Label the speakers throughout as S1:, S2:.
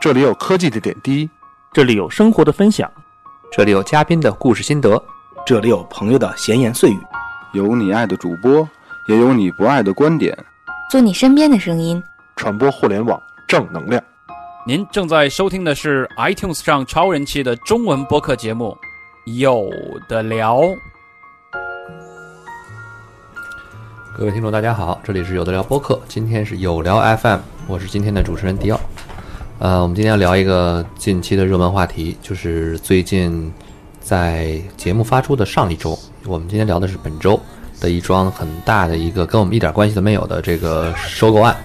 S1: 这里有科技的点滴，
S2: 这里有生活的分享，
S3: 这里有嘉宾的故事心得，
S4: 这里有朋友的闲言碎语，
S1: 有你爱的主播，也有你不爱的观点，
S5: 做你身边的声音，
S1: 传播互联网正能量。
S6: 您正在收听的是 iTunes 上超人气的中文播客节目《有的聊》。
S3: 各位听众，大家好，这里是有的聊播客，今天是有聊 FM，我是今天的主持人迪奥。呃，我们今天要聊一个近期的热门话题，就是最近在节目发出的上一周，我们今天聊的是本周的一桩很大的一个跟我们一点关系都没有的这个收购案，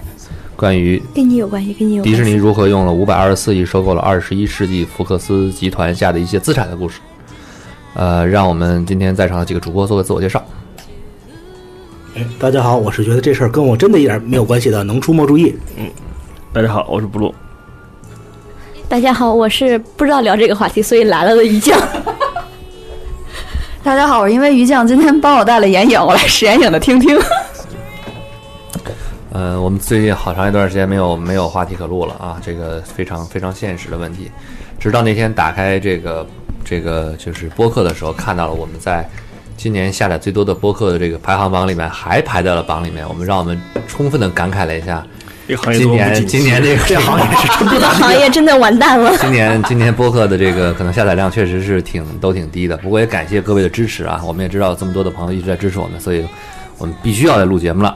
S3: 关于
S7: 跟你有关系，跟你有关
S3: 迪
S7: 系。
S3: 士尼如何用了五百二十四亿收购了二十一世纪福克斯集团下的一些资产的故事。呃，让我们今天在场的几个主播做个自我介绍。
S4: 大家好，我是觉得这事儿跟我真的一点没有关系的，能出没注意。
S2: 大家好，我是布鲁。
S7: 大家好，我是不知道聊这个话题，所以来了的于酱。
S5: 大家好，我是因为于酱今天帮我带了眼影，我来试眼影的听听。
S3: 呃，我们最近好长一段时间没有没有话题可录了啊，这个非常非常现实的问题。直到那天打开这个这个就是播客的时候，看到了我们在今年下载最多的播客的这个排行榜里面还排在了榜里面，我们让我们充分的感慨了一下，
S2: 这个行业
S3: 今
S2: 多么不
S3: 年
S2: 景气
S3: 今年这个这行业是真
S7: 这个行业真的完蛋了。
S3: 今年 今年播客的这个可能下载量确实是挺都挺低的，不过也感谢各位的支持啊！我们也知道这么多的朋友一直在支持我们，所以我们必须要来录节目了。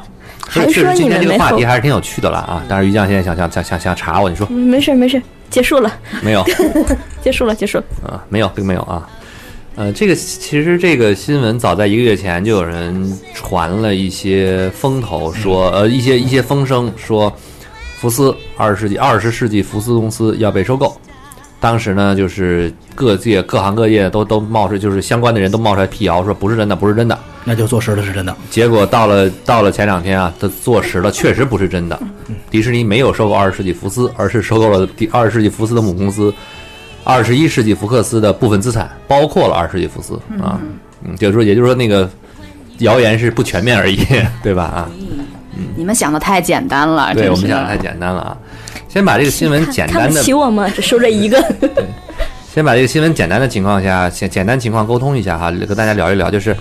S3: 所以确实今天这个话题还是挺有趣的了啊！但是于酱现在想想想想想查我，你说
S7: 没事没事，结束了，
S3: 没有？
S7: 结束了，结束了。
S3: 啊，没有，并没有啊。呃，这个其实这个新闻早在一个月前就有人传了一些风头说，呃，一些一些风声说，福斯二十世纪二十世纪福斯公司要被收购。当时呢，就是各界各行各业都都冒出，就是相关的人都冒出来辟谣，说不是真的，不是真的。
S4: 那就坐实了是真的。
S3: 结果到了到了前两天啊，它坐实了，确实不是真的。迪士尼没有收购二十世纪福斯，而是收购了第二十世纪福斯的母公司二十一世纪福克斯的部分资产，包括了二十世纪福斯啊。嗯，就是说，也就是说，那个谣言是不全面而已，对吧？啊，
S5: 你们想的太简单
S7: 啊
S5: 了，
S3: 对
S5: 真
S3: 我
S5: 是
S3: 们
S5: 的
S3: 想的太简单了啊。先把这个新闻简
S7: 看
S3: 单
S7: 不
S3: 的
S7: 起我吗？只收这一个，
S3: 先把这个新闻简单的情况下，简简单情况沟通一下哈，跟大家聊一聊，就是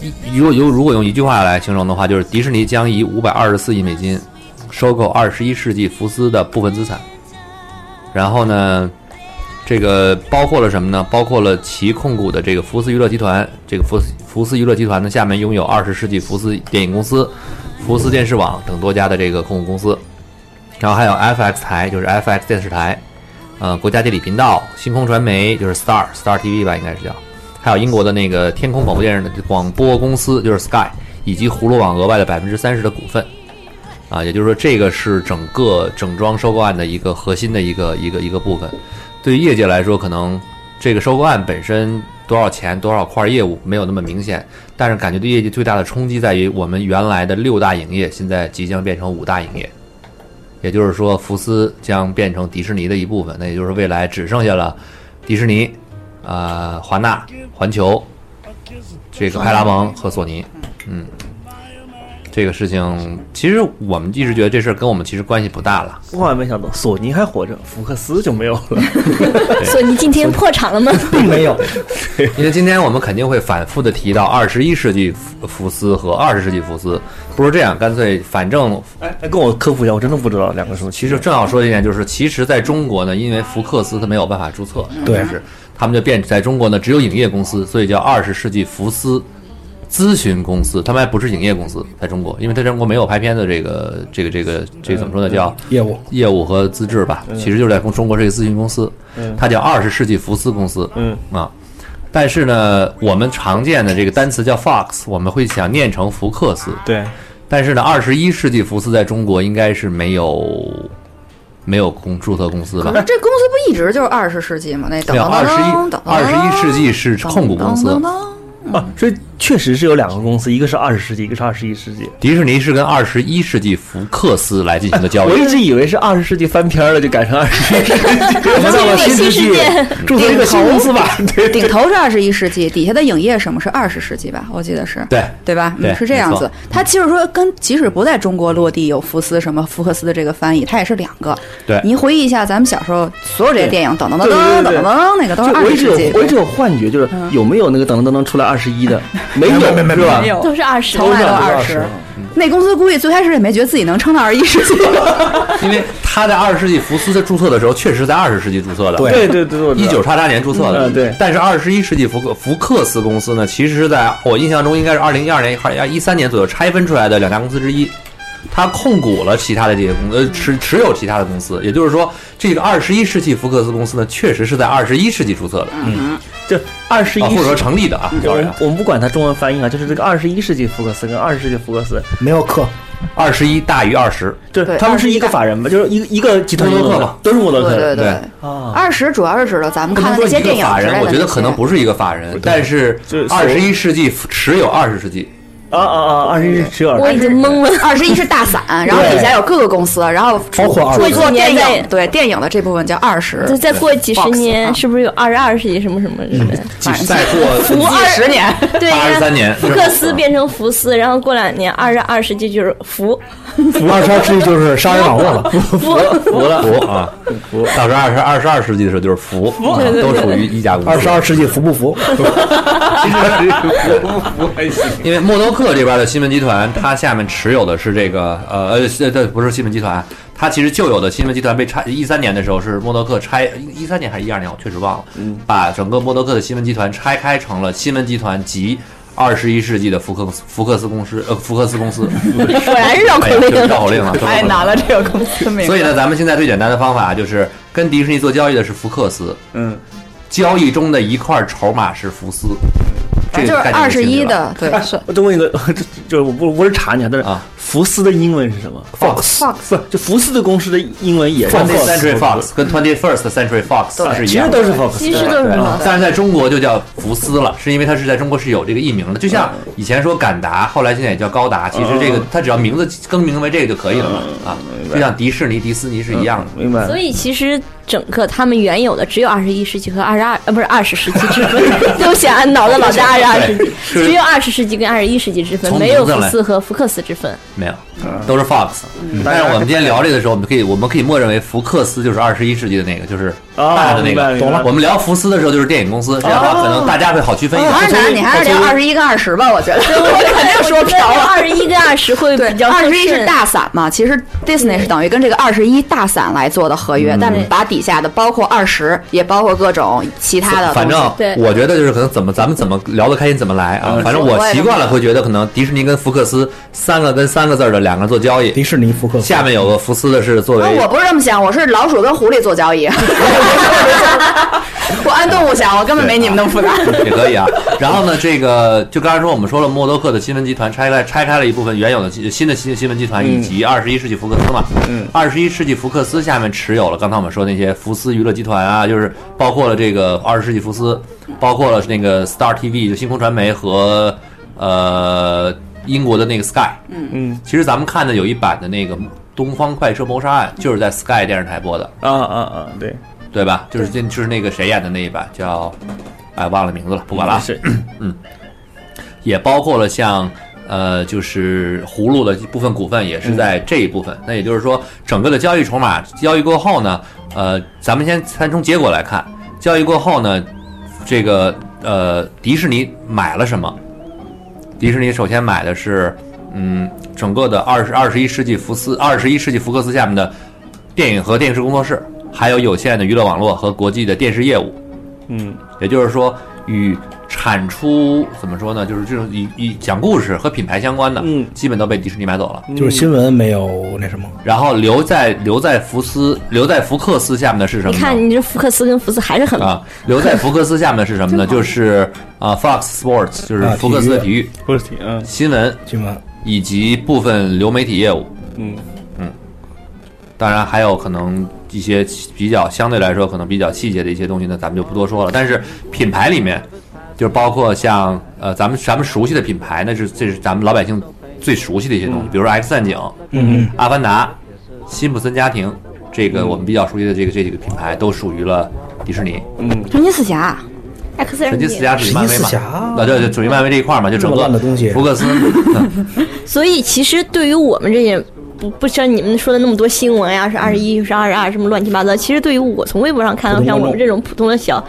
S3: 一如果用如果用一句话来形容的话，就是迪士尼将以五百二十四亿美金收购二十一世纪福斯的部分资产，然后呢，这个包括了什么呢？包括了其控股的这个福斯娱乐集团，这个福斯福斯娱乐集团呢下面拥有二十世纪福斯电影公司、福斯电视网等多家的这个控股公司，然后还有 FX 台，就是 FX 电视台。呃，国家地理频道、星空传媒，就是 Star Star TV 吧，应该是叫，还有英国的那个天空广播电视的广播公司，就是 Sky，以及葫芦网额外的百分之三十的股份。啊，也就是说，这个是整个整桩收购案的一个核心的一个一个一个部分。对于业界来说，可能这个收购案本身多少钱、多少块业务没有那么明显，但是感觉对业界最大的冲击在于，我们原来的六大影业现在即将变成五大影业。也就是说，福斯将变成迪士尼的一部分，那也就是未来只剩下了迪士尼、呃，华纳、环球、这个派拉蒙和索尼。嗯，这个事情其实我们一直觉得这事儿跟我们其实关系不大了。
S8: 万万没想到，索尼还活着，福克斯就没有 了。
S7: 索尼今天破产 了吗？
S4: 并没有，
S3: 因为今天我们肯定会反复的提到二十一世纪福福斯和二十世纪福斯，不如这样，干脆反正
S8: 哎，哎跟我科普一下，我真的不知道两个什么。
S3: 其实正好说的一点就是，其实在中国呢，因为福克斯它没有办法注册，
S4: 嗯对
S3: 就是他们就变在中国呢只有影业公司，所以叫二十世纪福斯咨询公司，他们还不是影业公司，在中国，因为在中国没有拍片的这个这个这个这个怎么说呢，叫
S4: 呃业务嗯
S3: 业务和资质吧，其实就是在中国是一个咨询公司，它叫二十世纪福斯公司，
S8: 嗯
S3: 啊。但是呢，我们常见的这个单词叫 Fox，我们会想念成福克斯，
S8: 对，
S3: 但是呢，二十一世纪福斯在中国应该是没有没有公注册公司吧？
S5: 这公司不一直就是二十世纪吗？那
S3: 没
S5: 等
S3: 有，
S5: 等
S3: 二十
S5: 等
S3: 一
S5: 等，
S3: 二十一世纪是控股公司
S5: 等，等等
S8: 啊，所以确实是有两个公司，一个是二十世纪，一个是二十一世纪。
S3: 迪士尼是跟二十一世纪福克斯来进行的交
S8: 我
S3: 易。
S8: 一直以为是二十世纪翻篇儿了，就改成二十 一世纪，我们到了新世纪，注册一个小公司吧。对，
S5: 顶头是二十一世纪，底下的影业什么是二十世纪吧？我记得是。
S3: 对，
S5: 对吧？
S3: 对
S5: 嗯，是这样
S3: 没
S5: 子。它就是说跟，即使不在中国落地有福斯什么福克斯的这个翻译，它也是两个。
S3: 对
S5: 你回忆一下咱们小时候所有这些电影，噔噔噔噔
S8: 对对
S5: 噔
S8: 对
S5: 噔噔，那个都是
S8: 就
S5: 二
S8: 我一
S5: 十
S8: 直
S5: 世纪
S8: 有，。我一直有幻觉，就是有没有那个噔噔噔噔出来二十一的？没有，是吧？
S5: 有
S7: 都是二十。
S5: 从来都
S8: 都是
S5: 二
S8: 20
S5: 十。那公司估计最开始也没觉得自己能撑到二十一世纪。
S3: 因为他在二十世纪福斯的注册的时候，确实是在二十世纪注册的，
S8: 对对对，我知
S3: 一
S8: 道
S3: 九叉叉年注册的。
S8: 嗯嗯对
S3: 但是二十一世纪福克福克斯公司呢，其实是在我印象中应该是二零一二年还要一三年左右拆分出来的两家公司之一。它控股了其他的这些公呃持持有其他的公司，也就是说，这个二十一世纪福克斯公司呢，确实是在二十一世纪注册的，
S5: 嗯
S8: 就二十一嗯
S3: 啊，或者说成立的啊。
S8: 我们我们不管它中文翻译啊，就是这个二十一世纪福克斯跟二十世纪福克斯，
S4: 没有课，
S3: 二十一大于二十，
S8: 就是
S5: 对
S8: 他们是一个
S5: 21
S8: 法人吧，就是一个一个集团
S3: 默
S8: 拥
S3: 克
S8: 有
S3: 吧
S8: 的，都是默
S5: 对
S8: 多克
S5: 对
S8: 人
S3: 对
S8: 啊。
S5: 二十主要是指的咱们
S3: 不
S5: 看
S3: 能
S5: 的
S3: 说
S5: 那些
S3: 一个
S5: 电影
S3: 法
S5: 之类
S3: 人，
S5: 的
S3: 我觉得可能
S5: 那些
S3: 不是一个法人，但是
S8: 就是所
S3: 二十一世纪持有二十世纪，
S8: 啊啊啊！二十一世纪
S7: 我已经懵了，
S5: 二十一是大伞，然后底下有各个公司，然后
S4: 包括20
S5: 做做
S7: 年
S5: 电
S7: 代
S5: 影，对电影的这部分叫二十，
S7: 就再过几十
S5: Box，啊
S7: 年，是不是有二十二世纪什么什么什么？
S3: 即再过
S7: 福
S5: 几十
S7: 二
S5: 年，
S7: 对，
S3: 八十
S7: 应该
S3: 三年，
S7: 福克斯变成福斯，然后过两年二十二世纪就是 福
S4: 二十二世纪就是杀人网络了。
S7: 福，
S3: 福了福啊， 福到时候二十二十二世纪的时候就是福，啊都属于一家公司。
S4: 二十二世纪服不服？
S3: 因为默多克这边的新闻集团，它下面持有的是这个呃呃，是这不是新闻集团，它其实旧有的新闻集团被拆，一三年的时候是默多克拆，一三年还是一二年，我确实忘了，
S4: 嗯
S3: 把整个默多克的新闻集团拆开成了新闻集团及。二十一世纪的福克斯福克斯公司，呃，福克斯公司，
S7: 果然是绕口
S3: 哎呀
S7: 令
S3: 对绕口 令啊，
S5: 太难了这个公司名。
S3: 所以呢，咱们现在最简单的方法就是跟迪士尼做交易的是福克斯，
S8: 嗯，
S3: 交易中的一块筹码是福斯，这
S5: 反正就
S3: 个
S5: 是
S3: 概念
S5: 二十
S3: 清晰
S5: 一
S3: 了
S5: 的，对，
S8: 哎
S5: 啊是
S8: 我再问一个，就就我不不是查你啊，但是
S3: 啊
S8: 福斯的英文是什么
S5: Fox
S8: 不，就福斯的公司的英文也是
S3: Twenty
S8: Fox，
S3: Century Fox 跟 Twenty First Century Fox
S5: 对
S3: 是一
S8: 其
S3: 样
S8: 实
S3: 的。
S8: 都是 Fox，
S7: 其实都是什么？
S3: 但是在中国就叫福斯了，是因为它是在中国是有这个译名的，就像
S8: 嗯
S3: 以前说敢达，后来现在也叫高达，其实这个它只要名字更名为这个就可以了嘛
S8: 嗯
S3: 啊，就像迪士尼、迪斯尼是一样的。
S8: 明白
S7: 所。以其实整个他们原有的只有二十一世纪和二十二呃不是二十世纪之 分，对不起啊，脑子老在二十二世纪，
S3: 对是
S7: 只有二十世纪跟二十一世纪之分，
S3: 从
S7: 没有
S3: 名字
S7: 福
S3: 来
S7: 斯和福克斯之分。
S3: 没有，
S8: 嗯
S3: 都是 Fox。但是我们今天聊这个时候，我们可以我们可以默认为福克斯就是二十一世纪的那个，就是
S8: 哦
S3: 大的那
S8: 明白
S3: 个。
S8: 明白哦
S3: 我们聊福斯的时候就是电影公司，这样的话可能大家会好区分一点。
S5: 二男，你还是聊二十一跟二十吧，我觉得我
S3: 哎
S5: 肯定说瓢了。
S7: 二十一跟二十会
S5: 对
S7: 比，较
S5: 二
S7: 合
S5: 十一是
S7: 适
S5: 大伞嘛，其实 Disney 是等于跟这个二十一大伞来做的合约，但把底下的包括二十，也包括各种其他的东西。啊嗯
S3: 反正
S7: 对
S3: 我觉得就是可能怎么咱们怎么聊得开心怎么来啊。反正我习惯了，会觉得可能迪士尼跟福克斯三个跟三个字儿的两个人做交易，
S4: 迪士尼福克斯
S3: 下面有个福斯的是作
S5: 啊
S3: 为
S5: 我不是这么想，我是老鼠跟狐狸做交易， 我按动物想，我根本没你们那么复杂。
S3: 也可以啊。然后呢，这个就刚才说我们说了，默多克的新闻集团拆开拆开了一部分原有的新新的新新闻集团，以
S5: 嗯
S3: 及二十一世纪福克斯嘛。嗯，二十一世纪福克斯下面持有了刚才我们说那些福斯娱乐集团啊，就是包括了这个二十世纪福斯，包括了那个 Star TV 就星空传媒和呃英国的那个 Sky。嗯嗯，其实咱们看的有一版的那个《东方快车谋杀案》，就是在 Sky 电视台播的。
S8: 啊啊啊！对，
S3: 对吧？就是这就是那个谁演的那一版叫，哎，忘了名字了，不管了啊。
S8: 是
S3: 也包括了像呃，就是葫芦的部分股份也是在这一部分。那也就是说，整个的交易筹码交易过后呢，呃，咱们先先从结果来看，交易过后呢，这个呃，迪士尼买了什么？迪士尼首先买的是嗯，整个的二十二十一世纪福斯二十一世纪福克斯下面的电影和电视工作室，还有有线的娱乐网络和国际的电视业务。
S8: 嗯，
S3: 也就是说与产出怎么说呢，就是这种以以讲故事和品牌相关的，
S8: 嗯
S3: 基本都被迪士尼买走了。
S4: 就是新闻没有那什么，
S3: 然后留在留在福斯留在福克斯下面的是什么
S7: 你
S3: 呢？
S7: 看，你这福克斯跟福斯还是很
S3: 啊，留在福克斯下面的是什么呢？就是啊，Fox Sports，就是
S4: 啊
S3: 福克斯的体
S4: 体
S3: 育、
S8: 不是挺嗯
S3: 新闻
S4: 新闻
S3: 以及部分流媒体业务。
S8: 嗯
S3: 当然还有可能一些比较相对来说可能比较细节的一些东西呢，咱们就不多说了。但是品牌里面，就是包括像呃咱们咱们熟悉的品牌，那是这是咱们老百姓最熟悉的一些东西，比如说《X 战警》、
S4: 嗯
S3: 《阿凡达》、《辛普森家庭》，这个我们比较熟悉的这个这几个品牌都属于了迪士尼。
S5: 神奇四侠，
S7: X
S3: 神
S7: 人
S3: 奇四侠属于
S4: 神奇
S3: 漫威嘛
S4: 四侠？啊
S3: 啊，对对，属于漫威这一块嘛，就整
S4: 这么
S3: 个
S4: 烂的东西
S3: 福克 斯，嗯
S7: 所以其实对于我们这些不不像你们说的那么多新闻呀，是二十一，是二十二，什么乱七八糟。其实对于我从微博上看到
S4: 嗯普通
S7: 像我
S4: 观众
S7: 们这种普通的小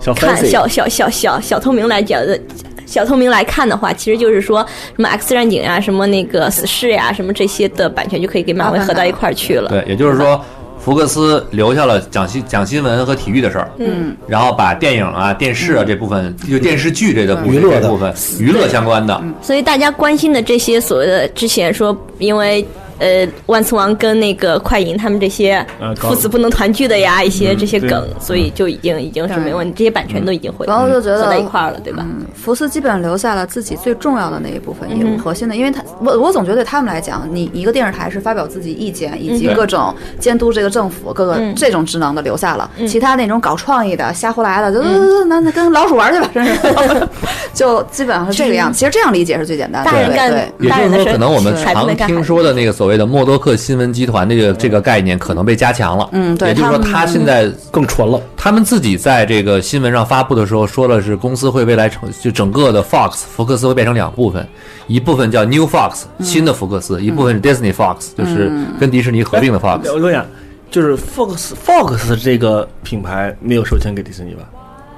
S8: 小
S7: 看
S8: fancy，
S7: 小小小小小透明来讲的。小透明来看的话，其实就是说什么《X 战警》啊，什么那个《死侍》呀，什么这些的版权就可以给漫威合到一块儿去了。
S3: 对，也就是说。福克斯留下了讲新讲新闻和体育的事儿，嗯，然后把电影啊、电视啊这部分，就电视剧这个部
S4: 娱乐的
S3: 这部分娱乐相关的，
S7: 所以大家关心的这些所谓的之前说，因为呃万磁王跟那个快银他们这些
S2: 呃搞
S7: 父子不能团聚的呀，一些这些
S2: 对
S7: 梗，所以就已经已经是没问题，这些版权都已经会
S5: 嗯然后就觉得
S7: 合到一块儿了，对吧？
S5: 嗯，福斯基本上留下了自己最重要的那一部分
S7: 嗯
S5: 业务核心的，因为他我我总觉得对他们来讲，你一个电视台是发表自己意见以及各种监督这个政府各个
S7: 嗯
S5: 这种职能的留下了，其他那种搞创意的瞎胡来的，就
S7: 嗯
S5: 就那那跟老鼠玩去吧，真 是，就基本上是这个样子。其实这样理解是最简单的，
S7: 大人
S5: 对
S7: 干
S5: 对
S3: 也
S7: 大
S3: 就是
S7: 人的
S3: 说，
S7: 事
S3: 可能我们
S7: 孩子
S3: 常
S7: 们干
S3: 听
S7: 孩子
S3: 说的那个所谓的默多克新闻集团这个这个概念，可能被加强了。
S5: 嗯对
S3: 也就是说，
S5: 他们
S3: 他现在
S4: 更纯了。
S3: 他们自己在这个新闻上发布的时候，说的是公司会未来成就整个的 Fox 福克斯会变成两部分，一部分叫 New Fox 新的福克斯，一部分是 Disney Fox，就是跟迪士尼合并的
S4: 哎
S3: Fox。
S8: 我跟你讲，就是 Fox Fox 这个品牌没有授权给迪士尼吧？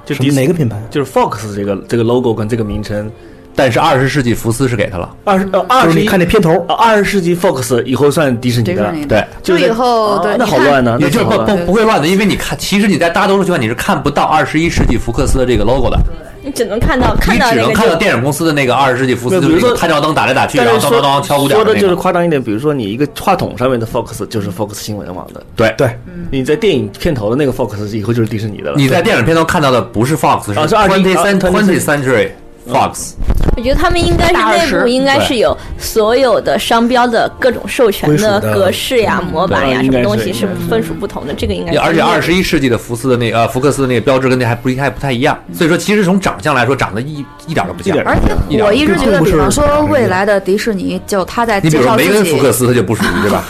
S8: 就
S4: 什
S8: 迪
S4: 么
S8: 士
S4: 哪个品牌？
S8: 就是 Fox 这个这个 logo 跟这个名称，
S3: 但是二十世纪福斯是给他了，
S8: 二十呃
S4: 就
S8: 二
S4: 是
S8: 十
S4: 你
S8: 一
S4: 看那片头，
S8: 二十世纪 Fox 以后算迪士尼
S5: 迪士
S8: 的，
S5: 尼的
S3: 对，
S5: 就是以后对
S8: 啊那
S5: 你
S8: 好
S5: 看
S8: 乱呢，
S3: 也就是
S8: 那好
S3: 不
S8: 乱
S3: 不不会乱的，因为你看，其实你在大多数情况你是看不到二十一世纪福克斯的这个 logo 的，
S7: 你只能看到看
S3: 你
S7: 到
S3: 只
S7: 那
S3: 能
S7: 个
S3: 看到
S7: 就
S3: 电影公司的那个二十世纪福
S8: 对
S3: 斯，就
S8: 比如
S3: 是一个
S8: 说
S3: 探照灯打来打去，然后
S8: 但是
S3: 当当当
S8: 说
S3: 敲鼓点
S8: 说
S3: 儿
S8: 的
S3: 的那
S8: 就是
S3: 个。
S8: 夸张一点，比如说你一个话筒上面的 Fox 就是 Fox 新闻网的，
S3: 对，
S4: 对，
S8: 你在电影片头的那个 Fox 以后就是迪士尼的了。
S3: 你在电影片头看到的不是 Fox，是
S8: 是20
S3: Twenty
S8: 啊嗯20
S3: Cent- Twenty Century Fox。
S7: 我觉得他们应该
S5: 大
S7: 是内
S5: 20
S7: 部应该是有所有的商标的各种授权的
S4: 归属的
S7: 格式呀、模板呀、
S8: 对
S7: 什
S8: 应该
S7: 么
S8: 是
S7: 东西是
S8: 应该是
S7: 分属不同的，这个应该是
S3: 而且二十一世纪的福斯的那呃福克斯的那个标志跟那还不还不太一样，所以说其实从长相来说长得一一点都不像。
S8: 一点儿
S5: 而且我一直觉得，比方说
S4: 并不是
S5: 未来的迪士尼，就他在
S3: 你比
S5: 介
S3: 如说
S5: 绍自
S3: 梅
S5: 己
S3: 根福克斯，他就不属于 对吧？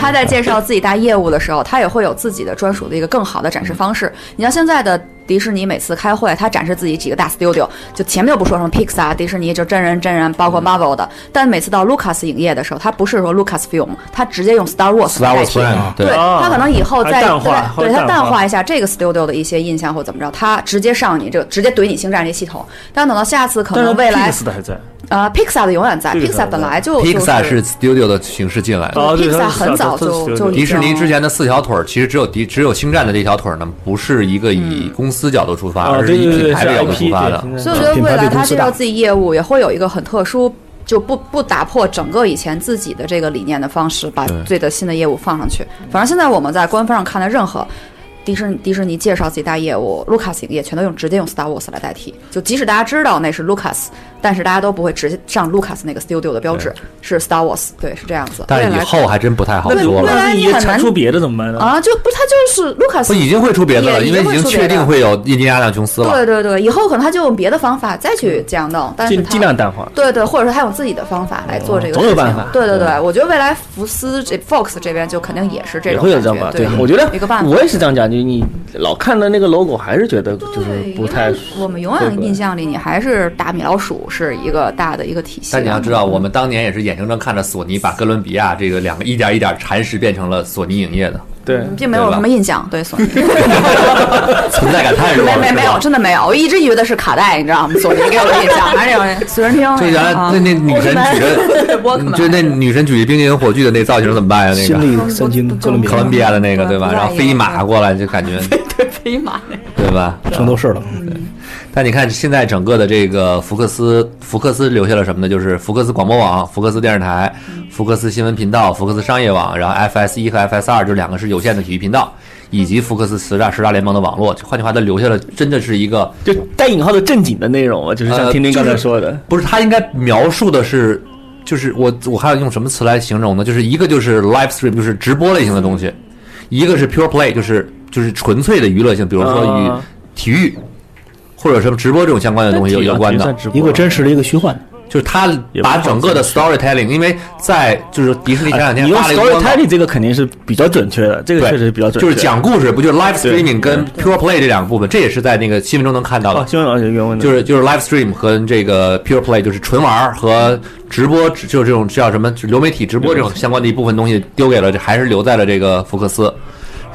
S5: 他在介绍自己大业务的时候，他也会有自己的专属的一个更好的展示方式。你像现在的迪士尼，每次开会，他展示自己几个大 studio，就前面就不说什么 Pixar、迪士尼，就真人真人，包括 Marvel 的。但每次到 Lucas 影业的时候，他不是说 Lucasfilm，他直接用 Star Wars 来
S3: Star
S5: 代
S3: Wars
S5: 替。
S3: Prime，对，
S8: 啊
S5: 他可能以后
S8: 还
S5: 再
S8: 淡化
S5: 对
S8: 会
S5: 对他
S8: 淡
S5: 淡
S8: 化
S5: 一下这个 studio 的一些印象或怎么着，他直接上你这个直接怼你星战这系统。但等到下次可
S8: 但是
S5: 能未来
S8: Fox 的还在，
S5: 呃 Pixar 的永远在
S8: 这个是
S5: ，Pixar 本来就
S3: Pixar
S5: 就是
S3: studio 的形式进来的。
S8: 哦对
S5: Pixar
S8: 它是
S5: 很早
S8: 它是
S5: 就
S8: studio
S5: 就已经
S3: 迪士尼之前的四条腿儿，其实只有迪只有星战的这条腿儿呢，不是一个以
S5: 嗯
S3: 公司角度出发，
S8: 啊
S3: 而是
S8: 对
S3: 以
S8: 对
S3: 品
S8: 对，
S3: 牌
S8: 是
S3: 的角度
S8: IP
S3: 出发的。
S8: 对。
S5: 所以
S8: 现在
S5: 我觉得
S4: 品牌
S5: 未来
S4: 对公
S5: 他
S4: 司
S5: 介
S4: 大
S5: 绍自己业务也会有一个很特殊，就不不打破整个以前自己的这个理念的方式，把
S3: 对
S5: 自己的新的业务放上去。反正现在我们在官方上看的任何。迪士尼迪士尼介绍自己大业务，Lucas 影业全都用直接用 Star Wars 来代替。就即使大家知道那是 Lucas，但是大家都不会直接上 Lucas 那个 studio 的标志是 Star Wars，对，是这样子。
S3: 但是
S5: 未
S3: 以
S5: 来
S3: 后还真不太好
S8: 那
S3: 说
S8: 如
S3: 了
S5: 对对。
S8: 果
S5: 来
S8: 是
S5: 你
S8: 也
S5: 很
S8: 产
S5: 难
S8: 出别的怎么办呢？
S5: 啊，就不，他就是 Lucas
S3: 不已经会出别的了，
S5: 也
S3: 因为
S5: 也
S3: 已
S5: 会
S3: 经
S5: 出别
S3: 确
S5: 的
S3: 定会有印第安纳琼斯了。
S5: 对对对，以后可能他就用别的方法再去这样弄，但是
S8: 尽
S5: 他
S8: 尽量淡化。
S5: 对对，或者说他用自己的方法来做这个事情，
S8: 总有办法
S5: 对对对，我觉得未来福斯这 Fox 这边就肯定也是这
S8: 也
S5: 种
S8: 会有这
S5: 感
S8: 样
S5: 觉
S8: 吧？
S5: 对，
S8: 我觉得
S5: 一个办法。
S8: 我也是这样讲，就你老看到那个 logo，还是觉得就是
S5: 对
S8: 不太
S5: 因为。我们永远印象里，你还是大米老鼠是一个大的一个体系。
S3: 但你要知道，我们当年也是眼睁睁看着索尼把哥伦比亚这个两个一点一点蚕食变成了索尼影业的，
S8: 对，
S5: 并没有什么印象，对索尼，
S3: 存在感太弱
S5: 没
S3: 了。
S5: 没没有，
S3: 是吧
S5: 真的没有，我一直觉得是卡带，你知道吗？索尼给我的印象还是有随 身听。
S3: 就原来
S5: 啊
S3: 那那女神举着，
S5: 我可
S3: 嗯
S5: 能
S3: 就那女神举着冰凌火炬的那造型怎么办呀？那
S4: 心
S3: 个
S4: 力三金哥伦比
S3: 哥伦
S4: 亚
S3: 比亚的那个
S5: 对
S3: 对吧？
S5: 嗯不太
S3: 然后飞马过来就 感觉
S5: 飞马
S3: 对吧？
S4: 全都是了。
S3: 但你看现在整个的这个福克斯，福克斯留下了什么呢？就是福克斯广播网、福克斯电视台、福克斯新闻频道、福克斯商业网，然后 FS 一和 FS 二这两个是有线的体育频道，以及福克斯十大十大联盟的网络。换句话，它留下了真的是一个
S8: 就带引号的正经的内容啊，就是像
S3: 呃
S8: 听听刚
S3: 就
S8: 才
S3: 是
S8: 说的，
S3: 不是，他应该描述的是，就是我我还要用什么词来形容呢？就是一个就是 live stream，就是直播类型的东西；一个是 pure play，就是就是纯粹的娱乐性，比如说与
S8: 啊
S3: 体育。或者什么直播这种相关的东西有有关的。
S4: 一个真实的一个虚幻的。
S3: 就是他
S8: 也不
S3: 把
S8: 好
S3: 整个的 storytelling，因为在就是迪士尼前两天
S8: 哎你用
S3: 发了一个
S8: storytelling 这个肯定是比较准确的，这个
S3: 对，
S8: 确实比较准确。
S3: 就是讲故事，不就是 live
S8: 对
S3: streaming 跟 pure play 这两个部分，这也是在那个新闻中能看到
S8: 哦，
S3: 的。
S8: 新闻老师原文的
S3: 就是就是 live stream 和这个 pure play，就是纯玩儿和直播，就是这种叫什么就流媒体直播这种相关的一部分东西丢给了，这还是留在了这个福克斯。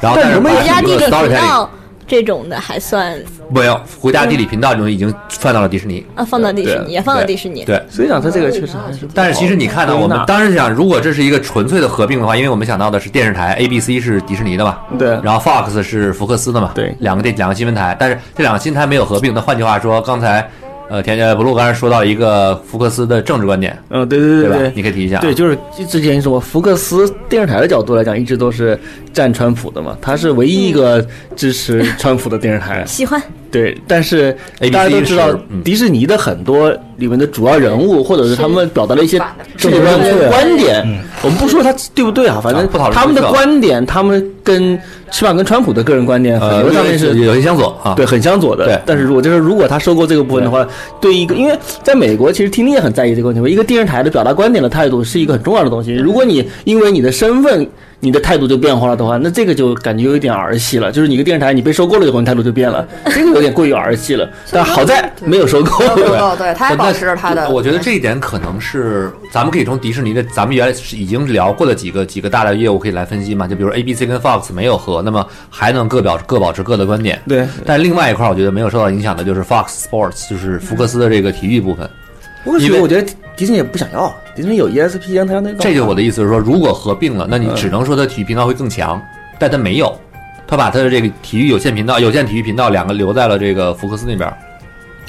S3: 然后但是把
S7: 国家
S3: 整
S7: 地
S3: 个
S7: 理频
S3: storytelling
S7: 道这种的还算
S3: 没有，国家地理频道这种已经算到了迪士尼。
S7: 啊，放到迪士
S8: 对
S7: 尼，也放到
S3: 对
S7: 迪士尼。
S3: 对，
S8: 所以讲他这个确实还是不好。
S3: 但是其实你看到我们
S8: 归纳
S3: 当时想，如果这是一个纯粹的合并的话，因为我们想到的是电视台 ABC 是迪士尼的嘛，
S8: 对
S3: 然后 Fox 是福克斯的嘛，
S8: 对
S3: 两个电两个新闻台，但是这两个新闻台没有合并。那换句话说，刚才呃田呃不露刚才说到一个福克斯的政治观点，
S8: 嗯，对对
S3: 吧？
S8: 对
S3: 你可以提一下啊，
S8: 对，就是之前说福克斯电视台的角度来讲，一直都是站川普的嘛，他是唯一一个支持川普的电视 台。
S7: 喜欢
S8: 对，但是
S3: ABC
S8: 大家都知道
S3: 是嗯，
S8: 迪士尼的很多里面的主要人物，或者是他们表达了一些世界观的观点，我们不说他对不对啊，反正
S3: 嗯啊不讨论
S8: 他们的
S3: 政策
S8: 观点，他们跟起码跟川普的个人观点很
S3: 呃
S8: 多上面是
S3: 有些相左啊，
S8: 对，很相左的。
S3: 对
S8: 但是如果就是如果他收购这个部分的话，对一个，因为在美国其实听力也很在意这个问题，一个电视台的表达观点的态度是一个很重要的
S3: 嗯
S8: 东西。如果你因为你的身份，你的态度就变化了的话，那这个就感觉有一点儿戏了。就是你一个电视台，你被收购了以后，你态度就变了，这个有点过于儿戏了。但好在没有收购。
S5: 对哦对，他还保持着他的。
S3: 我觉得这一点可能是咱们可以从迪士尼的，咱们原来是已经聊过的几个几个大的业务可以来分析嘛，就比如 ABC 跟 Fox 没有合，那么还能各表各保持各的观点。
S8: 对，
S3: 但另外一块儿我觉得没有受到影响的就是 Fox Sports，就是福克斯的这个体育部分。
S8: 不过
S3: 因为
S8: 觉得迪士尼也不想要，迪士尼有 E ESPN，他让啊那个
S3: 这就是我的意思是说，如果合并了，那你只能说它体育频道会更强，但它没有，它把它的这个体育有线频道、有线体育频道两个留在了这个福克斯那边儿。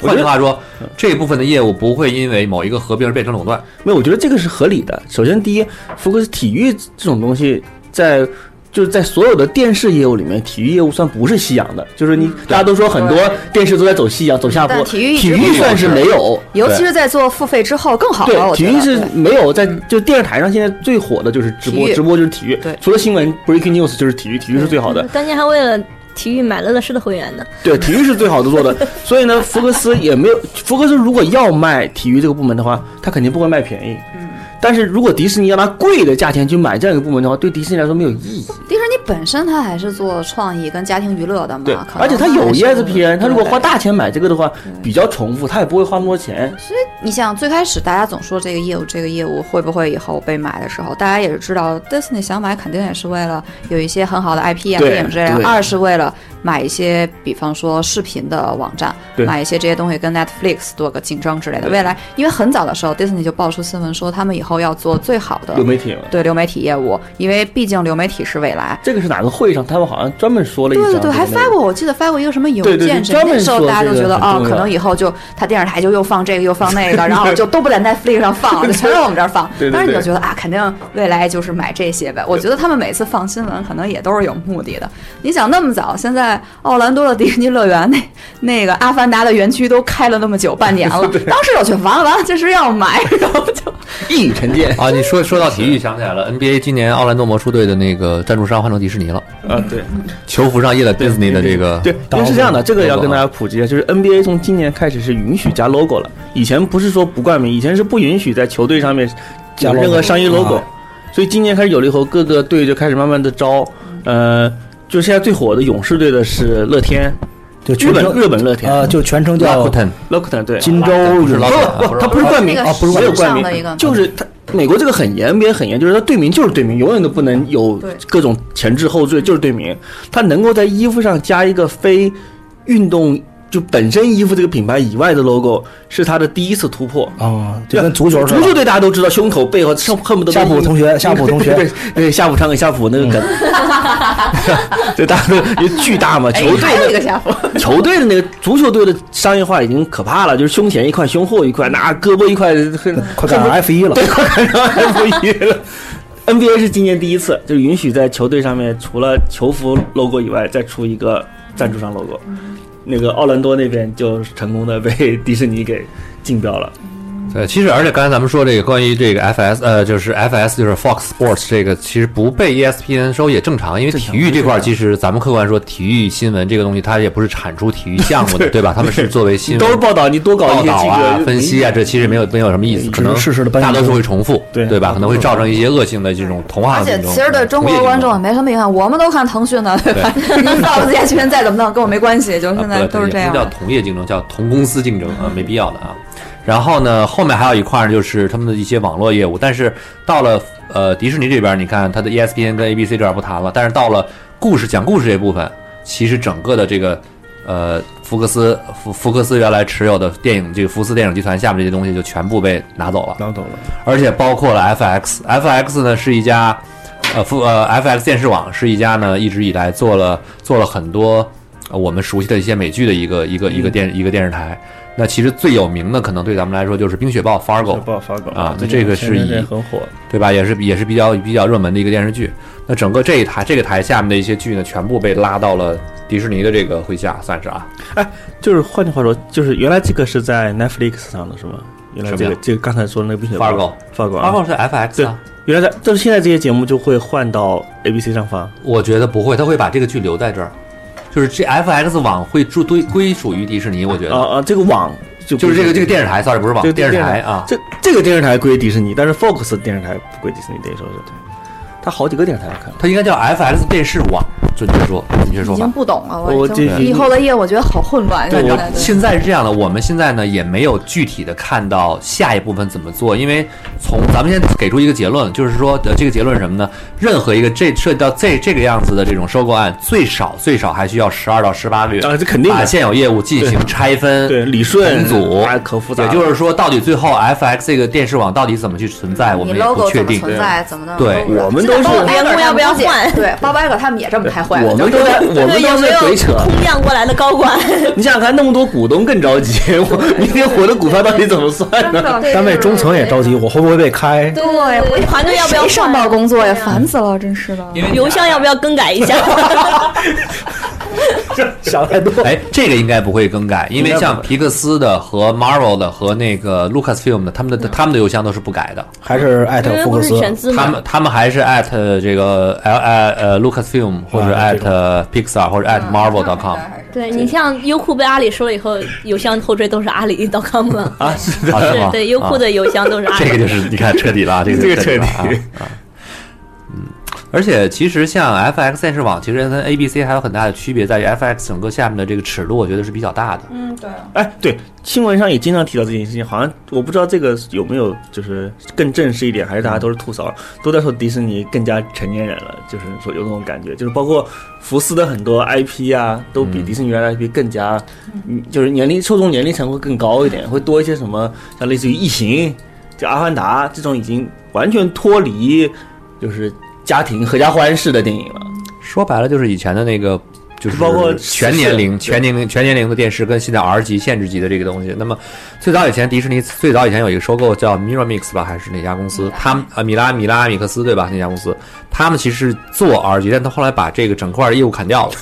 S8: 我
S3: 换
S8: 觉
S3: 句
S8: 得
S3: 话说，这部分的业务不会因为某一个合并而变成垄断。
S8: 没有，我觉得这个是合理的。首先，第一，福克斯体育这种东西在。就是在所有的电视业务里面，体育业务算不是夕阳的，就是你大家都说很多电视都在走夕阳、走下坡，
S5: 嗯但体育一直
S8: 体育算是没有，
S5: 尤其是在做付费之后更好了，
S8: 对，
S5: 我
S8: 体
S5: 觉
S8: 育
S5: 得。
S8: 是
S5: 对
S8: 没有在就电视台上现在最火的就是直播
S5: 体，育
S8: 直播就是体育，
S5: 对
S8: 除了新闻 breaking news 就是体育，体育是最好的，
S7: 嗯当年还为了体育买了乐视的会员呢。
S8: 对，体育是最好的做的， 所以呢，福克斯也没有，福克斯如果要卖体育这个部门的话，他肯定不会卖便宜。嗯。但是如果迪士尼要拿贵的价钱去买这样一个部门的话，对迪士尼来说没有意义。
S5: 迪士尼本身它还是做创意跟家庭娱乐的嘛，可能
S8: 而且它有
S5: 还是
S8: ESPN，它如果花。
S5: 对嗯
S8: 大钱买这个的话，比较重复，它也不会花那么多钱。
S5: 你想最开始大家总说这个业务这个业务会不会以后被买的时候，大家也是知道 Disney 想买肯定也是为了有一些很好的 IP 啊
S8: 对
S5: 电影之类
S8: 对
S5: 的，二是为了买一些比方说视频的网站，
S8: 对
S5: 买一些这些东西跟 Netflix 做个竞争之类的。未来因为很早的时候 Disney 就爆出新闻说他们以后要做最好的
S8: 流媒体嘛，
S5: 对流媒体业务，因为毕竟流媒体是未来。
S8: 这个是哪个会上他们好像专门说了一
S5: 对
S8: 张，
S5: 对对，
S8: 这个
S5: 还
S8: 内容
S5: 发过，我记得发过一个什么邮
S8: 对对对
S5: 件，什么
S8: 专门
S5: 那时候
S8: 说
S5: 大家
S8: 这
S5: 都
S8: 个
S5: 觉得
S8: 很
S5: 啊，
S8: 重要
S5: 可能以后就他电视台就又放这个又放那个，然后就都不在 Netflix 上放，就全在我们这儿放。
S8: 对对对
S5: 当时你就觉得啊，肯定未来就是买这些呗。我觉得他们每次放新闻可能也都是有目的的。你想那么早，现在奥兰多的迪士尼乐园那那个《阿凡达》的园区都开了那么久，半年了，当时我就完了完了，这是要买，然后就
S8: 一语成谶
S3: 啊，你说说到体育，想起来了，NBA 今年奥兰多魔术队的那个赞助商换成迪士尼了，
S8: 啊，对。
S3: 球服上印了 Disney 的这个，
S8: 对，因为是这样的，这个要跟大家普及一下，就是 NBA 从今年开始是允许加 logo 了，以前不是说不冠名，以前是不允许在球队上面有任何商业 logo，所以今年开始有了以后，各个队就开始慢慢的招，呃，就现在最火的勇士队的是乐天，
S4: 就
S8: 日
S4: 全
S8: 本
S4: 称
S8: 日本乐天
S4: 呃，就全称
S3: 拉
S4: 叫
S3: 库腾，
S8: ，Lockton 对，
S4: 金州
S3: 不是
S4: 勇
S3: 拉
S4: 士
S3: 库
S8: 啊不不，
S3: 腾，
S8: 他不是冠名
S5: 那个
S4: 哦
S8: 啊，不是
S5: 时
S8: 没有
S5: 尚
S8: 冠
S5: 的一
S8: 名，
S5: 个
S8: 就是他美国这个很严，NBA 很严，就是他队名就是队名，永远都不能有
S5: 对
S8: 各种前置后缀，就是队名。他能够在衣服上加一个非运动就本身衣服这个品牌以外的 logo，是他的第一次突破。
S4: 啊，就跟足球似
S8: 足球
S4: 的。
S8: 队大家都知道，胸口背后恨恨不得
S4: 夏普同学，夏普同
S8: 对
S4: 学，
S8: 对，夏普唱给夏普那个 梗， 对，大家都巨大嘛，球
S5: 哎，
S8: 队
S5: 还
S8: 的
S5: 有一个家伙，
S8: 球队的那个足球队的商业化已经可怕了，就是胸前一块，胸后一块，那胳膊一块，很
S4: 快赶上 F 一了。
S8: 对，快赶上 F 一了。NBA 是今年第一次，就允许在球队上面除了球服 logo 以外，再出一个赞助商 logo。那个奥兰多那边就成功的被迪士尼给竞标了。
S3: 对，呃其实而且刚才咱们说这个关于这个 FS，呃，就是 FS 就是 Fox Sports 这个，其实不被 E ESPN 收也正常，因为体育这块儿其实咱们客观说，体育新闻这个东西它也不是产出体育项目的，对吧？他们是作为新闻
S2: 都是报道，你多搞一
S3: 报
S2: 些
S3: 道
S2: 这
S3: 啊、
S2: 个
S3: 分析啊，这其实没有没有什么意思，可能
S4: 适时地搬
S3: 大
S4: 进
S3: 多
S4: 去
S3: 数会重复，对
S4: 对
S3: 吧？可能会造成一些恶性的这种同
S5: 而
S3: 行的这
S5: 且
S3: 种嗯
S5: 其实对中国观众也
S3: 啊
S5: 没什么影响，我们都看腾讯的，对吧？ 您到了 ESPN 再怎么弄，跟我没关系，就
S3: 啊
S5: 现在
S3: 不
S5: 都是这样
S3: 不叫
S5: 的。
S3: 同业竞争，叫同公司竞争啊，没必要的啊。然后呢，后面还有一块儿就是他们的一些网络业务，但是到了呃迪士尼这边，你看它的 E ESPN 跟 ABC 这边不谈了，但是到了故事讲故事这部分，其实整个的这个呃福克斯福福克斯原来持有的电影这个福斯电影集团下面这些东西就全部被拿走了，
S8: 拿走了，
S3: 而且包括了 FX。FX 呢是一家，呃，复呃 FX 电视网是一家呢一直以来做了做了很多、呃我们熟悉的一些美剧的一个一个一个电、一个电视台。那其实最有名的，可能对咱们来说就是《冰雪暴》Fargo，
S8: 不好发稿
S3: 啊
S8: 最
S3: 这
S8: 近
S3: 个
S8: 前
S3: 是
S8: 阵
S3: 以
S8: 子也很火，
S3: 对吧？也是也是比较比较热门的一个电视剧。那整个这一台这个台下面的一些剧呢，全部被拉到了迪士尼的这个麾下，算是啊。
S8: 就是换句话说，就是原来这个是在 Netflix 上的是吗？原来
S3: 什
S8: 这
S3: 么
S8: 个
S3: 呀
S8: 这个刚才说的那个《冰雪
S3: Fargo
S8: 发稿啊
S3: Fargo 是 FX 啊，
S8: 原来在，但是现在这些节目就会换到 ABC 上发，
S3: 我觉得不会，他会把这个剧留在这儿。就是这 FX 网会注归归属于迪士尼，我觉得
S8: 啊啊，这个网就
S3: 就是这个这个
S8: 个
S3: 电视台，sorry，不是网
S8: 这个
S3: 电视
S8: 电视
S3: 台
S8: 台
S3: 啊，
S8: 这这个电视台归迪士尼，但是 Fox 电视台不归迪士尼，等于说是对，它好几个电视台要看。
S3: 它应该叫 FX 电视网，准确说，准确
S5: 已
S3: 说
S5: 经
S3: 法。
S5: 不懂了，
S8: 我
S5: 我已经
S8: 这
S5: 以后的业我觉得好混乱。
S3: 对，
S5: 现
S3: 我
S5: 在对
S3: 现在是这样的，我们现在呢也没有具体的看到下一部分怎么做，因为从咱们先给出一个结论，就是说，呃，这个结论是什么呢？任何一个这涉及到这这个样子的这种收购案，最少最少还需要十二到十八个月
S8: 啊这肯定的
S3: 把现有业务进行拆分，
S8: 对，理顺
S3: 重组
S8: 啊，可复杂
S3: 也
S8: 了，
S3: 就是说，到底最后 FX 这个电视网到底怎么去存在，我
S5: 你
S3: 们也不
S5: logo
S3: 确
S5: 怎么
S3: 定。
S5: 存在，啊怎么弄？
S3: 对
S5: 不知道
S8: 我们
S5: 现
S8: 都
S5: 在
S8: 是
S5: 包括
S7: 员工要不要
S5: Barker 他们
S7: 换
S5: 也对，包白狗他们也这么开会，啊
S2: 我们都在，我们
S7: 有
S2: 都
S7: 没
S2: 在
S7: 有
S2: 鬼扯。
S7: 空降过来的高管？
S2: 你想想看，那么多股东更着急，我明天我的股票到底怎么算
S5: 真
S2: 呢？
S5: 的
S4: 单位中层也着急，我会不会被开？
S7: 对
S5: 哎对，
S7: 我团队要不要
S5: 谁上
S7: 换
S5: 报工作呀？
S7: 对啊
S5: 烦死了，真是的。
S3: 因为
S7: 邮箱要不要更改一下？
S4: 想太多。
S3: 哎，这个应该不会更改，因为像皮克斯的和 Marvel 的和那个 Lucasfilm 的，他们的
S5: 嗯
S3: 他们的邮箱都是不改的，
S4: 还是艾特
S7: 因为
S4: 福
S7: 不
S4: 克
S7: 是
S4: 斯，
S7: 全资
S3: 他
S7: 吗？
S3: 们他们还是 at 这个 l 呃呃 Lucasfilm 或者
S4: 哇这
S3: at Pixar 或者 at
S5: 嗯
S3: Marvel.com
S7: 对你像优酷被阿里收了以后，邮箱后缀都是阿里 .com 了。
S3: 啊，是 的，是
S7: 是
S3: 吗？
S7: 对，优酷
S3: 啊
S7: 的邮箱都是阿
S3: 这
S7: 里。
S3: 个就是你看彻底了啊，这个就
S8: 这个
S3: 了啊
S8: 彻底
S3: 啊。嗯，而且其实像 FX 电视网，其实跟 ABC 还有很大的区别，在于 FX 整个下面的这个尺度，我觉得是比较大的。
S5: 嗯，对。
S8: 哎，对，新闻上也经常提到这件事情，好像我不知道这个有没有就是更正式一点，还是大家都是吐槽，都在说迪士尼更加成年人了，就是说有那种感觉，就是包括福斯的很多 IP 啊，都比迪士尼原来的 IP 更加，嗯就是年龄受众年龄层会更高一点，会多一些什么像类似于异形、就阿凡达这种已经完全脱离就是家庭合家欢式的电影了。
S3: 说白了就是以前的那个，就是
S8: 包括
S3: 全年龄、
S8: 是
S3: 全年龄、全年龄的电视，跟现在 R 级限制级的这个东西。那么最早以前，迪士尼最早以前有一个收购叫 Miramax 吧，还是哪家公司？他们呃米拉米拉米克斯对吧？那家公司，他们其实做 R 级，但他后来把这个整块业务砍掉了。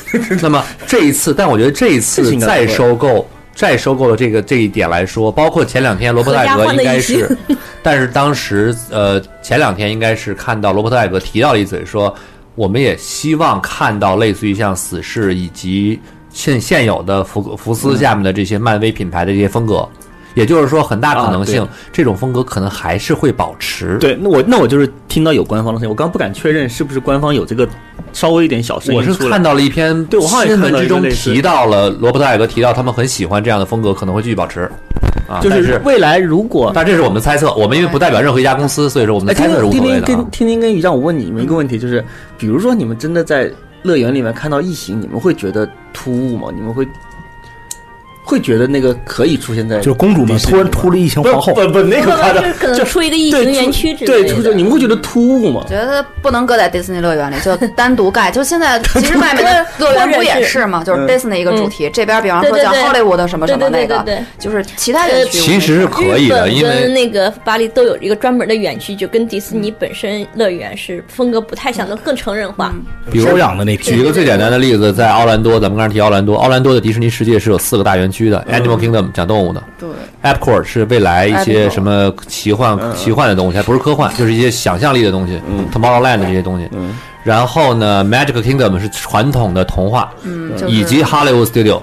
S3: 那么这一次，但我觉得这一
S8: 这
S3: 次
S8: 是应该
S3: 再收购。再收购的这个这一点来说，包括前两天罗伯特
S7: 合
S3: 艾
S7: 家
S3: 格
S7: 欢的
S3: 应该
S7: 一
S3: 是， 但是当时呃前两天应该是看到罗伯特艾格提到了一嘴说，我们也希望看到类似于像死侍以及现现有的福福斯下面的这些漫威品牌的这些风格，也就是说很大可能性、
S8: 啊
S3: 这种风格可能还是会保持。
S8: 对，那我那我就是听到有官方的声音，我刚不敢确认是不是官方有这个稍微一点小声音
S3: 我是
S8: 出来
S3: 看到了一篇
S8: 对我好像也
S3: 新
S8: 看
S3: 闻
S8: 到
S3: 之
S8: 一个
S3: 中
S8: 类似
S3: 提到了罗伯特艾格提到他们很喜欢这样的风格，可能会继续保持。啊，
S8: 就
S3: 但
S8: 是
S3: 是
S2: 未来如果
S3: 但这是我们的猜测，我们因为不代表任何一家公司，所以说我们
S8: 哎，
S3: 的
S8: 听
S3: 猜测
S8: 听
S3: 是无
S8: 听
S3: 所谓
S8: 听
S3: 的啊
S8: 跟。听听跟雨酱，我问你们一个问题，就是比如说你们真的在乐园里面看到异形，你们会觉得突兀吗？你们会会觉得那个可以出现在
S4: 就是公主
S8: 迪
S4: 们
S8: 士尼
S4: 突然秃了一群皇后，
S8: 不不那个夸张
S7: 就是，可能出一个异
S8: 对
S7: 形园
S8: 出
S7: 区之类
S8: 对，
S7: 的。
S8: 出你们会觉得突兀吗？
S5: 觉得不能搁在迪士尼乐园里，就单独 盖。就现在，其实外面的乐园不也是嘛，就是
S8: 嗯
S5: Disney 一个主题，这边比方说
S7: 对对
S5: 像
S7: 对
S5: 好莱坞的什么什么那个
S7: 对对对对对，
S5: 就是其他园
S7: 呃
S5: 区我没
S3: 其实是可以的，
S7: 日
S3: 因
S7: 本
S3: 为
S7: 跟那个巴黎都有一个专门的园区，就跟迪士尼本身乐园是风格不太相同，更成人化。
S3: 比如
S4: 收养的那
S3: 举
S4: 批
S3: 一个最简单的例子，在奥兰多，咱们刚才提奥兰多，奥兰多的迪士尼世界是有四个大园区的、a n i m a l Kingdom 讲动物的，
S5: 对
S3: AppCore 是未来一些
S5: Epcor
S3: 什么奇幻
S8: 嗯
S3: 奇幻的东西，还不是科幻，就是一些想象力的东西
S8: 嗯
S3: ，Tomorrowland 这些东西。
S8: 嗯
S3: 然后呢，Magic Kingdom 是传统的童话，
S5: 嗯，就是
S3: 以及 Hollywood Studio。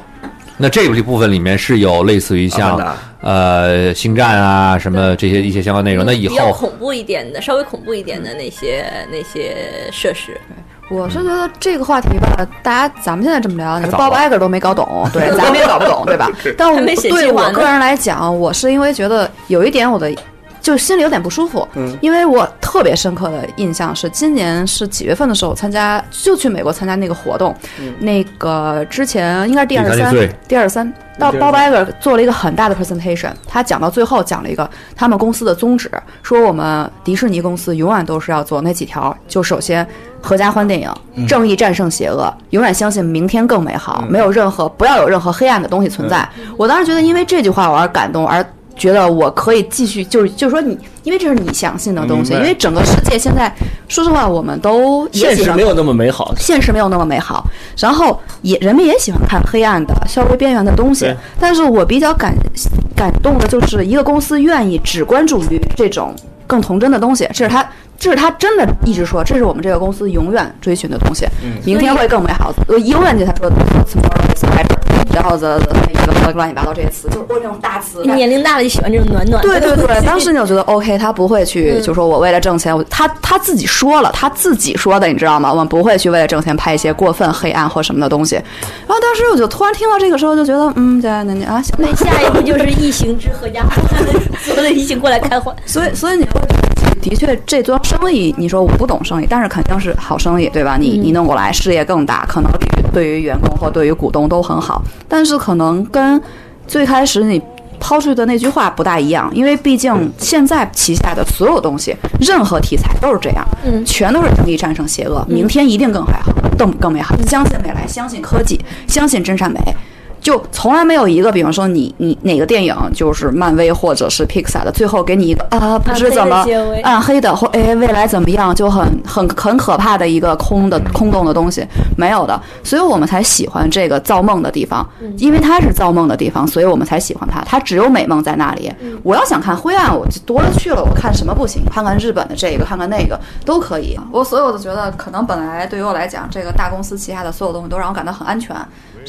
S3: 那这一部分里面是有类似于像
S8: 阿凡达
S3: 呃星战啊什么这些一些相关内容。那以
S7: 嗯比较
S3: 后
S7: 恐怖一点的，稍微恐怖一点的那些那些设施，
S5: 我是觉得这个话题吧，大家咱们现在这么聊，你说
S8: 太早
S5: Bob
S8: 了
S5: Iger 都没搞懂， 对，咱们也搞不懂，对吧？但我
S7: 还没写计
S5: 对
S7: 划
S5: 我
S7: 呢
S5: 个人来讲，我是因为觉得有一点我的。就心里有点不舒服，
S8: 嗯
S5: 因为我特别深刻的印象是，今年是几月份的时候参加，就去美国参加那个活动，那个之前应该是嗯第二十
S3: 第
S5: 三
S3: 三对，
S5: 第二十三到 Bob Iger 做了一个很大的 presentation，他讲到最后讲了一个他们公司的宗旨，说我们迪士尼公司永远都是要做那几条，就首先合家欢电
S2: 嗯
S5: 影，正义战胜邪恶，永远相信明天更美好，没有任何不要有任何黑暗的东西存
S2: 嗯
S5: 在。我当时觉得因为这句话我而感动，而觉得我可以继续，就是就是说你，因为这是你相信的东西，
S8: 明
S5: 因
S8: 白
S5: 为整个世界现在说实话我们都也
S2: 现
S5: 喜
S2: 实
S5: 欢
S2: 没有那么美好。
S5: 现实没有那么美好，然后也人们也喜欢看黑暗的、稍微边缘的东西
S8: 对。
S5: 但是我比较感感动的就是一个公司愿意只关注于这种更童真的东西，这是他。这是他真的一直说，这是我们这个公司永远追寻的东西，明天会更美好。我永远记得他说的 “tomorrow is better”，然后 the the- 那个乱七八糟这些词，就是我这种大词。
S7: 年龄大了就喜欢这种暖暖
S5: 对
S7: 的。
S5: 对对， 当时你就觉得 OK，他不会去，就说我为了挣钱，我他他自己说了，他自己说的，你知道吗？我们不会去为了挣钱拍一些过分黑暗或什么的东西。然后当时我就突然听到这个时候，就觉得嗯，对，那你啊，行吧
S7: 那下一步就是《异形之合家 欢》，所有的异形过来看欢。
S5: 所以，所以你会觉得的确，这桩生意，你说我不懂生意，但是肯定是好生意，对吧？你你弄过来，事业更大，可能对于员工或对于股东都很好，但是可能跟最开始你。抛出去的那句话不大一样，因为毕竟现在旗下的所有东西，任何题材都是这样，
S7: 嗯
S5: 全都是正义战胜邪恶，明天一定更美好，更更美好，相信未来，相信科技，相信真善美，就从来没有一个，比方说你你哪个电影就是漫威或者是 Pixar 的，最后给你一个啊不知怎么
S7: 暗黑的结尾
S5: 暗黑的或哎未来怎么样，就很很很可怕的一个空的空洞的东西，没有的，所以我们才喜欢这个造梦的地方，
S7: 嗯
S5: 因为它是造梦的地方，所以我们才喜欢它，它只有美梦在那里。
S7: 嗯
S5: 我要想看灰暗，我就多了去了，我看什么不行？看看日本的这个，看看那个都可以。我所有的觉得，可能本来对于我来讲，这个大公司旗下的所有东西都让我感到很安全。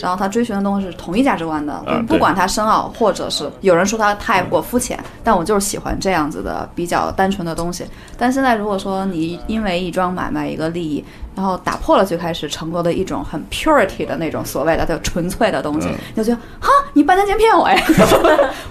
S5: 然后他追寻的东西是同一价值观的，
S8: 啊对
S5: 不管它深奥，或者是有人说它太过肤浅，但我就是喜欢这样子的比较单纯的东西。但现在如果说你因为一桩买卖一个利益，然后打破了最开始成功的一种很 purity 的那种所谓的就纯粹的东西，你就觉得哈，你半年前骗我呀！
S8: 嗯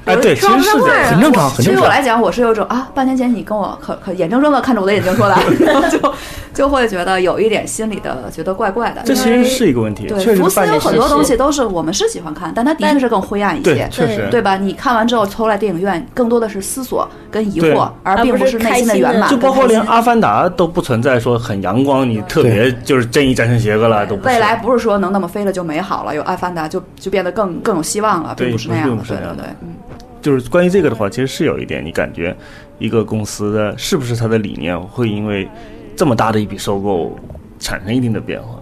S8: 哎对其实是这样
S4: 很正常很正常
S5: 对啊于我来讲，我是有一种啊，半年前你跟我可可眼睁睁的看着我的眼睛说的， 然后就就会觉得有一点心里的觉得怪怪的。
S8: 这其实是一个问题，确
S5: 对，
S8: 实
S5: 福
S8: 是
S5: 斯
S8: 半
S5: 有
S8: 年
S5: 很多东西都是我们是喜欢看，但它的确是更灰暗一
S8: 对
S5: 些，，
S8: 确实
S5: 对吧？你看完之后抽来电影院，更多的是思索跟疑
S8: 对
S5: 惑，而并不是内心的圆满。
S8: 就包括
S5: 跟开
S8: 连
S5: 心
S8: 《阿凡达》都不存在说很阳光，你特别就是正义战胜邪恶了，都不是
S5: 未来不是说能那么飞了就美好了，有阿凡达就就变得更更有希望了，
S8: 对
S5: 并不是那样
S8: 并
S5: 的。
S8: 不是
S5: 对
S8: 那
S5: 对
S8: 样的
S5: 对，嗯
S8: 就是关于这个的话，其实是有一点，你感觉一个公司的是不是它的理念会因为这么大的一笔收购产生一定的变化？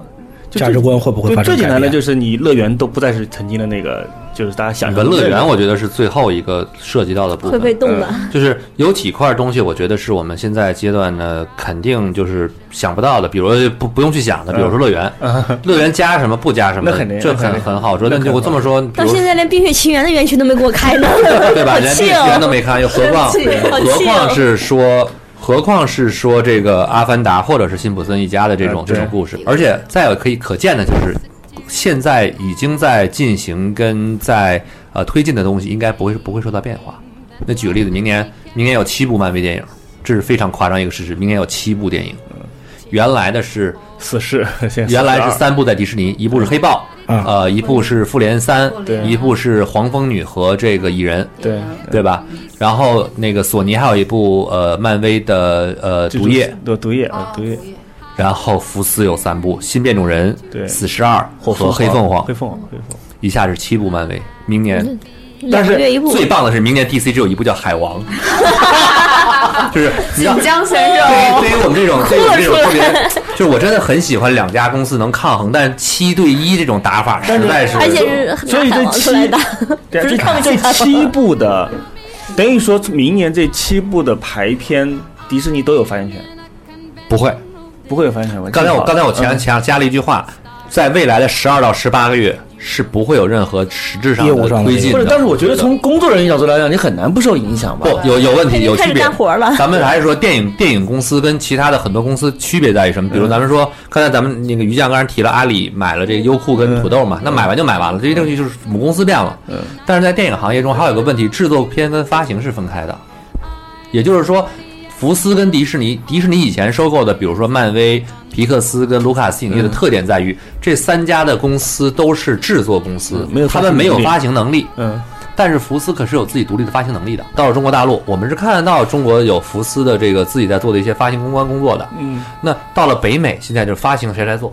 S8: 就
S4: 价值观会不会
S8: 就
S4: 发生
S8: 最简单的
S4: 改变
S8: 就是你乐园都不再是曾经的那个，就是大家想
S3: 整
S8: 象的
S3: 个乐园，我
S8: 得
S3: 觉得是最后一个涉及到的部
S7: 会
S3: 分。
S7: 被冻的，
S3: 就是有几块东西，我觉得是我们现在阶段呢肯定就是想不到的，比如说不不用去想的，比如说 乐园，乐园加什么不加什
S8: 嗯
S3: 么，
S8: 那肯定
S3: 这
S8: 那
S3: 很
S8: 肯定
S3: 很好说。
S8: 那肯
S3: 那
S8: 定
S3: 我这么说，比
S7: 到
S3: 如
S7: 现在连《冰雪奇缘》的园区都没给我开呢，
S3: 对吧？
S7: 好
S3: 连
S7: 气
S3: 电视
S7: 哦
S3: 园都没看，又何况
S7: 生气好气哦
S3: 何况是说。何况是说这个《阿凡达》或者是辛普森一家的这种
S8: 嗯
S3: 这
S8: 对
S3: 种故事，而且再有可以可见的就是，现在已经在进行跟在呃推进的东西，应该不会不会受到变化。那举个例子，明年明年有七部漫威电影，这是非常夸张一个事实。明年有七部电影，原来的是
S8: 四世，现在
S3: 原来是
S8: 42，
S3: 三部在迪士尼，一部是黑豹，
S4: 嗯
S3: 呃，一部是复联三，
S8: 对
S3: 一部是黄蜂女和这个蚁人，
S8: 对
S3: 对吧？然后那个索尼还有一部呃漫威的呃
S8: 这就
S3: 毒液，
S8: 对毒
S7: 哦
S8: 液啊毒液，
S3: 然后福斯有三部新变种人、
S8: 对
S3: 死侍二和黑凤
S8: 凤
S3: 凰
S8: 黑，凤凰黑凤凰，
S3: 一下是七部漫威。明年
S7: 两个月一部，
S3: 最棒的是，明年 DC 只有一部叫海王， 就是你知道
S5: 锦。江先
S3: 对于对
S5: 生，
S3: 于我们这种对于我们这种特别，就是我真的很喜欢两家公司能抗衡，但七对一这种打法实在是
S7: 而且是拿
S8: 所以这
S7: 海王出
S8: 七
S7: 来打，
S8: 对
S7: 不
S8: 啊，
S7: 是抗
S8: 这
S7: 击
S8: 这
S7: 他
S8: 七部的，等于说明年这七部的排片，迪士尼都有发言权，
S3: 不会。
S8: 不会有发言权吧？
S3: 刚才
S8: 这
S3: 我
S8: 好
S3: 刚才我
S8: 嗯
S3: 前前加了一句话，在未来的十二到十八个月是不会有任何实质上
S4: 业务
S3: 的
S4: 上的
S3: 推进
S2: 不
S3: 的
S2: 是，。但是我觉得从工作人员角度来讲，你很难不受影响吧？
S3: 不有有问题有
S7: 开
S3: 区
S7: 始
S3: 别
S7: 干。活了。
S3: 咱们还是说电影电影公司跟其他的很多公司区别在于什么？比如咱们说刚才咱们那个于酱刚才提了阿里买了这个优酷跟土豆嘛，那买完就买完了，这些东西就是母公司变了。但是在电影行业中还有一个问题，制作片跟发行是分开的，也就是说。福斯跟迪士尼，迪士尼以前收购的，比如说漫威、皮克斯跟卢卡斯影业的特点在于，这三家的公司都是制作公司，
S8: 没有
S3: 他
S8: 发
S3: 们
S8: 行
S3: 嗯没有
S8: 能力
S3: 发行能力，
S8: 嗯，
S3: 但是福斯可是有自己独立的发行能力的。到了中国大陆，我们是看得到中国有福斯的这个自己在做的一些发行公关工作的。
S8: 嗯，
S3: 那到了北美，现在就是发行谁来做？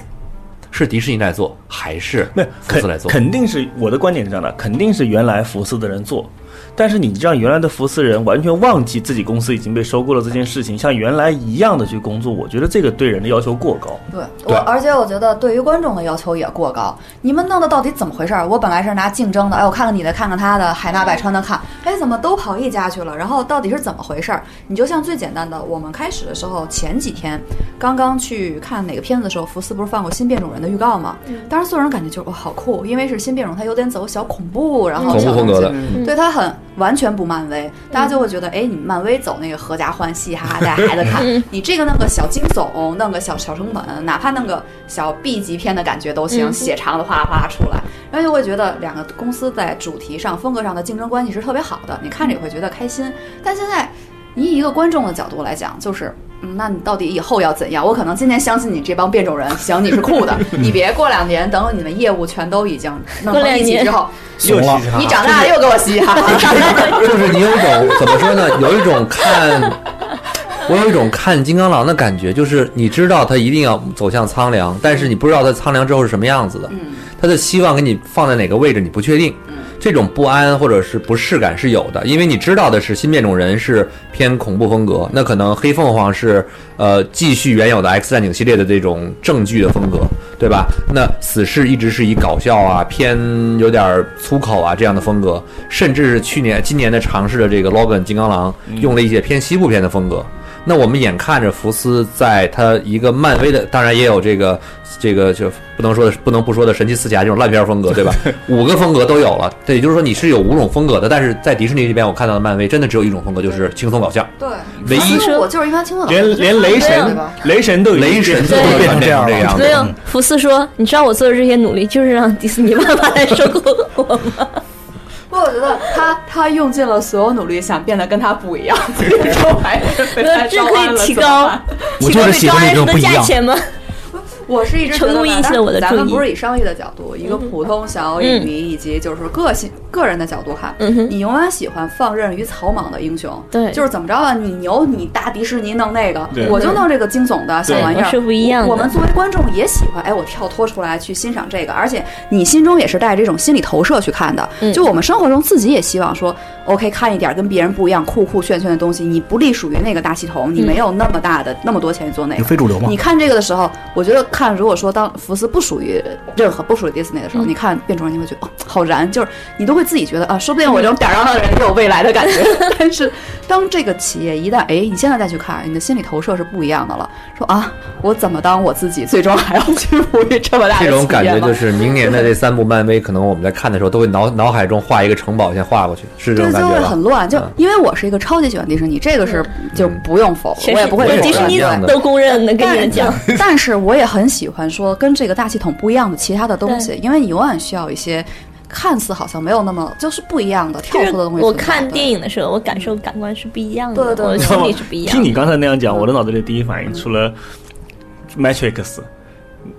S3: 是迪士尼来做，还是
S8: 没有
S3: 福斯来
S8: 肯
S3: 做？
S8: 肯定是我的观点是这样的，肯定是原来福斯的人做。但是你让原来的福斯人完全忘记自己公司已经被收购了这件事情，像原来一样的去工作，我觉得这个对人的要求过高。
S5: 对我，而且我觉得对于观众的要求也过高。你们弄的到底怎么回事儿？我本来是拿竞争的，哎，我看看你的，看看他的，海纳百川的看，哎，怎么都跑一家去了？然后到底是怎么回事儿？你就像最简单的，我们开始的时候前几天刚刚去看哪个片子的时候，福斯不是放过新变种人的预告吗？当时所有人感觉就是哇，哦好酷，因为是新变种，它有点走小恐怖，然后
S3: 嗯恐
S5: 小
S3: 怖风格的，
S5: 对他很完全不漫威，大家就会觉得，哎，你漫威走那个合家欢、嘻哈哈带孩子
S3: 嗯
S5: 看，你这个弄个小惊悚，弄个小小成本，哪怕弄个小 B 级片的感觉都行，
S7: 嗯
S5: 血肠的哗啦哗啦出来，然后就会觉得两个公司在主题上、风格上的竞争关系是特别好的，你看着也会觉得开心。但现在，你以一个观众的角度来讲，就是。嗯，那你到底以后要怎样？我可能今天相信你这帮变种人，行，你是酷的，你别过两年，等你们业务全都已经 弄
S7: 过
S5: 到
S7: 两
S5: 一起
S7: 年
S5: 之后，
S4: 怂了，
S5: 你长大又给我嘻哈哈。
S3: 就是你有一种怎么说呢？有一种看，我有一种看金刚狼的感觉，就是你知道他一定要走向苍凉，但是你不知道他苍凉之后是什么样子的。
S5: 嗯
S3: 他的希望给你放在哪个位置，你不确定
S5: 嗯。
S3: 这种不安或者是不适感是有的，因为你知道的是新变种人是偏恐怖风格，那可能黑凤凰是呃继续原有的 X 战警系列的这种正剧的风格，对吧？那死侍一直是以搞笑啊、偏有点儿粗口啊这样的风格，甚至是去年今年的尝试的这个 Logan 金刚狼用了一些偏西部片的风格。那我们眼看着福斯在他一个漫威的，当然也有这个这个就不能说的不能不说的神奇四侠这种烂片风格，对吧？五个风格都有了，对，也就是说你是有五种风格的，但是在迪士尼这边我看到的漫威真的只有一种风格，就是轻松搞笑。
S5: 对，
S3: 唯一
S5: 其实我就是因为听得懂，
S8: 连连雷
S5: 对
S8: 神
S5: 吧？，
S8: 雷神都已经
S3: 雷神
S8: 变
S3: 最后
S4: 变
S3: 变
S4: 成
S3: 成
S4: 这样
S3: 这
S4: 了
S3: 个样子
S7: 没，有，福斯说：“你知道我做的这些努力，就是让迪士尼爸爸来收购我吗
S5: 不过我觉得他他用尽了所有努力想变得跟他不一样，最终还是被他
S7: 这
S5: 招
S7: 可
S5: 安
S7: 以
S5: 了。
S7: 提
S5: 怎么
S7: 高
S5: 办，
S4: 我
S7: 提
S4: 就
S7: 高
S4: 是
S7: 对
S4: 喜
S7: 高
S4: 欢
S7: 安
S4: 那
S7: 什
S4: 种
S7: 么
S4: 不一
S7: 价
S4: 样。
S7: 钱吗？
S5: 我是一直觉得
S7: 成功
S5: 呢
S7: 引起了我的
S5: 咱们
S7: 注意嗯
S5: 不是以商业的角度，一个普通小影迷以及就是个性个人的角度看，
S7: 嗯哼
S5: 你永远喜欢放任于草莽的英雄。
S7: 对
S5: 就是怎么着啊，你牛你大迪士尼弄那个，
S8: 对
S5: 我就弄这个惊悚的小
S8: 对
S5: 玩意儿，
S7: 我是不一样的
S5: 我们作为观众也喜欢，哎，我跳脱出来去欣赏这个，而且你心中也是带着这种心理投射去看的。
S7: 嗯
S5: 就我们生活中自己也希望说，OK，看一点跟别人不一样、酷酷炫炫的东西，你不隶属于那个大系统，
S7: 嗯
S5: 你没有那么大的、那么多钱去做那个
S4: 有。非主流嘛
S5: 你？看这个的时候，我觉得看如果说当福斯不属于任何不属于迪士尼的时候，
S7: 嗯
S5: 你看变种人你会觉得哦好燃，就是你都会自己觉得啊，说不定我这种点儿上的人也有未来的感 觉。但是当这个企业一旦哎，你现在再去看，你的心理投射是不一样的了。说啊，我怎么当我自己，最终还要去服于这么大的。
S3: 这种感觉就是是明年的这三部漫威，可能我们在看的时候都会脑脑海中画一个城堡先画过去，是这
S5: 对，
S3: 种
S5: 就
S3: 感
S5: 会
S3: 觉
S5: 很
S3: 吧？
S5: 乱。就
S3: 嗯
S5: 因为我是一个超级喜欢迪士尼，这个是就不用否，
S7: 全
S5: 我也
S7: 世
S5: 不会
S3: 我
S5: 否
S3: 也
S5: 认。
S7: 迪士尼
S3: 嗯
S5: 对
S7: 都公认的，跟你们讲，
S5: 但但是我也很喜欢说跟这个大系统不一样的其他的东西，因为你永远需要一些看似好像没有那么就是不一样的跳
S7: 就是
S5: 脱的东西。
S7: 我看电
S5: 影，
S7: 影的时候，我感受感官是不一样的，
S5: 对对对
S7: 我的心理是不一样
S8: 听
S7: 的。
S8: 你刚才那样讲，我的脑子里第一反应除了 Matrix，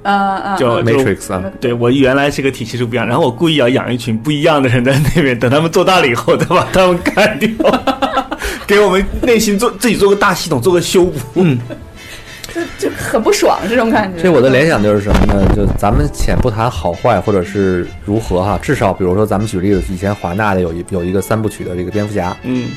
S5: 呃呃，
S8: 就
S3: Matrix 啊，
S8: 对我原来是个体系是不一样，然后我故意要养一群不一样的人在那边，等他们做大了以后，再把他们干掉，给我们内心做自己做个大系统，做个修补。嗯，
S5: 就很不爽这种感觉。
S3: 这我的联想就是什么呢？就咱们且不谈好坏或者是如何哈，至少比如说咱们举例子，以前华纳的有一有一个三部曲的这个蝙蝠侠，
S8: 嗯，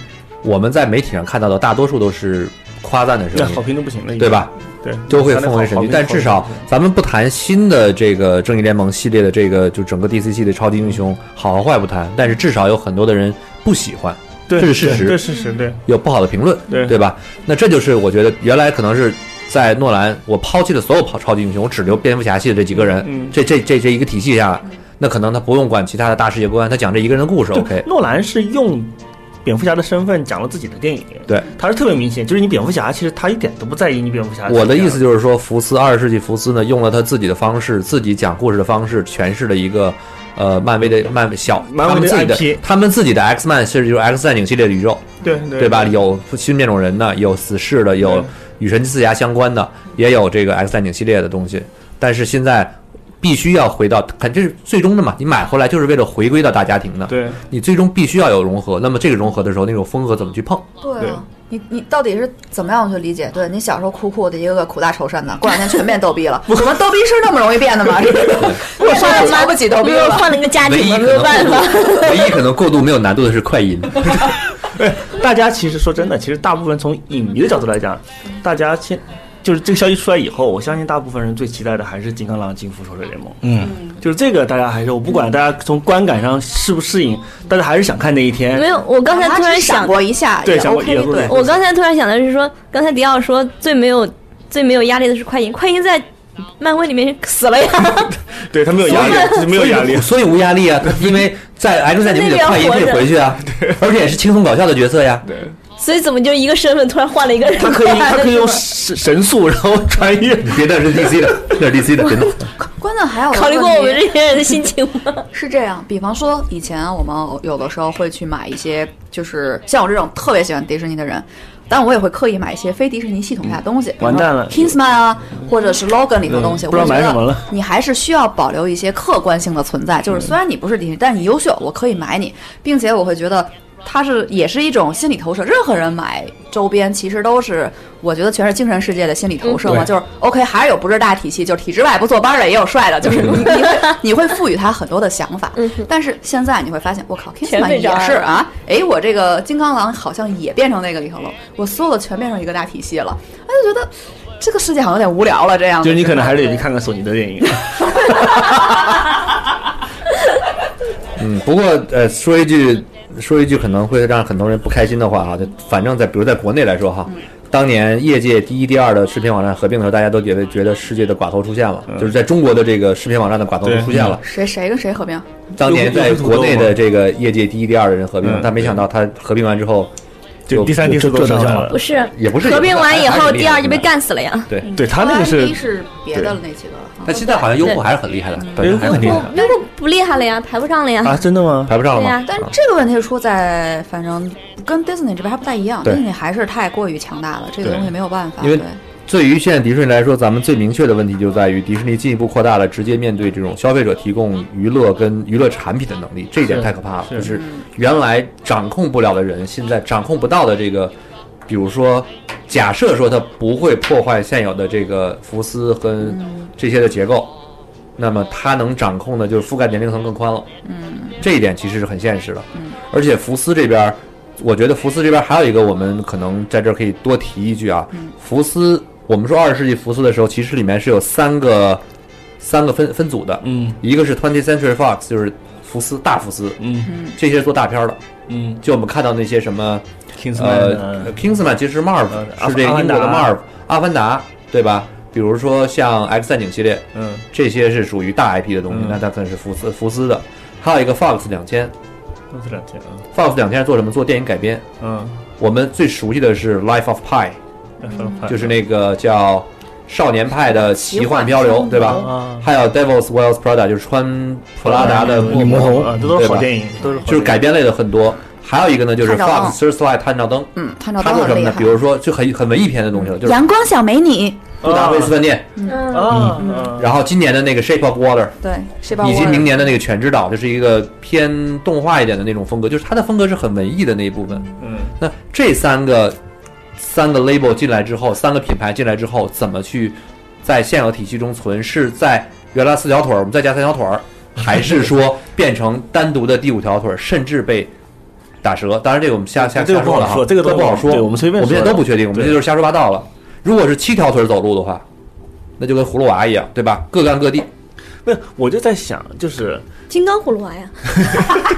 S3: 我们在媒体上看到的大多数都是夸赞的
S8: 那
S3: 声
S8: 啊好
S3: 音，
S8: 评都不行了，已经
S3: 嗯对吧？？
S8: 对，
S3: 都会奉为神
S8: 好
S3: 剧
S8: 评。
S3: 但至少
S8: 好评
S3: 咱们不谈新的这个正义联盟系列的这个就整个 DC 系的超级英雄好和坏不谈，但是至少有很多的人不喜欢，
S8: 对
S3: 这是事实
S8: 对事实，对
S3: 有不好的评论，
S8: 对
S3: 对吧？那这就是我觉得原来可能是在诺兰我抛弃了所有超超级英雄，我只留蝙蝠侠系的这几个人，
S8: 嗯
S3: 这这这这一个体系下来，那可能他不用管其他的大世界观，他讲这一个人的故事
S8: 对
S3: ，OK。
S8: 诺兰是用蝙蝠侠的身份讲了自己的电影，
S3: 对，
S8: 他是特别明显，就是你蝙蝠侠其实他一点都不在意你蝙蝠侠。
S3: 我的意思就是说，福斯二十世纪福斯呢，用了他自己的方式，自己讲故事的方式，诠释了一个呃漫威的漫小
S8: 漫
S3: 他
S8: 威
S3: 们
S8: 的
S3: 自己
S8: IP
S3: 的他们自己的 X Man 是就是 X 战警系列的宇宙，
S8: 对
S3: 对吧？有新变种人的，有死侍的，有与神奇四侠相关的，也有这个 X 战警系列的东西。但是现在必须要回到，肯这是最终的嘛，你买回来就是为了回归到大家庭的，
S8: 对
S3: 你最终必须要有融合。那么这个融合的时候，那种风格怎么 去碰？
S5: 对
S8: 对
S5: 啊，你你到底是怎么样去理解？对你小时候酷酷的一个个苦大仇深的，过两天全变逗逼了。我们逗逼是那么容易变的吗？我说我瞧不起逗逼
S7: 如果
S5: 了。
S7: 换了一个家
S3: 唯
S7: 庭
S3: 一可
S7: 嘛，没有
S3: 能
S7: 办法。
S3: 唯一可能过渡没有难度的是快银。
S8: 大家其实说真的，其实大部分从影迷的角度来讲，大家先就是这个消息出来以后，我相信大部分人最期待的还是金刚狼进复仇者联盟。
S4: 嗯，
S8: 就是这个，大家还是我不管大家从观感上适不适应，大家还是想看那一天
S7: 没。有，我刚才突
S5: 他
S7: 然
S5: 只闪
S7: 想，
S5: 过一下，
S8: 对
S5: 也
S8: 闪过
S5: OK，
S8: 也不
S5: 对
S8: 是。
S7: 我刚才突然想的是说，刚才迪奥说最没有最没有压力的是快银，快银在漫威里面死了呀，
S8: 对他没有压力，就是 没有压力。
S3: 所以无压 力啊，因为在 X 战警里的快银可以回去啊，而且也是轻松搞笑的角色呀。
S7: 所以怎么就一个身份突然换了一个人？
S8: 他 可以，他可以用神神速，然后穿越。
S3: 别的是 DC 的，这是 DC 的，别闹。
S5: 关键还有个
S7: 考虑过我们
S5: 问题
S7: 这些人的心情吗？
S5: 是这样，比方说以前我们有的时候会去买一些，就是像我这种特别喜欢迪士尼的人，但我也会刻意买一些非迪士尼系统下的东西。
S8: 嗯完蛋了
S5: ，Kingsman 啊，或者是 Logan 里头的东西，
S8: 嗯
S5: 我
S8: 不知道买
S5: 觉得
S8: 什么了嗯
S5: 你还是需要保留一些客观性的存在，就是虽然你不是迪士尼，但你优秀，我可以买你，并且我会觉得。它是也是一种心理投射，任何人买周边其实都是，我觉得全是精神世界的心理投射
S3: 嗯
S5: 嘛，
S3: 对
S5: 就是 OK，还是有不是大体系，就是体制外不坐班的也有帅的，就是你你会你会赋予他很多的想法，
S7: 嗯
S8: 嗯
S5: 但是现在你会发现，我靠
S7: 全
S5: ，Kingsman
S7: 被抓
S5: 也
S7: 了
S5: 是啊，哎，我这个金刚狼好像也变成那个里头了，我所有的全变成一个大体系了，哎，就觉得这个世界好像有点无聊了，这样
S8: 就是你可能还是得去看看索尼的电影。
S3: 嗯，不过呃，说一句，说一句可能会让很多人不开心的话啊，就反正在比如在国内来说
S8: 嗯
S3: 哈，当年业界第一、第二的视频网站合并的时候，大家都觉得觉得世界的寡头出现了，
S8: 嗯
S3: 就是在中国的这个视频网站的寡头
S8: 对
S3: 出现了。
S5: 谁谁跟谁合并？
S3: 当年在国内的这个业界第一、第二的人合并
S8: 嗯，
S3: 但没想到他合并完之后，
S8: 就第三、第四都上线了
S7: 不。是，
S3: 也不是
S7: 合并完以后，第二
S3: 也不是还还
S7: 就被。
S3: 挺厉害的
S7: 干死了呀。
S3: 对，
S8: 对他那个
S5: 第
S8: 是
S5: 一，是别的那几个，嗯
S3: 但现在好像优酷还是很厉害的，本身
S8: 嗯
S3: 还
S8: 优酷
S3: 很厉
S8: 对
S3: 害，
S7: 我那个不厉害了呀，排不上了呀。
S8: 啊，真的吗？
S3: 排不上了
S7: 对
S3: 吗
S7: 呀？
S5: 但这个问题出在反正跟 Disney 这边还不太一样
S3: 对
S5: ，Disney 还是太过于强大了，这个
S3: 对
S5: 东西没有办法，
S3: 因为
S5: 对。
S3: 对于现在迪士尼来说，咱们最明确的问题就在于迪士尼进一步扩大了直接面对这种消费者提供娱乐跟娱乐产品的能力，这一点
S8: 是
S3: 太可怕了。
S8: 是
S3: 就是原来掌控不了的人，现在掌控不到的这个，比如说，假设说它不会破坏现有的这个福斯和这些的结构，那么它能掌控的就是覆盖年龄层更宽了。嗯，这一点其实是很现实的。嗯，而且福斯这边儿。我觉得福斯这边还有一个，我们可能在这儿可以多提一句啊。福斯，我们说二十世纪福斯的时候，其实里面是有三个三个分分组的，
S8: 嗯
S3: 一个是 Twenty Century Fox，就是福斯大福斯，
S8: 嗯
S3: 这些是做大片儿的。
S8: 嗯
S3: 就我们看到那些什么呃
S8: ，Kingsman 嗯
S3: ，Kingsman 其实是 Marv，
S8: 呃阿
S3: 是这个英国的
S8: 阿凡达
S3: Marv，阿凡达，对吧？比如说像 X 战警系列，
S8: 嗯，
S3: 这些是属于大 IP 的东西
S8: 嗯，
S3: 那它可能是福斯福斯的。还有一个 Fox 两千
S8: 都是两天啊，
S3: ，Fox 两千是做什么？做电影改编。
S8: 嗯
S3: 我们最熟悉的是《Life of Pi》，
S8: 嗯，
S3: 就是那个叫《少年派的奇幻漂流》，对吧？
S8: 啊，
S3: 还有《Devil's Wells Prada》，就是穿普拉达的
S4: 女魔头
S8: 啊，这都是好电影，都是好
S3: 嗯就是改编类的很多。还有一个呢，就是
S5: 探照灯
S3: Fox Searchlight 探照灯，
S5: 嗯，探照
S3: 它
S5: 灯
S3: 做什
S5: 很
S3: 么
S5: 厉
S3: 呢
S5: 害？？
S3: 比如说，就很很文艺片的东西了，就是
S5: 阳光小美女，
S3: 布达佩斯饭店，
S7: 嗯，
S8: 啊，
S3: 然后今年的那个 Shape of Water，
S5: 对，谁把我
S3: 以及明年的那个《犬之岛》，就是一个偏动画一点的那种风格，就是它的风格是很文艺的那一部分。
S8: 嗯，
S3: 那这三个三个 label 进来之后，三个品牌进来之后，怎么去在现有体系中存？是在原来四条腿儿，我们再加三条腿儿，还是说变成单独的第五条腿儿，甚至被打折。当然，这个我们瞎瞎
S8: 这个
S3: 瞎
S8: 不好
S3: 了哈，
S8: 说这个
S3: 都
S8: 都
S3: 不好说，
S8: 对我们随便
S3: 我们
S8: 说
S3: 现
S8: 的
S3: 在都不确定，我们
S8: 对
S3: 这就是瞎说八道了。如果是七条腿走路的话，那就跟葫芦娃一样，对吧？各干各地。
S8: 没有，我就在想， 就是
S7: 金刚葫芦娃呀，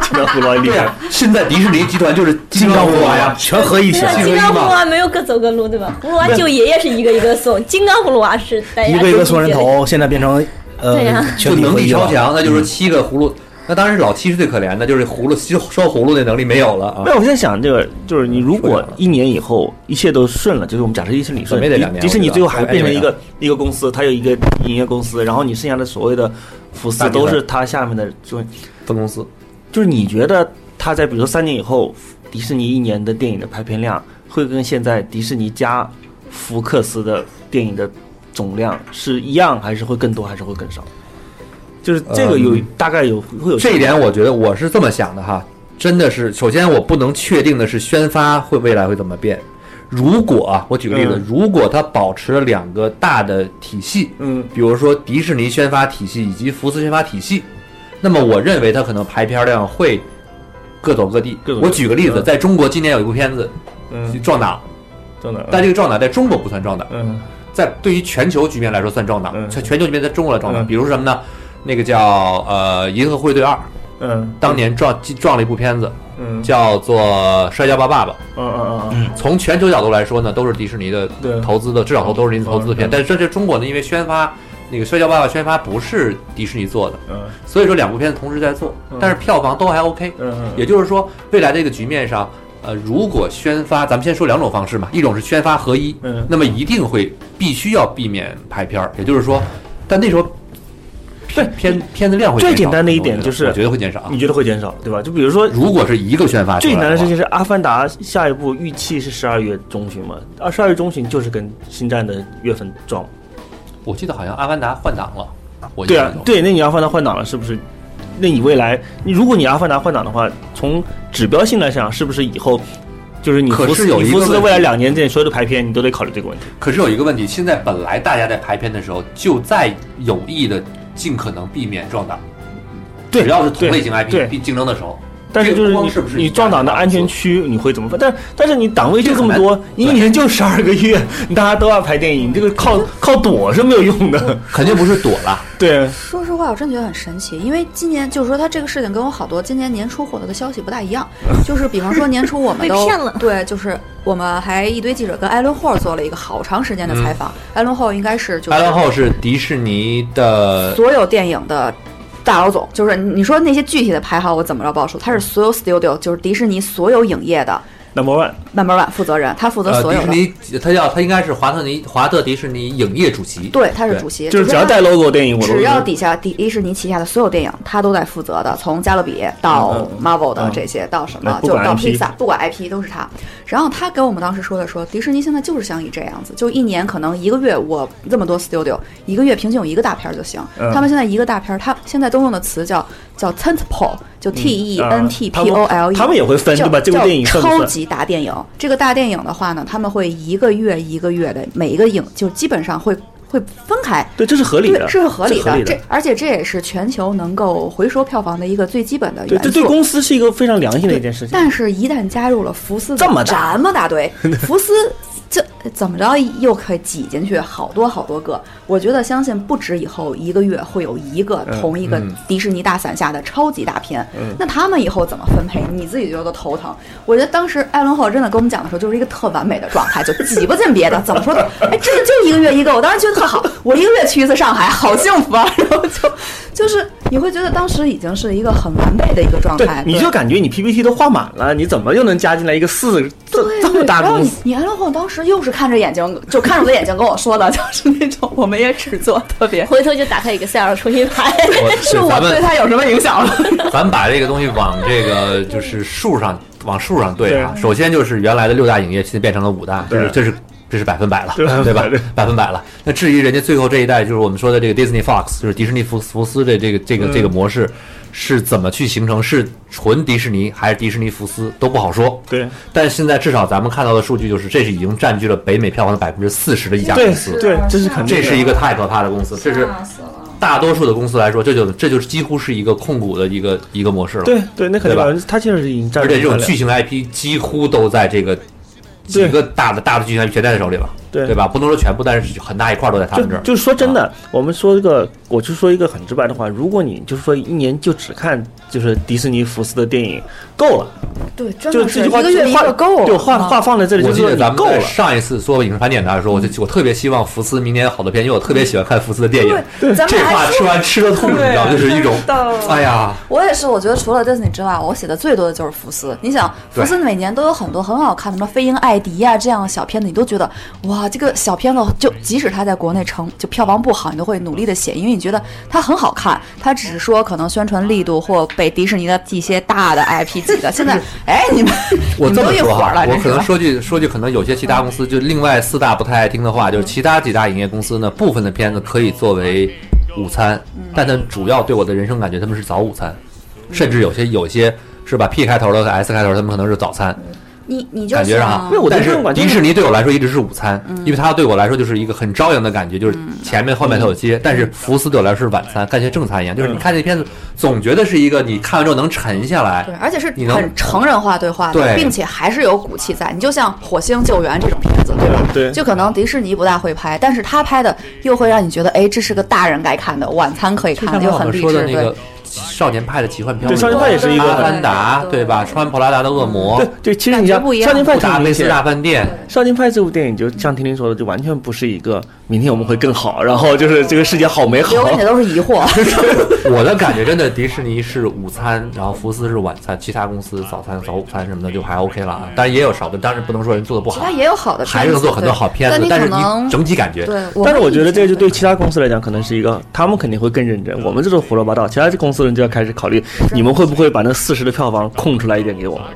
S8: 真的胡乱
S3: 啊
S8: 厉害，
S3: 现在迪士尼集团就是金刚葫芦娃呀，
S4: 全合一起
S7: 对
S4: 了
S7: 啊，
S3: 一
S7: 金
S3: 个
S7: 刚
S3: 一
S7: 葫
S3: 嘛
S7: 芦娃没有各走各路，对吧？葫芦娃救爷爷是一个一个送，金刚葫芦娃是大家
S5: 哎
S4: 一个一
S7: 都
S4: 个
S7: 理
S4: 送人
S7: 解的，
S4: 头，现在变成呃
S7: 对呀
S3: 就
S4: 全体
S3: 能
S4: 合
S3: 力
S4: 一
S3: 超
S4: 了。
S3: 强，那就是七个葫芦。那当然是老七是最可怜的，就是葫芦烧烧葫芦那能力没有了啊
S8: 没。有，我现在想这个，就是你如
S3: 说远
S8: 果
S3: 了
S8: 一年以后一切都顺了，就是我们假设一切理顺，
S3: 准备得两年
S8: 迪迪士尼
S3: 我觉得
S8: 最后还变成一
S3: 哎
S8: 个一个公司，它有一个营业公司，然后你剩下的所谓的福
S3: 大
S8: 斯
S3: 集团
S8: 都是它下面的就
S3: 分公司
S8: 就是你觉得它在比如说三年以后，迪士尼一年的电影的排片量会跟现在迪士尼加福克斯的电影的总量是一样，还是会更多，还是会更少？就是这个有、
S3: 嗯
S8: 大概有会有
S3: 这一点，我觉得我是这么想的哈，真的是，首先我不能确定的是宣发会未来会怎么变。如果啊，我举个例子，
S8: 嗯
S3: 如果它保持了两个大的体系，
S8: 嗯
S3: 比如说迪士尼宣发体系以及福斯宣发体系，那么我认为它可能排片量会各走各地。
S8: 各走各地
S3: 我举个例子，
S8: 嗯
S3: 在中国今年有一部片子
S8: 嗯
S3: 《撞档》，
S8: 真的
S3: 但这个《撞档》在中国不算撞档，
S8: 嗯
S3: 在对于全球局面来说算撞档，
S8: 嗯
S3: 全全球局面在中国来撞档。
S8: 嗯
S3: 比如说什么呢？那个叫呃《银河护卫队二》，
S8: 嗯
S3: 当年撞撞了一部片子，
S8: 嗯
S3: 叫做《摔跤吧，爸爸》。
S8: 嗯嗯嗯
S3: 从全球角度来说呢，都是迪士尼的
S8: 对
S3: 投资的，至少都都是您投资的片。
S8: 嗯
S3: 但是这这中国呢，因为宣发那个《摔跤爸爸》宣发不是迪士尼做的，
S8: 嗯
S3: 所以说两部片子同时在做
S8: 嗯，
S3: 但是票房都还 OK。
S8: 嗯
S3: 也就是说，未来这个局面上，呃，如果宣发，咱们先说两种方式嘛，一种是宣发合一，
S8: 嗯
S3: 那么一定会必须要避免排片儿，也就是说，但那时候片片片子量会
S8: 最
S3: 减少
S8: 简单的一点就是
S3: 我觉得会减少啊。
S8: 你觉得会减少对吧？就比如说
S3: 如果是一个宣发出
S8: 最
S3: 来
S8: 难的
S3: 话
S8: 事情是《阿凡达》下一步预期是十二月中旬嘛，二十二月中旬就是跟《星战》的月份撞。
S3: 我记得好像《阿凡达》换档了，我
S8: 对啊
S3: 印象，中
S8: 对，那你《阿凡达》换档了是不是？那你未来，你如果你《阿凡达》换档的话，从指标性来讲，是不是以后就是你
S3: 可
S8: 福
S3: 是
S8: 斯
S3: 有
S8: 你
S3: 一
S8: 福
S3: 个
S8: 斯
S3: 问
S8: 未来
S3: 题
S8: 两年之内所有的排片，你都得考虑这个问题。
S3: 可是有一个问题，现在本来大家在排片的时候就在有意的尽可能避免撞档，
S8: 对
S3: 只要是同类
S8: 对
S3: 型
S8: 对
S3: IP 竞争的时候，
S8: 但是就是
S3: 这个
S8: 你
S3: 光是不是
S8: 你
S3: 一
S8: 撞
S3: 家
S8: 档的
S3: 公司
S8: 安全区你会怎么办？但但是你档位就这么
S3: 这
S8: 多，一年就十二个月，你大家都要拍电影，你这个 靠靠躲是没有用的。
S3: 肯定不是躲了。
S8: 对，
S5: 说实话，我真觉得很神奇，因为今年就是说，他这个事情跟我好多今年年初获得的消息不大 一样。就是比方说年初我 们
S7: 被
S5: 都
S7: 骗了
S5: 对，就是我们还一堆记者跟艾伦霍尔做了一个好长时间的采访。艾伦霍尔应该是就是
S3: 艾伦后嗯是迪士尼的
S5: 所有电影的大老总，就是你说那些具体的排行我怎么着不好说，他是所有 studio 就是迪士尼所有影业的呃
S8: number one，
S5: number one 负责人，他负责
S3: 呃
S5: 所
S3: 迪
S5: 有
S3: 士
S5: 的。
S3: 尼，他叫他应该是华特尼华特迪士尼影业主席。
S5: 对，他是
S3: 对
S5: 主席，
S8: 就是只要
S5: 他
S8: 带 logo 电影，我都
S5: 只要底下迪迪士尼旗下的所有电影，他都在负责的，从加勒比到
S8: 嗯嗯
S5: Marvel 的
S8: 嗯
S5: 这些，到什么
S8: 哎不
S5: 就
S8: 管
S5: 到
S8: IP
S5: Pixar，不管 IP 都是他。然后他给我们当时说的说，迪士尼现在就是想以这样子，就一年可能一个月我这么多 studio，一个月平均有一个大片儿就行。
S8: 嗯
S5: 他们现在一个大片儿，他现在都用的词叫叫 tentpole，就 T E
S8: 啊
S5: N T P O L E，
S8: 他们也会分
S5: 叫
S8: 对吧？这部
S5: 叫
S8: 电影算不
S5: 超
S8: 算？
S5: 级大电影，这个大电影的话呢，他们会一个月一个月的每一个影，就基本上会会分开。
S8: 对，这是合理
S5: 对，
S8: 的，
S5: 这是合理
S8: 这
S5: 的。这而且这也是全球能够回收票房的一个最基本的
S8: 对，
S5: 元素。
S8: 这对公司是一个非常良心的一
S5: 对
S8: 件事情。
S5: 但是，一旦加入了福斯
S8: 这么大
S5: 这么 大堆，福斯这怎么着又可以挤进去好多好多个。我觉得相信不止以后一个月会有一个
S8: 嗯
S5: 同一个
S3: 嗯
S5: 迪士尼大伞下的超级大片，
S8: 嗯
S5: 那他们以后怎么分配？你自己觉得头疼。我觉得当时艾伦霍尔真的跟我们讲的时候，就是一个特完美的状态，就挤不进别的，怎么 说都哎，真的就一个月一个，我当时觉得特好，我一个月去一次上海，好幸福啊！ 然后就就是你会觉得当时已经是一个很完美的一个状
S8: 对
S5: 态，，
S8: 你
S5: 对
S8: 就感觉你 PPT 都画满了，你怎么又能加进来一个四个这
S5: 对
S8: 这么大
S5: 然后
S8: 公
S5: 你
S8: 司？
S5: 你安乐晃当时又是看着眼睛，就看着我的眼睛跟我说的， 就是那种我们也只做特别，
S7: 回头就打开 Excel 重新排。
S3: 我
S5: 是我
S3: 咱
S5: 对
S3: 们
S5: 他有什么影响了？
S3: 咱们把这个东西往这个就是数上往数上对啊。
S8: 对
S3: 首先就是原来的六大影业，现在变成了五大，这
S8: 对
S3: 是这是这是百分百了，
S8: 对
S3: 对吧
S8: 百分？
S3: 百分百了。那至于人家最后这一代，就是我们说的这个 Disney Fox，就是迪士尼福福斯的这个这个这
S8: 嗯
S3: 个模式。是怎么去形成？是纯迪士尼还是迪士尼福斯都不好说。
S8: 对
S3: 但现在至少咱们看到的数据就是，这是已经占据了北美票房的百分之四十的一家
S8: 对
S3: 公司，
S5: 啊
S8: 对，这是肯定的。
S3: 这是一个太可怕的公司，这是
S5: 死了。
S3: 大多数的公司来说，这就这就是几乎是一个控股的一个一个模式了。，
S8: 对对，那肯
S3: 对
S8: 定
S3: 吧
S8: 百分之，他就是已经占
S3: 而
S8: 了
S3: 且这种
S8: 很大量
S3: 巨型 IP 几乎都在这个几
S8: 对
S3: 个大的大的巨型 IP 全在手里了，
S8: 对
S3: 对吧？不能说全部，但是很大一块儿都在他
S8: 就
S3: 们这儿。
S8: 就是说真的，我们说一个，我就说一个很直白的话，如果你就是说一年就只看就是迪士尼福斯的电影，够了，
S5: 对，真
S8: 就
S5: 的
S8: 这句
S5: 是一
S8: 话
S5: 个啊月一
S8: 话
S5: 个够了，
S8: 就话话放在这里，
S3: 我
S8: 就
S3: 记
S8: 是说
S3: 得
S8: 你
S3: 咱们
S8: 够
S3: 在
S8: 了。
S3: 上一次说影视盘点的时候，我就我特别希望福斯明年有好的片，因为我特别喜欢看福斯的电影。
S5: 对，咱
S3: 这
S5: 们
S3: 话
S5: 还
S3: 吃
S5: 说，
S3: 完吃的痛，你知道，就是一种，哎呀，
S5: 我也是，我觉得除了 Disney 之外，我写的最多的就是福斯。你想，
S3: 对
S5: 福斯每年都有很多很好看的，什么《飞鹰艾迪》呀这样的小片子，你都觉得哇，这个小片子就即使它在国内成就票房不好，你都会努力的写，因为你觉得它很好看。它只是说可能宣传力度或被迪士尼的一些大的 IP 挤的。现 在，哎，你们
S3: 我
S5: 你
S3: 这
S5: 们
S3: 么
S5: 都一
S3: 说
S5: 伙儿
S3: 哈
S5: 了，，
S3: 我
S5: 真
S3: 可
S5: 是
S3: 能
S5: 吧
S3: 说句说句可能有些其他公司就另外四大不太爱听的话，就是其他几大影业公司呢，部分的片子可以作为午餐，但它主要对我的人生感觉他们是早午餐，甚至有些有些是吧 P 开头的和 S 开头，他们可能是早餐，
S5: 你你就
S3: 感觉啊上哈
S5: 想
S8: 因为。我的
S3: 但
S8: 人
S3: 是
S8: 生感觉
S3: 迪士尼对我来说一直是午餐，因为它对我来说就是一个很朝阳的感觉，就是前面后面它有接。但是福斯对我来说是晚餐，感觉正餐一样，就是你看这片子总觉得是一个你看完之后能沉下来
S5: 对，，而且是
S3: 你能
S5: 很成人化对话的，
S3: 对
S5: 并且还是有骨气在。你就像《火星救援》这种片子，对吧？
S8: 对
S5: 就可能迪士尼不大会拍，但是他拍的又会让你觉得，哎，这是个大人该看的，晚餐可以看的，又
S3: 像我
S5: 哦很
S3: 们
S5: 励
S3: 说
S5: 志。
S3: 的那个
S5: 对，
S3: 少年派的奇幻漂流，
S8: 对少年派也是一个
S3: 阿
S8: 很
S3: 凡达，
S5: 对
S3: 对吧？穿普拉达的恶魔
S8: 对，对，其实你
S5: 感觉不一
S8: 像
S5: 样
S8: 少年派
S3: 布达
S8: 挺
S3: 佩
S8: 明
S3: 斯
S8: 显，
S3: 大饭店，
S8: 少年派这部电影就像婷婷说的，就完全不是一个明天我们会更好，然后就是这个世界好美好
S5: 留。给你的都是 疑惑。
S3: 我的感觉真的，迪士尼是午餐，然后福斯是晚餐，其他公司早餐、早午餐什么的就还 OK 了啊。当然也有少的，当然不能说人做的不
S5: 其
S3: 好
S5: 他，也有好的片子，
S3: 还是能做很多好片子，
S5: 对
S3: 但
S5: 但
S3: 是
S5: 你可能
S3: 你整体感觉，
S5: 对，
S8: 但是我
S5: 们
S8: 觉得这
S5: 以
S8: 就
S5: 前
S8: 对其他公司来讲，可能是一个，他们肯定会更认真。我们这种胡说八道，其他公司人就要开始考虑，你们会不会把那四十的票房空出来一点给我们了？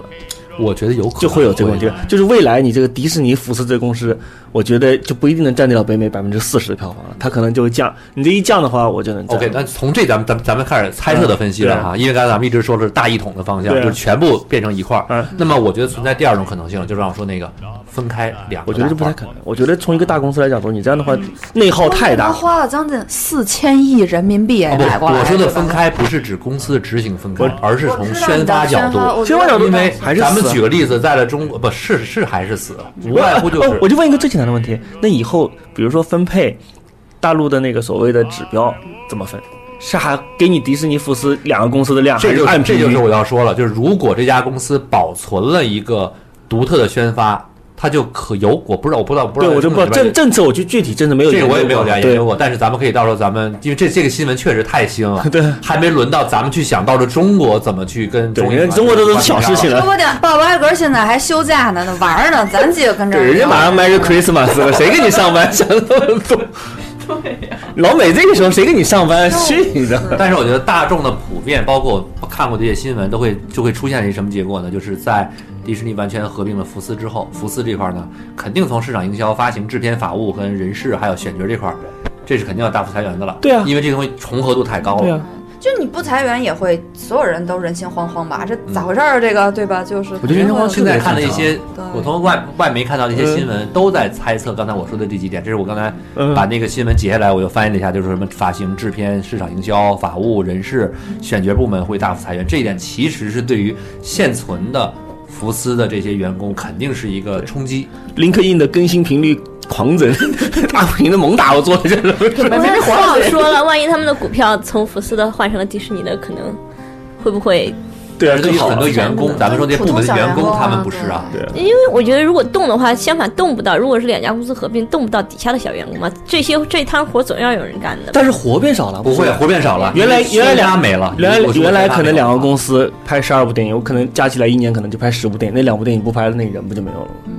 S3: 我觉得有可能
S8: 就会有这个问题。就是未来你这个迪士尼福斯这个公司，我觉得就不一定能占得了北美百分之四十的票房了，它可能就会降。你这一降的话，我就能占
S3: OK，那从这咱们咱们咱们开始猜测的分析了哈，因为刚才咱们一直说的是大一统的方
S8: 嗯
S3: 向，
S8: 啊对啊
S3: 就是全部变成一块儿
S8: 嗯。
S3: 那么我觉得存在第二种可能性，就是让我说那个分开两个
S8: 我觉得
S3: 大
S8: 这不
S3: 块
S8: 太
S3: 儿。
S8: 可能。我觉得从一个大公司来讲说，你这样的话嗯内耗太
S5: 他
S8: 大。
S5: 花了将近四千亿人民币哎
S3: 啊
S5: 买
S3: 不，
S5: 过来。
S3: 我说的
S5: 对吧
S3: 分开不是指公司的执行分开，而是从
S5: 我知道
S3: 宣
S5: 你的
S3: 发角
S5: 宣发
S3: 度
S5: 我。知
S8: 宣
S5: 道
S8: 发角度
S3: 因为
S8: 还是
S3: 咱们
S8: 死
S3: 举个例子，在了中国不是是还是死，无
S8: 我
S3: 外乎就
S8: 哦
S3: 是
S8: 我就问一个最简单的问题：那以后比如说分配大陆的那个所谓的指标怎么分？是还给你迪士尼、福斯两个公司的量，
S3: 这
S8: 还
S3: 就是
S8: 按
S3: 这
S8: 比
S3: 就
S8: 例？
S3: 是我要说了，就是如果这家公司保存了一个独特的宣发，它就可有我不知道我不知道我不知
S8: 对，
S3: 道
S8: 我就不知道
S3: 这个里边
S8: 政政策，我就具体真的没有
S3: 这个我
S8: 研
S3: 也没
S8: 究
S3: 有
S8: 过
S3: 了解
S8: 对
S3: 过，但是咱们可以到时候咱们，因为这这个新闻确实太新了，
S8: 对
S3: 还没轮到咱们去想到了中国怎么去跟
S8: 对，
S3: 中
S8: 因为中国都是小事情。
S5: 说
S8: 了。
S5: 不定鲍勃艾格现在还休假呢，那玩儿呢，咱几个跟这儿。
S8: 人家马上 Merry Christmas 了，谁跟你上班？想那么多。老美这个时候谁跟你上班？去你的！
S3: 但是我觉得大众的普遍，包括我看过这些新闻，都会就会出现一什么结果呢？就是在迪士尼完全合并了福斯之后，福斯这块呢，肯定从市场营销、发行、制片、法务跟人事还有选角这块儿，这是肯定要大幅裁员的了。
S8: 对啊
S3: 因为这东西重合度太高了。
S8: 对啊
S5: 就你不裁员也会，所有人都人心惶惶吧？这
S3: 嗯
S5: 咋回事儿？这个对吧？就是
S3: 我觉得人光现在看的一些
S5: 对，
S3: 我从外外媒看到的一些新闻，都在猜测刚才我说的这几点。这是我刚才
S8: 嗯
S3: 把那个新闻截下来，我又翻译了一下，就是什么发行、制片、市场营销、法务、人事、选角部门会大幅裁员。这一点其实是对于现存的福斯的这些员工肯定是一个冲击。
S8: 嗯 LinkedIn 的更新频率狂增， 大不停的猛打，我做的这是。
S7: 我也不好说了，万一他们的股票从福斯的换成了迪士尼的，可能会不会？
S8: 对啊，
S3: 而对
S8: 更
S3: 于
S8: 好
S3: 很
S8: 了
S3: 多员工，咱们说这部门的员工，他们不是啊。
S8: 对啊
S7: 因为我觉得如果动的话，相反动不到。如果是两家公司合并，动不到底下的小员工嘛。这些这摊活总要有人干的。
S8: 但是活变少了，
S3: 不会，活变少了。
S8: 原来
S3: 因啊为
S8: 原来
S3: 宣发
S8: 两
S3: 没了，
S8: 原来
S3: 我觉得
S8: 原来
S3: 宣发
S8: 可能
S3: 没了
S8: 两个公司拍十二部电影，我可能加起来一年可能就拍十部电影，那两部电影不拍了，那人不就没有了吗？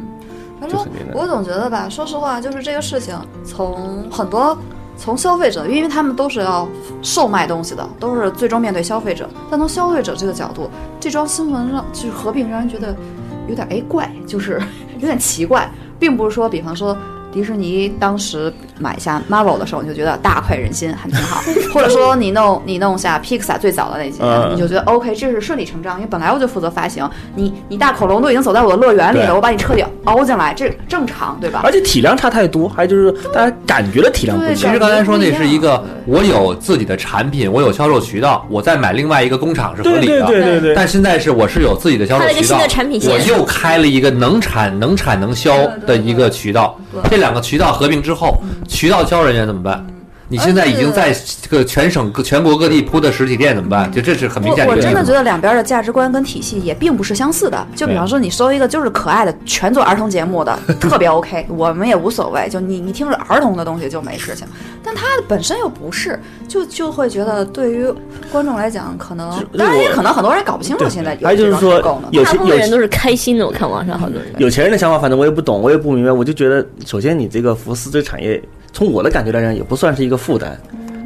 S5: 反
S8: 就
S5: 正
S8: 很简单
S5: 我总觉得吧，说实话，就是这个事情，从很多从消费者，因为他们都是要售卖东西的，都是最终面对消费者。但从消费者这个角度，这桩新闻让就是合并让人觉得有点哎怪，就是有点奇怪，并不是说，比方说迪士尼当时买下 Marvel 的时候，你就觉得大快人心，还挺好。或者说你弄你弄下 Pixar 最早的那几年，
S8: 嗯
S5: 你就觉得 OK，这是顺理成章，因为本来我就负责发行，你你大恐龙都已经走在我的乐园里
S8: 对
S5: 了，我把你彻底凹进来，这正常对吧
S8: 而？且体量差太多，还有就是大家感觉的体量不
S5: 对
S8: 一
S3: 其
S8: 样。
S3: 实刚才说那是一个，我有自己的产品，我有销售渠道，我再买另外一个工厂是合
S8: 对
S3: 理的。
S8: 对对对对，
S3: 但现在是我是有自己的销售
S7: 开了一个
S3: 渠
S7: 新
S3: 道
S7: 的产品，线
S3: 我又开了一个能产能产能销的一个渠道
S5: 对对。对
S3: 这两个渠道合并之后，渠道销人员怎么办？你现在已经在这个全省各全国各地铺的实体店怎么办？就这是很明
S5: 我
S3: 显
S5: 我
S3: 一个
S5: 真的
S3: 例
S5: 觉
S3: 子。
S5: 得两边的价值观跟体系也并不是相似的。就比方说，你收一个就是可爱的，全做儿童 节目的，特别 OK，我们也无所谓。就你你听着儿童的东西就没事情，但它本身又不是，就就会觉得对于观众来讲，可能
S8: 是
S5: 当然也
S8: 我
S5: 可能很多人也搞不清楚现在
S8: 还有就是
S5: 这种
S8: 说
S5: 收购呢
S8: 有
S7: 大
S8: 些
S7: 部
S8: 有嗯
S7: 分人
S8: 些
S7: 都是开心的，我看网上好多人。
S8: 有钱人的想法，反正我也不懂，我也不明白。我就觉得，首先你这个福斯这产业，从我的感觉来讲，也不算是一个负担，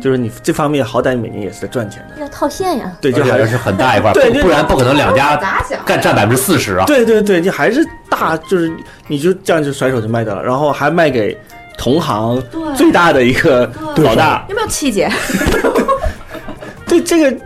S8: 就是你这方面好歹每年也是在赚钱的。
S7: 要套现呀，
S8: 对，就
S3: 而
S8: 还
S3: 且
S8: 是
S3: 是很大一块，
S8: 对
S3: 不
S8: 对
S3: 不然不可能两家
S5: 咋想？
S3: 干占百分之四十啊。
S8: 对对对，就还是大，就是你就这样就甩手就卖掉了，然后还卖给同行
S5: 对
S8: 最大的一个
S5: 对
S8: 老大。
S5: 有没有气节？
S8: 对这个，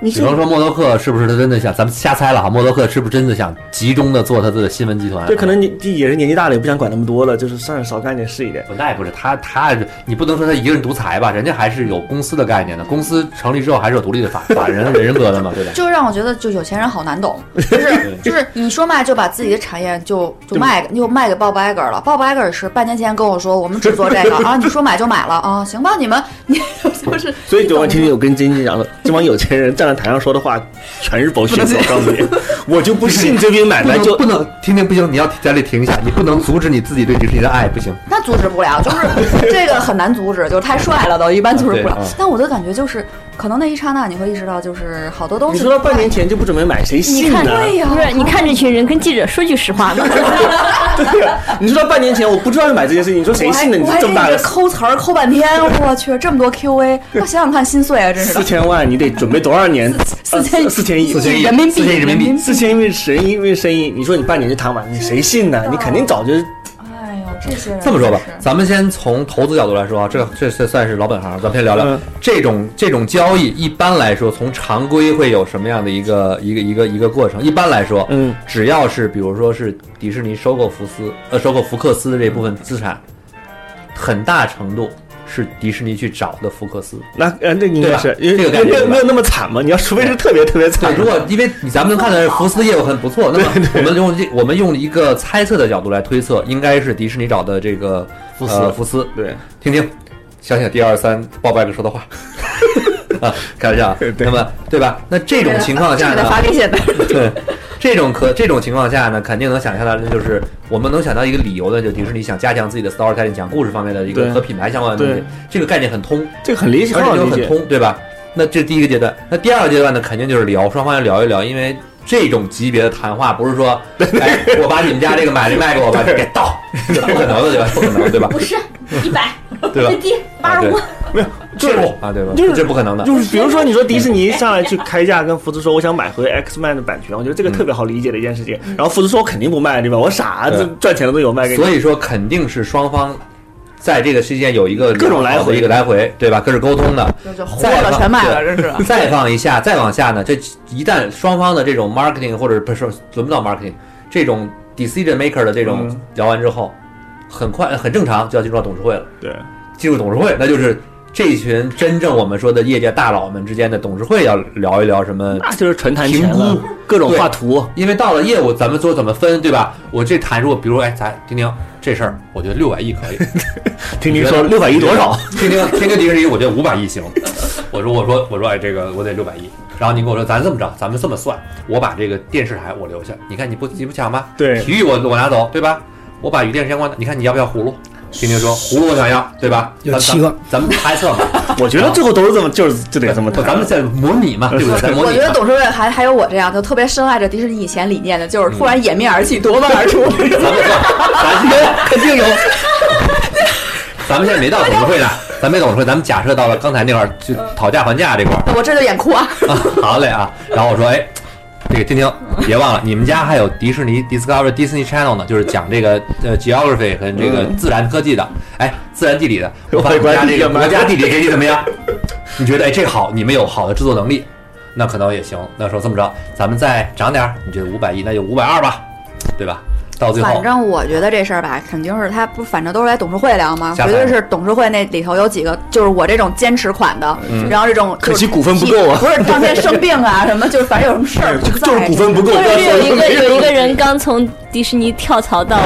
S8: 你
S3: 只
S8: 这
S3: 能说默多克是不是他真的想，咱们瞎猜了哈。默多克是不是真的想集中的做他的新闻集团？啊
S8: 对，可能你你也是年纪大了，也不想管那么多了，就是算少干点是一点。
S3: 那也不是他，他你不能说他一个人独裁吧，人家还是有公司的概念的，公司成立之后还是有独立的法法人 人格的嘛，对吧？
S5: 就让我觉得，就有钱人好难懂， 就是就是你说卖就把自己的产业就就卖就卖给 Bob Iger 了。Bob Iger 是半年前跟我说，我们只做这 个啊，你说买就买了啊，行吧，你们你 就是
S8: 所以昨晚听听有跟经纪讲的，这帮有钱人站在台上说的话全是狗血，我告诉你，我就不信这边买
S3: 不
S8: 卖
S3: 能
S8: 就
S3: 不能听听不行，你要在这里停一下，你不能阻止你自己对迪士尼的爱，不行。
S5: 那阻止不了，就是 这个很难阻止，就是太帅了都，一般阻止不
S8: 啊
S5: 了
S3: 对嗯。
S5: 但我的感觉就是，可能那一刹那你会意识到，就是好多东
S8: 你
S5: 西
S8: 说到半年前就不准备买，谁
S7: 你
S8: 信
S7: 看，
S8: 呢？
S5: 呀
S7: 不是你看这群人跟记者说句实话嘛，
S8: 你说到半年前我不知道要买这件事情，你说谁
S5: 我还
S8: 信呢？你
S5: 我还
S8: 这
S5: 给
S8: 么
S5: 你
S8: 大
S5: 这
S8: 的
S5: 抠词儿抠半天，我去，这么多 QA，我想想看心碎啊，真是
S8: 四
S5: 的。
S8: 千万，你得准备多少年？
S5: 四千
S8: 呃四千亿，
S3: 四千亿
S5: 人民币
S3: 四千亿人民币，
S8: 四千亿生意，因为生意，你说你半年就谈完，你谁信呢？你肯定早就
S5: 哎呦，这些人
S3: 这么说吧
S5: 真，是
S3: 咱们先从投资角度来说啊，这这这算是老本行，咱们先聊聊、
S8: 嗯
S3: 这种这种交易，一般来说从常规会有什么样的一个一个一个一个过程？一般来说，
S8: 嗯，
S3: 只要是比如说是迪士尼收购福斯呃收购福克斯的这部分资产，很大程度是迪士尼去找的福克斯。
S8: 那呃那应该是
S3: 对吧这个感觉
S8: 没有
S3: 吧
S8: 没有那么惨嘛？你要除非是特别特别
S3: 对，
S8: 惨，
S3: 如果因为你咱们能看到福斯的业务很不错，那么我们用这我们用一个猜测的角度来推测，应该是迪士尼找的这个福
S8: 斯
S3: 福斯。
S8: 对
S3: 听听，想想第二三鲍拜克说的话。啊，开玩笑啊。
S8: 对
S3: 那么，对吧？那这种情况下
S5: 这个
S3: 呢
S5: 得？发给现在。
S3: 对，这种可这种情况下呢，肯定能想象到的就是我们能想到一个理由呢，就迪士尼想加强自己的 storytelling，讲故事方面的一个
S8: 对
S3: 和品牌相关的东西
S8: 对。
S3: 这个概念很通，
S8: 这个很理解，
S3: 而
S8: 很好
S3: 且又
S8: 理
S3: 很
S8: 解。
S3: 通，对吧？那这是第一个阶段。那第二个阶段呢，肯定就是聊，双方要聊一聊，因为这种级别的谈话不是说，哎，我把你们家这个买的卖给我吧，给到，不可能的，对吧？不可能的，对吧？
S7: 不是一百，
S3: 对吧
S7: 最？低八十五，
S3: 切入啊，对吧？
S8: 就是
S3: 这不可能的。
S8: 就是比如说，你说迪士尼上来去开价跟福斯说，我想买回 X Man 的版权，我觉得这个特别好理解的一件事情。
S4: 嗯
S8: 然后福斯说，我肯定不卖，对吧？我傻，
S3: 对
S8: 这赚钱的都有卖给你
S3: 所。以说，肯定是双方在这个期间有一个
S8: 各种来回
S3: 良好的一个来回，对吧？各是沟通的。
S5: 就就活了全卖了，这是。
S3: 再放一下，再往下呢，这一旦双方的这种 marketing 或者不是轮不到 marketing 这种 decision maker 的这种
S8: 嗯
S3: 聊完之后，很快很正常就要进入到董事会了。
S8: 对，
S3: 进入董事会，那就是这群真正我们说的业界大佬们之间的董事会要聊一聊什么
S8: 那就是纯谈钱
S3: 评
S8: 了
S3: 估，
S8: 各种画图。
S3: 因为到了业务，咱们说怎么分，对吧？我这谈，如果比如哎，咱听听这事儿，我觉得六百 亿可以。
S8: 听听
S3: 呃
S8: 说六百亿多少？？
S3: 听听听听迪士尼，我觉得五百亿行。我说我说我说哎，这个我得六百亿。然后你跟我说，咱这么着，咱们这么算，我把这个电视台我留下，你看你不你不抢吗？
S8: 对
S3: 体育我我拿走，对吧？我把与电视相关的，你看你要不要葫芦？听听说葫芦我想要，对吧？
S4: 有
S3: 咱
S4: 七个，
S3: 咱咱们猜测嘛，
S8: 我觉得最后都是这么，就是就得这么
S3: 不
S8: 谈。
S3: 咱们在模拟嘛，对不对？咱模
S5: 我
S3: 拟
S5: 觉
S3: 嘛。
S5: 得董事会还还有我这样，就特别深爱着迪士尼以前理念的，
S3: 嗯
S5: 就是突然掩面而泣，夺门而出。
S3: 咱 们咱有肯定有。咱们现在没到董事会呢，咱没董事会，咱们假设到了刚才那块儿，就讨价还价这块儿。
S5: 我这就眼哭啊！
S3: 啊，好嘞啊。然后我说，哎，这个听听，别忘了，你们家还有迪士尼 Discovery Disney Channel 呢，就是讲这个呃 geography 和这个自然科技的，哎，自然地理的。 我把我们家这个国家地理给你怎么样？ 你觉得哎这好，你们有好的制作能力，那可能也行。那说这么着，咱们再涨点儿，你觉得五百亿，那就五百二吧，对吧？到最后
S5: 反，正我觉得这事儿吧，肯定是他不，反正都是来董事会聊嘛，
S3: 下
S5: 绝
S3: 台
S5: 对是董事会那里头有几个，就是我这种坚持款的，
S3: 嗯
S5: 然后这种
S2: 可惜
S5: 就是
S2: 股份不够啊
S5: 不是当天生病 啊什么，就是反正有什么事儿
S2: 就
S5: 在
S2: 就是股份不够，
S7: 或者是有一
S2: 不要
S7: 个
S2: 说
S7: 有一个人刚从迪士尼跳槽到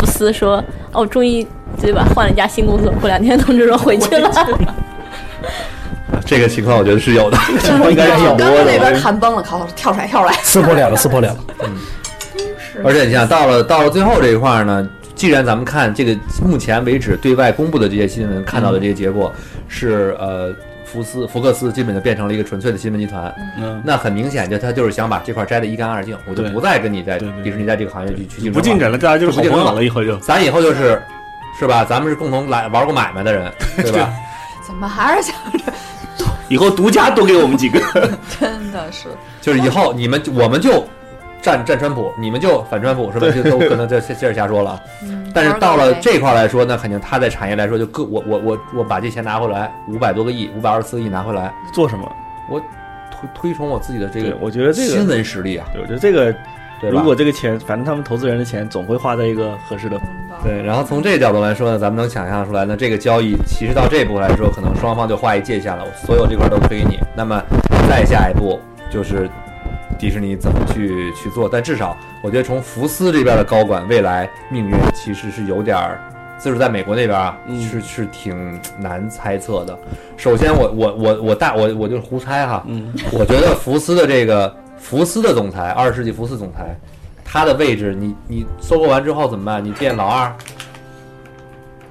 S7: 福斯说，哦，终于对吧，换了一家新工作，过两天通知说回去了。
S3: 这个情况我觉得是有啊 的。
S2: 情 况应该是有
S5: 刚刚那边
S2: 的。
S5: 谈崩了，靠，跳出来跳出来，
S4: 撕破脸了，撕破脸了。
S3: 而且你想到了到了最后这一块儿呢，既然咱们看这个目前为止对外公布的这些新闻看到的这些结果是呃福斯福克斯基本就变成了一个纯粹的新闻集团，
S8: 嗯，
S3: 那很明显就他就是想把这块摘得一干二净，我就
S8: 对
S3: 不再跟你在
S8: 对对对
S3: 迪士尼在这个行业去去竞
S8: 不进
S3: 争了，
S8: 展了，大家就是好朋友了，以后就
S3: 咱以后就是是吧？咱们是共同来玩过买卖 的人，对吧？
S5: 怎么还是想
S8: 以后独家多给我们几个。
S5: 真的是
S3: 就是以后你们我们就站站川普，你们就反川普，是吧？就都可能就接着瞎说了啊。
S5: 嗯
S3: 但是到了这块儿来说，那肯定他在产业来说就更我我我我把这钱拿回来，五百多个亿，五百二十四亿拿回来，
S8: 做什么？
S3: 推推崇我自己的这
S8: 对，
S3: 个
S8: 我觉得这
S3: 新
S8: 个，
S3: 闻实力啊，
S8: 对我觉得这个，
S3: 对吧？
S8: 如果这个钱，反正他们投资人的钱总会花在一个合适的。
S4: 嗯
S3: 对，然后从这个角度来说呢，咱们能想象出来呢，这个交易其实到这一步来说，可能双方就划一界限了，我所有这块都推给你。那么再下一步就是迪士尼怎么去去做，但至少我觉得从福斯这边的高管未来命运其实是有点儿。就是在美国那边啊，
S8: 嗯
S3: 是是挺难猜测的。首先我，我我我大我我就是胡猜哈，
S8: 嗯，
S3: 我觉得福斯的这个福斯的总裁，二十世纪福斯总裁，他的位置你你收购完之后怎么办？你变老二，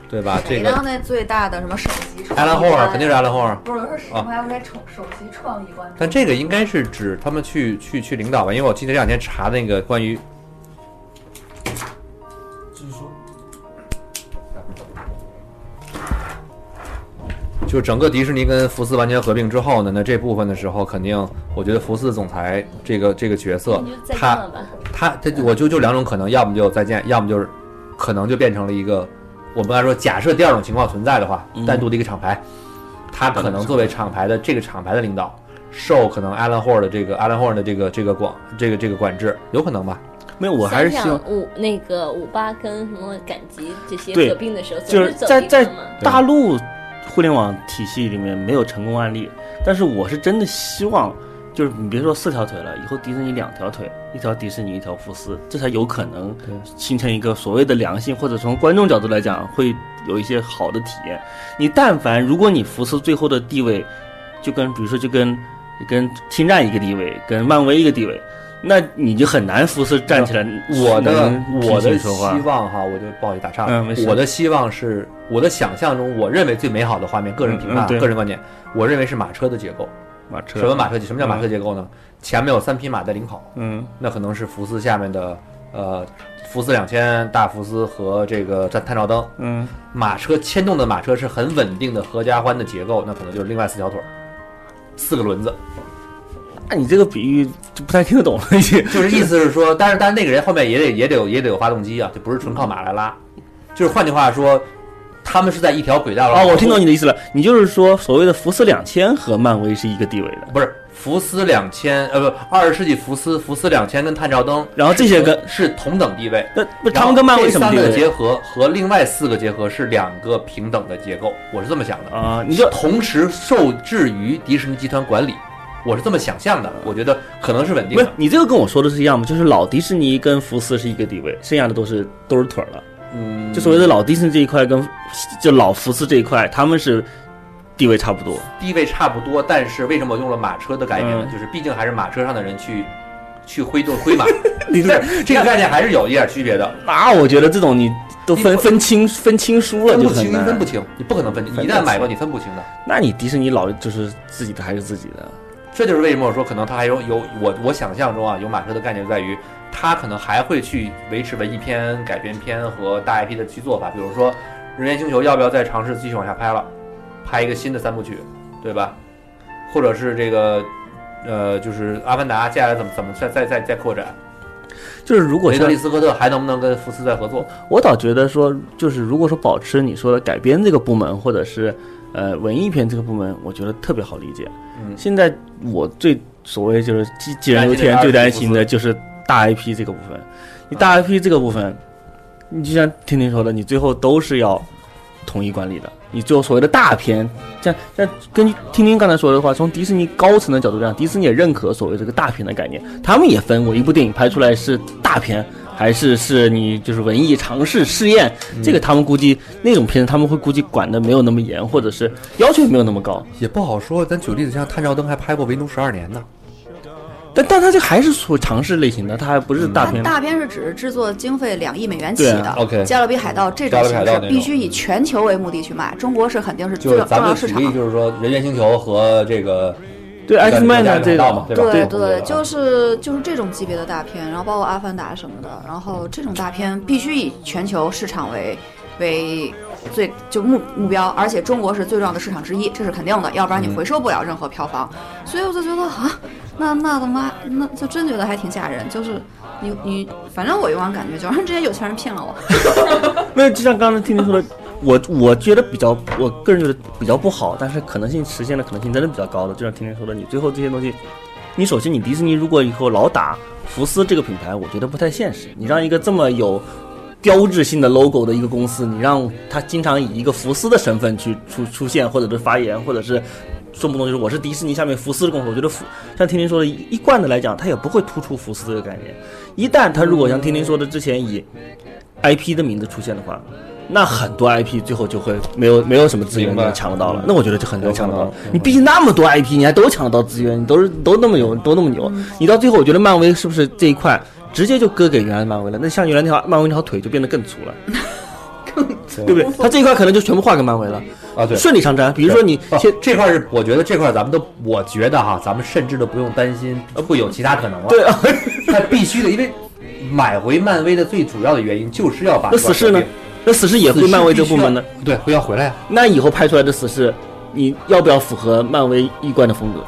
S3: 对吧？这
S5: 谁
S3: 个
S5: 当那最大的什么首席创意
S3: 艾
S5: 官
S3: 兰霍尔肯定是艾兰霍尔，
S5: 不是我说什么要该首首席创意官，
S3: 啊但这个应该是指他们去去去领导吧，因为我记得这两天查那个关于，就是整个迪士尼跟福斯完全合并之后呢，那这部分的时候，肯定我觉得福斯总裁这个这个角色，他
S7: 吧。
S3: 他他我就就两种可能，要么就再见，要么就是可能就变成了一个我们来说，假设第二种情况存在的话，
S8: 嗯
S3: 单独的一个厂牌，他可能作为厂牌的这个厂牌的领导，受可能 Alan h o r 的这个 Alan h o r 的这个这个管这个这个管制，有可能吧？
S8: 没有，我还是希望
S7: 五那个五八跟什么赶集这些
S8: 对
S7: 合并的时候，总
S8: 就是
S7: 走
S8: 在
S7: 一个
S8: 在
S7: 嘛
S8: 大陆互联网体系里面没有成功案例，但是我是真的希望，就是你别说四条腿了，以后迪士尼两条腿，一条迪士尼，一条福斯，这才有可能形成一个所谓的良性，或者从观众角度来讲，会有一些好的体验。你但凡如果你福斯最后的地位，就跟比如说就跟跟星战一个地位，跟漫威一个地位。那你就很难福斯站起来。
S3: 嗯我的
S8: 能
S3: 我
S8: 平
S3: 的
S8: 起
S3: 希
S8: 平坐
S3: 望哈，我就不好意思打岔，
S8: 嗯没事
S3: 我的希望是我的想象中，我认为最美好的画面，个人评
S8: 嗯
S3: 判、
S8: 嗯对
S3: 个人观点，我认为是马车的结构。
S8: 马车
S3: 什么马车？什么叫马车结构呢？前面有三匹马在领跑，
S8: 嗯，
S3: 那可能是福斯下面的呃福斯两千、大福斯和这个探探照灯。
S8: 嗯，
S3: 马车牵动的马车是很稳定的合家欢的结构，那可能就是另外四条腿儿，四个轮子。
S8: 那你这个比喻就不太听得懂了，已 经。
S3: 就是意思是说，但是但是那个人后面也得也得有也得有发动机啊，就不是纯靠马来拉。就是换句话说，他们是在一条轨道上。
S8: 哦，我听懂你的意思了，你就是说所谓的福斯两千和漫威是一个地位的，
S3: 不是福斯两千，呃，不，二十世纪福斯，福斯两千跟探照灯，
S8: 然后这些跟
S3: 是同等地位。
S8: 那不
S3: 然
S8: 他
S3: 后
S8: 们跟漫威
S3: 这
S8: 什么
S3: 三
S8: 地
S3: 个结
S8: 位啊
S3: 合和另外四个结合是两个平等的结构，我是这么想的。
S8: 啊？你就
S3: 同时受制于迪士尼集团管理，我是这么想象的。我觉得可能是稳定
S8: 不是
S3: 的。
S8: 你这个跟我说的是一样吗？就是老迪士尼跟福斯是一个地位，剩下的都是都是腿儿了。
S3: 嗯，
S8: 就所谓的老迪士尼这一块跟就老福斯这一块，他们是地位差不 多。
S3: 地位差不多，但是为什么我用了马车的概念呢？
S8: 嗯
S3: 就是毕竟还是马车上的人去去挥动 挥马，
S8: 你
S3: 就
S8: 这
S3: 是这个概念还是有一点区别的。
S8: 那我觉得这种你都
S3: 你
S8: 分
S3: 不
S8: 分清分清疏了
S3: 分
S8: 就
S3: 不
S8: 很
S3: 清，分
S8: 难
S3: 不。清，你不可能分清。
S8: 分
S3: 你一
S8: 不
S3: 旦买
S8: 清
S3: 过，你分不清的。
S8: 那你迪士尼老就是自己的还是自己的，
S3: 这就是为什么我说可能它还有有我我想象中啊有马车的概念在于，它可能还会去维持文艺片、改编片和大 IP 的去做法，比如说《人猿星球》要不要再尝试继续往下拍了，拍一个新的三部曲，对吧？或者是这个呃，就是阿凡达接下来怎么怎么再再再再扩展？
S8: 就是如果
S3: 雷德
S8: 像
S3: 利斯科特还能不能跟福斯再合作？
S8: 我倒觉得说，就是如果说保持你说的改编这个部门，或者是呃文艺片这个部门，我觉得特别好理解。
S3: 嗯
S8: 现在我最所谓就是既既然
S3: 担
S8: 有
S3: 心的
S8: 天
S3: 还
S8: 最
S3: 是
S8: 担
S3: 福
S8: 心
S3: 斯
S8: 的就是嗯大 IP 这个部分，你大 IP 这个部分，你就像听听说的，你最后都是要统一管理的。你最后所谓的大片，像像根据听听刚才说的话，从迪士尼高层的角度上，迪士尼也认可所谓这个大片的概念，他们也分我一部电影拍出来是大片。还是是你就是文艺尝试试验，这个他们估计那种片子他们会估计管的没有那么严，或者是要求也没有那么高。
S3: 也不好说。咱举例子，像探照灯还拍过《维奴十二年》呢。
S8: 但但他这还是属于尝试类型的，他还不是大
S5: 它
S8: 片。
S5: 嗯大片是指制作经费两亿美元起的，
S3: 啊 OK
S5: 加勒比海盗》这
S3: 加
S5: 种
S3: 勒
S5: 形
S3: 比海
S5: 式
S3: 盗那种
S5: 必须以全球为目的去卖，中国是肯定是
S3: 就
S5: 最
S3: 是
S5: 重
S3: 咱们
S5: 要
S3: 的
S5: 市
S3: 举
S5: 场。
S3: 例就是说，《人猿星球》和这个
S8: 对 X Man
S3: 加
S8: 呢
S3: 勒比
S8: 这
S3: 海盗
S8: 种
S3: 嘛，，对吧？这
S5: 对
S3: 种啊
S5: 对，
S3: 东
S5: 就
S3: 西
S5: 是就是这种级别的大片，然后包括《阿凡达》什么的，然后这种大片必须以全球市场为为最就目目标，而且中国是最重要的市场之一，这是肯定的，要不然你
S3: 嗯
S5: 回收不了任何票房。所以我就觉得啊，那那他妈那就真觉得还挺吓人，就是你你反正我永远感觉就是这些有钱人骗了我。
S8: 那就像刚才听您说的，我我觉得比较，我个人觉得比较不好，但是可能性实现的可能性真的比较高的。就像听您说的，你最后这些东西，你首先你迪士尼如果以后老打福斯这个品牌，我觉得不太现实。你让一个这么有标志性的 logo 的一个公司，你让它经常以一个福斯的身份去出出现，或者是发言，或者是。说不通就是我是迪士尼下面福斯的公司，我觉得福像听您说的，一一贯的来讲，它也不会突出福斯这个概念。一旦它如果像听您说的之前以 IP 的名字出现的话，那很多 IP 最后就会没有没有什么资源
S3: 明白
S8: 能抢得到了。那我觉得就很难抢得
S3: 有
S8: 到
S3: 可能。
S8: 你毕竟那么多 IP，你还都抢得到资源，你都是都那么有都那么牛，
S5: 嗯
S8: 你到最后我觉得漫威是不是这一块直接就割给原来的漫威了？那像原来那条漫威那条腿就变得更 粗了，对不对？他这一块可能就全部划给漫威了，
S3: 啊，对。
S8: 顺理成章。比如说你
S3: 哦
S8: 先。
S3: 这块是，我觉得这块咱们都，我觉得哈，咱们甚至都不用担心呃会有其他可能了。
S8: 对 啊，
S3: 他必须的，因为买回漫威的最主要的原因就是要把
S8: 那死侍呢？那死侍也归漫威这部门呢？
S3: 对，会要回来呀、啊
S8: 那以后拍出来的死侍，你要不要符合漫威一贯的风格？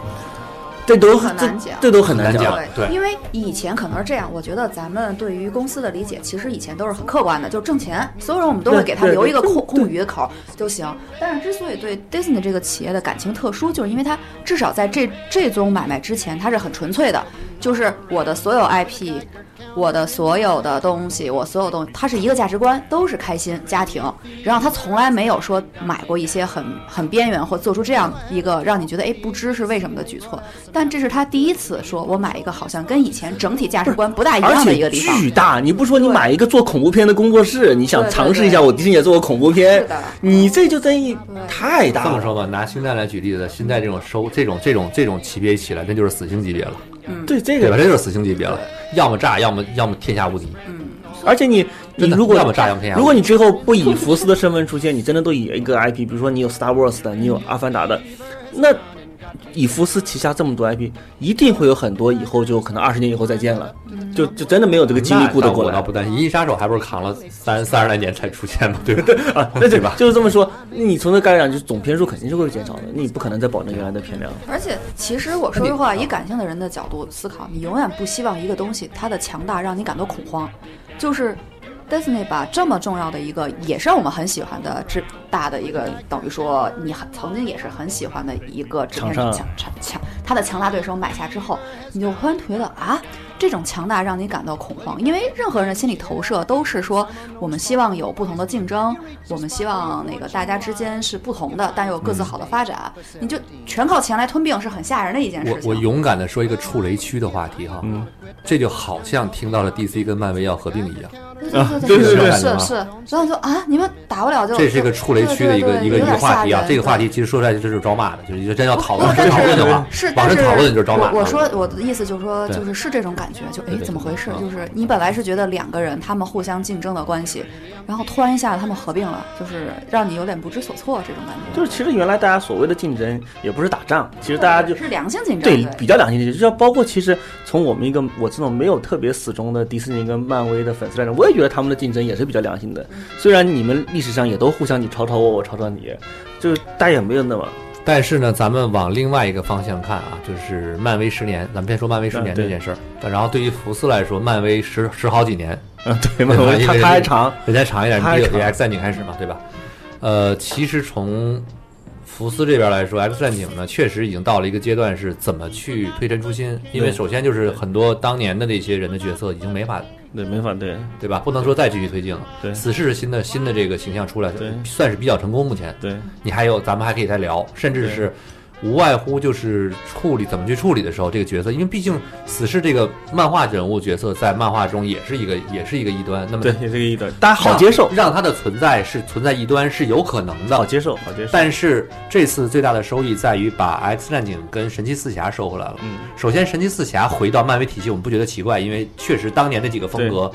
S8: 这都
S5: 很难
S8: 这
S5: 讲
S8: 这都很难
S3: 很难
S8: 讲
S3: 讲。对
S5: 因为以前可能是这样，我觉得咱们对于公司的理解，其实以前都是很客观的，就挣钱，所有人我们都会
S8: 对
S5: 给他
S8: 对
S5: 留一个
S8: 对
S5: 空空余的口儿就行。但是之所以对 Disney 这个企业的感情特殊，就是因为它至少在这这宗买卖之前，它是很纯粹的，就是我的所有 IP，我的所有的东西，我所有东西，它是一个价值观，都是开心家庭。然后他从来没有说买过一些很很边缘或做出这样一个让你觉得哎不知是为什么的举措。但这是他第一次说，我买一个好像跟以前整体价值观不大一
S8: 而
S5: 样的一
S8: 且
S5: 个地方。
S8: 巨大，你不说你买一个做恐怖片的工作室，你想
S5: 对对
S8: 尝试一下，
S5: 对
S8: 我迪士尼也做过恐怖片
S5: 是的，
S8: 你这就争议
S5: 对
S8: 太大
S3: 这么
S8: 了。
S3: 说吧，拿星战来举例子，星战这种收这种这种这种级别一起来，那就是死星级别了，
S8: 对这
S3: 对吧？
S8: 个，
S3: 这就是死星级别了，要么炸，要么要么天下无敌。
S8: 而且你你
S3: 真的
S8: 如果
S3: 要么炸要么这样
S8: 如果你最后不以福斯的身份出现，你真的都以一个 IP，比如说你有 Star Wars 的，你有阿凡达的，那以福斯旗下这么多 IP，一定会有很多以后就可能二十年以后再见了，就就真的没有这个精力顾得
S3: 那
S8: 过
S3: 我
S8: 来
S3: 倒。不担心，《银翼杀手》还不是扛了三三十来年才出现嘛，对不对？啊，
S8: 那
S3: 对
S8: 就
S3: 吧？
S8: 就是这么说，你从这概念上，就是总片数肯定是会减少的，你不可能再保证原来的片量。
S5: 而且，其实我说实话，以感性的人的角度思考，你永远不希望一个东西它的强大让你感到恐慌。就是 Disney 把这么重要的一个，也是我们很喜欢的制大的一个，等于说你很曾经也是很喜欢的一个制片
S8: 厂
S5: 强
S8: 商
S5: 强强，它的强大对手买下之后，你就突然觉得啊，这种强大让你感到恐慌，因为任何人的心理投射都是说，我们希望有不同的竞争，我们希望那个大家之间是不同的，但又有各自好的发展。你就全靠钱来吞并是很吓人的一件
S3: 我
S5: 事情。
S3: 我勇敢的说一个触雷区的话题哈，这就好像听到了 DC 跟漫威要合并一样，
S5: 对
S3: 对对
S5: 是
S3: 对
S5: 是是， 然后就啊，你们打不了就
S3: 这是一个触雷区的一个一个一个话题啊。这个话
S5: 题。
S3: 题其实说出来就是招骂的，就是一个真要啊讨论
S5: 哦但
S3: 讨论的话，
S5: 是，
S3: 网
S5: 但
S3: 上
S5: 是
S3: 讨论就是招骂。啊
S5: 我我说我的意思就是说，
S3: 对
S5: 就是是这种感觉，就哎
S3: 对对
S5: 怎么回事？
S3: 嗯
S5: 就是你本来是觉得两个人他们互相竞争的关系，然后突然一下他们合并了，就是让你有点不知所措这种感觉。
S8: 就是其实原来大家所谓的竞争也不是打仗，其实大家就是
S5: 良性竞争，
S8: 对
S5: 对
S8: 比较两性竞争，就是包括其实从我们一个我这种没有特别死忠的迪士尼跟漫威的粉丝来讲，我也觉得他们的竞争也是比较良性
S3: 嗯
S8: 的。虽然你们历史上也都互相你吵吵我，我吵吵你，就是大家也没有那么。
S3: 但是呢，咱们往另外一个方向看啊，就是漫威十年，咱们先说漫威十年
S8: 嗯对
S3: 这件事儿。然后对于福斯来说，漫威十十好几年，
S8: 啊，对嘛，我
S3: 因
S8: 他
S3: 为
S8: 他还长，
S3: 人家长一点，
S8: 它还
S3: 你有
S8: 长
S3: X 战警开始嘛，对吧？呃，其实从福斯这边来说，X 战警呢，确实已经到了一个阶段，是怎么去推陈出新？因为
S8: 对
S3: 首先就是很多当年的那些人的角色已经没法
S8: 对，没反对，
S3: 对吧？不能说再继续推进了。
S8: 对
S3: 死侍是新的新的这个形象出来
S8: 对，
S3: 算是比较成功。目前，
S8: 对
S3: 你还有咱们还可以再聊，甚至
S8: 对
S3: 是无外乎就是处理怎么去处理的时候，这个角色，因为毕竟死侍这个漫画人物角色在漫画中也是一个也是一个异端，那么
S8: 对，也是这个意思，大家好接受，
S3: 让他的存在是存在异端是有可能
S8: 好
S3: 的。
S8: 接受，好接受，
S3: 但是这次最大的收益在于把 X 战警跟神奇四侠收回来了。
S8: 嗯，
S3: 首先，神奇四侠回到漫威体系，我们不觉得奇怪，因为确实当年那几个风格，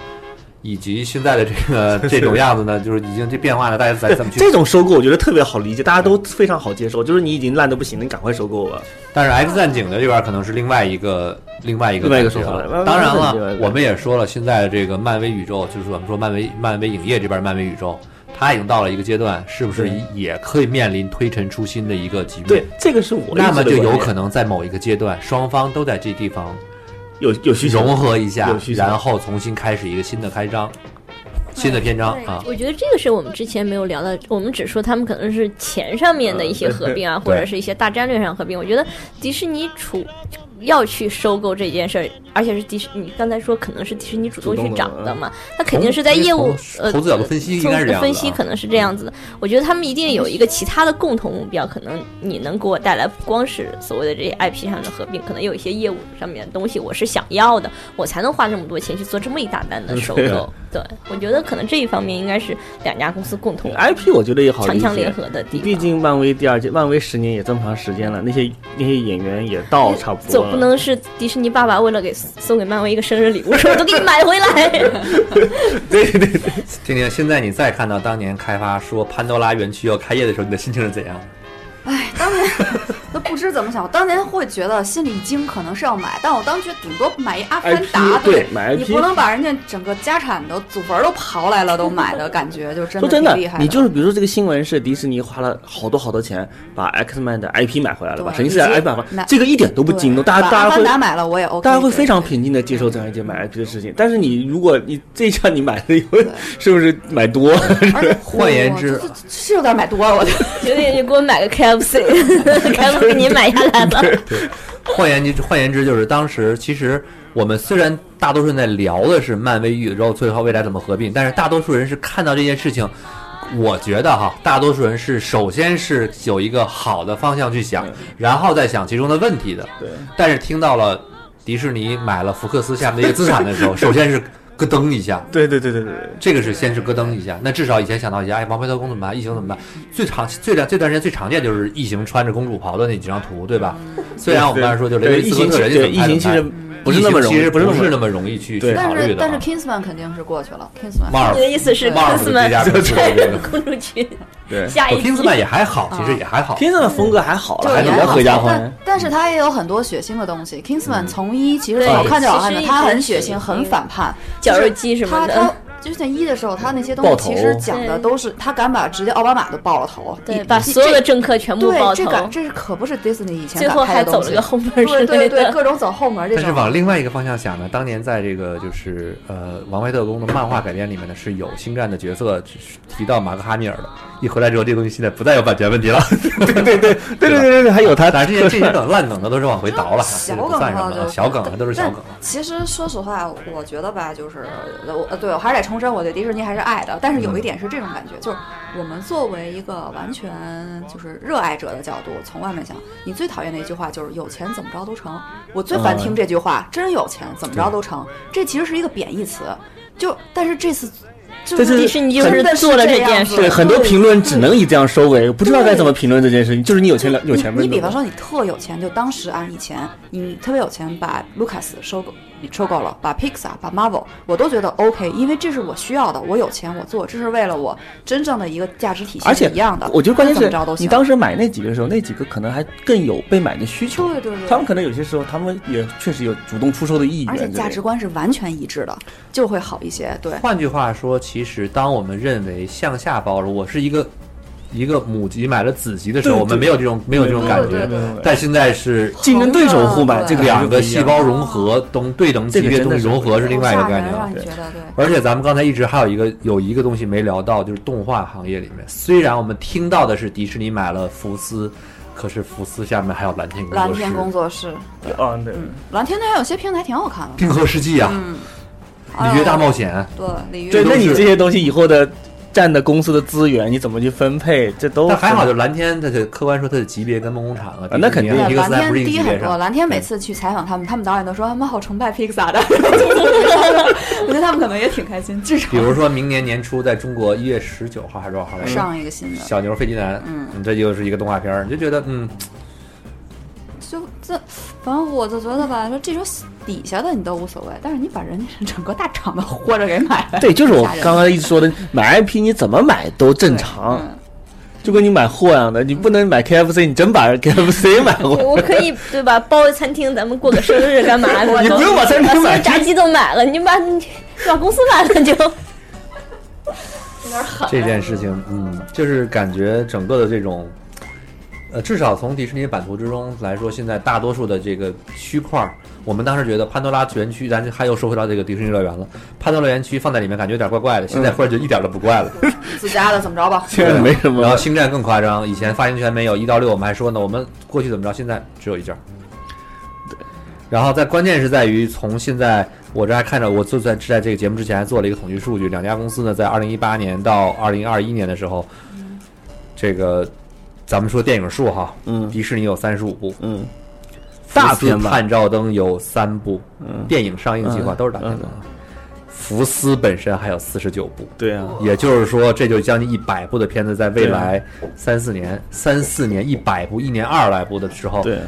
S3: 以及现在的这 个这种样子呢，就是已经这变化了，大家再怎么去
S8: 这。种收购我觉得特别好理解，大家都非常好接受，就是你已经烂的不行了，你赶快收购吧。
S3: 但是 X 战警的这边可能是另外一个另外一个
S8: 另外一个说
S3: 感觉
S8: 法
S3: 了
S8: 慢慢
S3: 当然
S8: 慢慢慢
S3: 了
S8: 慢，
S3: 我们也说了，现在这个漫威宇宙，就是我们说漫威漫威影业这边漫威宇宙，它已经到了一个阶段，是不是
S8: 对
S3: 也可以面临推陈出新的一个局面？
S8: 对，，这个是我
S3: 那么就有
S8: 能
S3: 可能在某一个阶段，双方都在这地方
S8: 有有需求
S3: 融合一下
S8: 有，需求
S3: 然后重新开始一个新的开章，新的篇章啊。
S7: 我觉得这个是我们之前没有聊的，我们只说他们可能是钱上面的一
S3: 呃
S7: 些合并啊，或者是一些大战略上合并。我觉得迪士尼处要去收购这件事儿，而且是迪士尼刚才说可能是迪士尼主动去找的嘛，那肯定是在业务
S3: 从
S7: 呃
S3: 嗯投资角度分析应
S7: 从
S3: 该是这样的啊嗯
S7: 分析可能是这样子的。我觉得他们一定有一个其他的共同目标，可能你能给我带来不光是所谓的这些 IP 上的合并，可能有一些业务上面的东西我是想要的，我才能花这么多钱去做这么一大单
S3: 嗯
S7: 的
S3: 啊
S7: 收购。
S8: 哦
S7: 对，我觉得可能这一方面应该是两家公司共同
S8: IP，我觉得也好理
S7: 强
S8: 解。
S7: 强联合的地方。
S8: 毕竟漫威第二季，漫威十年也这么长时间了，那些那些演员也
S5: 哎
S8: 到差不多
S7: 总
S8: 了，
S7: 不能是迪士尼爸爸为了给送给漫威一个生日礼物，说我都给你买回来。
S3: 静静，现在你再看到当年开发说潘多拉园区要开业的时候，你的心情是怎样？
S5: 哎，当年 都不知怎么想，我当年会觉得心里惊，可能是要买，但我当时觉得顶多买一阿凡
S8: IP
S5: 达，
S8: 对买
S5: 你
S8: IP
S5: 不能把人家整个家产都祖坟都刨来了都买的感觉，就真
S8: 说
S5: 的
S8: 真
S5: 挺
S8: 的
S5: 厉害，
S8: 你就是比如说这个新闻是迪士尼花了好多好多钱把 X Man 的 IP 买回来了，
S5: 对
S8: 把神奇四侠
S5: 以及
S8: IP 买回来
S5: 那，
S8: 这个一点都不惊动，大家
S5: 把
S8: 大
S5: 阿
S8: 家
S5: 凡
S8: 会
S5: 达买了我也 OK，
S8: 大家会非常
S5: 对
S8: 平静的接受这样一件买 IP 的事情。但是你如果你这下你买的以后，是不是买多？
S5: 而且
S3: 换言之
S5: 我这这是有点买多了，我觉得
S7: 有点就给我买个 KFC，KFC 给你买下来了。
S3: 换言之，换言之，就是当时其实我们虽然大多数人在聊的是漫威宇宙最后未来怎么合并，但是大多数人是看到这件事情，我觉得哈，大多数人是首先是有一个好的方向去想，然后再想其中的问题的。
S8: 对，
S3: 但是听到了迪士尼买了福克斯下面的一个资产的时候，首先是咯噔一下，
S8: 对对对对对。
S3: 这个是先是咯噔一下，那至少以前想到一下，哎，王牌特工怎么办？异形怎么办？最常最段这段时间最常见就是异形穿着公主袍的那几张图，对吧？虽然我们刚才说就雷
S8: 对
S3: 维
S8: 异
S3: 斯科
S8: 形，
S3: 特人家
S8: 对
S3: 怎么
S8: 异
S3: 拍
S8: 形其
S3: 怎么
S8: 实
S3: 拍
S8: 不是那么容易，是那
S3: 异形其实不
S8: 么
S3: 是那
S8: 容
S3: 么容易去
S8: 对
S3: 去考
S5: 但
S3: 虑
S5: 是
S3: 的
S5: 但
S3: 啊
S5: 是。Kingsman 肯定是过去了，Kingsman
S3: 马尔
S7: 你的意思是
S3: 马尔福这 家公司的这个，
S7: 公主裙
S8: 易。对，
S7: 下一
S3: 我
S7: 季
S3: 听。斯曼也还好，其实也还
S5: 啊
S3: 好。
S8: 天上的风格还好
S5: 就
S8: 了，还
S5: 也
S8: 比较合家欢
S5: 但。但是它也有很多血腥的东西。Kingsman 从一其实
S7: 对
S5: 好看就好看的，
S7: 其实一直
S5: 它很血
S7: 是
S5: 腥，很反叛，
S7: 绞肉机什么的
S5: 就是它它就是在一的时候，它那些东
S8: 爆
S5: 西
S8: 头
S5: 其实讲的都是他敢把直接奥巴马都爆了头，
S7: 对，
S5: 你
S7: 把
S5: 你
S7: 所有的
S5: 这
S7: 政客全部爆
S5: 对这
S7: 头，
S5: 敢这是可不是 Disney 以前
S7: 最
S5: 敢
S7: 后
S5: 拍
S7: 还
S5: 的
S7: 走
S5: 东
S7: 了
S5: 西
S7: 个后门之
S5: 对
S7: 类
S5: 对对，
S7: 的。
S5: 各种走后门这
S3: 但是
S5: 种。
S3: 往另外一个方向想呢，当年在这个就是呃《王牌特工》的漫画改编里面呢，是有星战的角色提到马克哈米尔的。一回来之后，这东西现在不再有版权问题 了。
S8: 对对对对对，还有他，
S3: 但 是这些这些梗烂梗的都是往回倒了，这
S5: 小
S3: 个
S5: 梗
S3: 不算什
S5: 哈
S3: 么
S5: 就
S3: 了，小梗都是小梗了。
S5: 但其实说实话，我觉得吧，就是呃我呃对我还是得重申，我对迪士尼还是爱的。但是有一点是这种感觉，就是我们作为一个完全就是热爱者的角度，从外面想，你最讨厌的一句话就是“有钱怎么着都成”。我最烦听这句话，真有钱怎么着都成，这其实是一个贬义词。就但是这次，就
S8: 这次
S7: 迪
S5: 是
S7: 士尼就是
S5: 真的
S7: 做了这
S5: 这样
S7: 件
S5: 子
S7: 事，
S8: 对很多评论只能以这样收尾，不知道该怎么评论这件事情。就是你有钱了，有钱
S5: 你
S8: 问
S5: 你比
S8: 题。
S5: 方说你特有钱，就当时啊，以前你特别有钱，把 Lucas 收购，你收购了，把 Pixar、把 Marvel，我都觉得 OK，因为这是我需要的，我有钱我做，这是为了我真正的一个价值体系
S8: 而且
S5: 是一样的。
S8: 我觉得关键
S5: 那怎么着都
S8: 是，
S5: 行
S8: 你当时买那几个的时候，那几个可能还更有被买的需求。
S5: 对对对
S8: 他们可能有些时候，他们也确实有主动出售的意愿
S5: 而
S8: 之类
S5: 且
S8: 的。
S5: 价值观是完全一致的，就会好一些。对，
S3: 换句话说，其实当我们认为向下包容，我是一个一个母级买了子级的时候，
S8: 对
S3: 我们没有这种没有这种感觉
S5: 对对对，
S3: 但现在是
S2: 竞争对手互买
S5: 对
S2: 这
S8: 哎
S2: 个
S3: 两个细胞融合等对等级别东西融合是另外一个概念啊
S5: 让
S3: 了。
S5: 啊你觉得对。
S3: 而且咱们刚才一直还有一个有一个东西没聊到，就是动画行业里面，虽然我们听到的是迪士尼买了福斯，可是福斯下面还有蓝天工
S5: 蓝
S3: 作室
S5: 天、工作室，
S8: 啊，对，
S5: 蓝天那还有些平台挺好看的。
S3: 冰河世纪啊、
S5: 嗯，哦哎
S3: 里约大冒险，啊
S5: 对，里约
S2: 对，
S3: 都
S2: 那你
S3: 是
S2: 这些东西以后的占的公司的资源，你怎么去分配？这都
S3: 但还
S8: 哦
S3: 好，就蓝天，它的客观说它的级别跟梦工厂啊，
S2: 那肯定
S3: 迪士尼啊皮克
S5: 蓝
S3: 斯还
S5: 天
S3: 不是一个嗯
S5: 低
S3: 级别
S5: 很多，
S3: 上。
S5: 蓝天每次去采访他们，他们导演都说他啊们好崇拜 Pixar 的， 我觉得他们可能也挺开心，至少
S3: 比如说明年年初在中国一月十九号还是多少号来着？
S5: 上一个新的，
S3: 小牛飞机男，
S5: 嗯，
S3: 这就是一个动画片儿，你就觉得嗯，
S5: 就这，反正我就觉得吧，说这种底下的你都无所谓，但是你把人家整个大厂的活着给买了，
S2: 对，就是我刚刚一直说的，买 IP 你怎么买都正常，
S5: 嗯
S2: 就跟你买货一样的，你不能买 KFC，你真把 KFC 买回来。
S7: 我可以对吧？包个餐厅，咱们过个 生日干嘛的？
S2: 你不用把餐
S7: 把
S2: 厅
S7: 所
S2: 买
S7: 有炸鸡都买了，你把你 把公司买了 就。
S3: 这件事情，嗯，就是感觉整个的这种，呃，至少从迪士尼版图之中来说，现在大多数的这个区块儿，我们当时觉得潘多拉园区，咱还又说回到这个迪士尼乐园了，潘多拉园区放在里面感觉有点怪怪的，
S5: 嗯
S3: 现在忽然就一点儿都不怪了。
S5: 自家的怎么着吧，
S2: 现在没什么
S3: 然后星战更夸张，以前发行权没有，一到六我们还说呢，我们过去怎么着，现在只有一件。然后在关键是在于从现在我这还看着，我就在在这个节目之前还做了一个统计数据，两家公司呢在二零一八年到二零二一年的时候，这个咱们说电影数哈，
S2: 嗯
S3: 迪士尼有三十五部，
S2: 嗯，大片
S3: 福斯
S2: 吧
S3: 探照灯有三部，电影上映计划
S2: 嗯
S3: 都是大片
S2: 嗯
S3: 的，福斯本身还有四十九部，
S8: 对啊，
S3: 也就是说，这就将近一百部的片子，在未来三四年、三四年一百部，一年二十来部的时候，
S8: 对，啊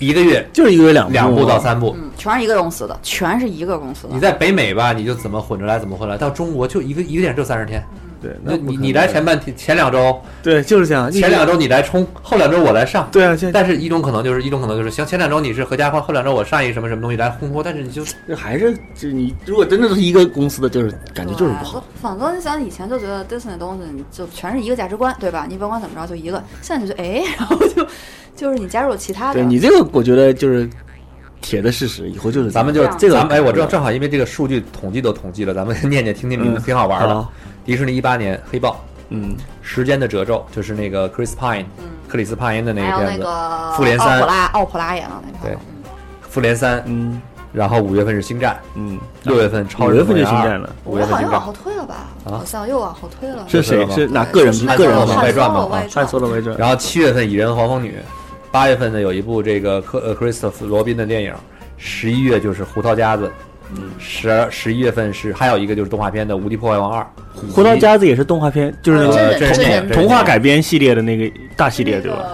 S3: 一个月
S2: 就是一个月两
S3: 两部
S2: 部
S3: 到，三部。
S5: 嗯，全是一个公司的，全是一个公司的
S3: 你，在北美吧，你就怎么混着来怎么混着来，到中国就一个一个电影就三十天，
S8: 对，
S3: 那
S8: 那
S3: 你你来前半天前两周，
S8: 对就是这样，
S3: 前两周你来冲，后两周我来上。
S8: 对啊，现在
S3: 但是一种可能就是一种可能就是行，前两周你是合家欢，后两周我上一个什么什么东西来烘托，但是你就
S2: 还是就你如果真的是一个公司的，就是感觉就是不好。
S5: 对。反正你想以前就觉得 Disney 的东西，你就全是一个价值观，对吧？你甭管怎么着就一个，现在就觉得哎，然后就就是你加入其他的，
S2: 对啊你这个，我觉得就是铁的事实，以后就是
S3: 咱们就
S2: 这个
S3: 咱们哎，我正正好因为这个数据统计都统计了，咱们念念听听名字挺好玩的
S2: 好。
S3: 迪士尼一八年黑豹，
S2: 嗯，
S3: 时间的褶皱，就是那个 Chris Pine，、
S5: 嗯
S3: 克里斯帕因的那
S5: 还有
S3: 个
S5: 那
S3: 片子，
S5: 个
S3: 复联三
S5: 奥普拉奥普拉演了那个，
S3: 对复联三》，
S2: 嗯
S3: 然后五月份是《星战》，
S2: 嗯，
S3: 六月份超
S8: 五
S3: 人
S8: 月份就
S3: 复联
S8: 星
S3: 二
S8: 战了，
S3: 五
S5: 我
S3: 月份
S5: 好
S3: 星
S5: 像
S3: 战
S5: 往后推了吧？
S3: 啊
S5: 好像又往后推了。
S2: 是谁？是哪个人？
S5: 是
S2: 个人
S3: 汉
S2: 吗
S3: 斯
S5: 汉
S3: 吗啊
S5: 斯
S3: 外传嘛
S5: 的外
S2: 汉斯的外传。
S3: 然后七月份《蚁人黄蜂女》，八月份呢有一部这个科呃 Christopher 罗宾的电影，十一月就是《胡桃夹子》。嗯，十十一月份是还有一个就是动画片的《无敌破坏王二》，以及
S4: 胡桃夹子也是动画片，就是那
S5: 啊
S4: 个
S5: 真
S3: 呃
S5: 人
S3: 真人
S5: 真
S3: 电
S5: 人
S3: 影
S4: 童话改编系列的那个大系列，对
S5: 那
S4: 吧？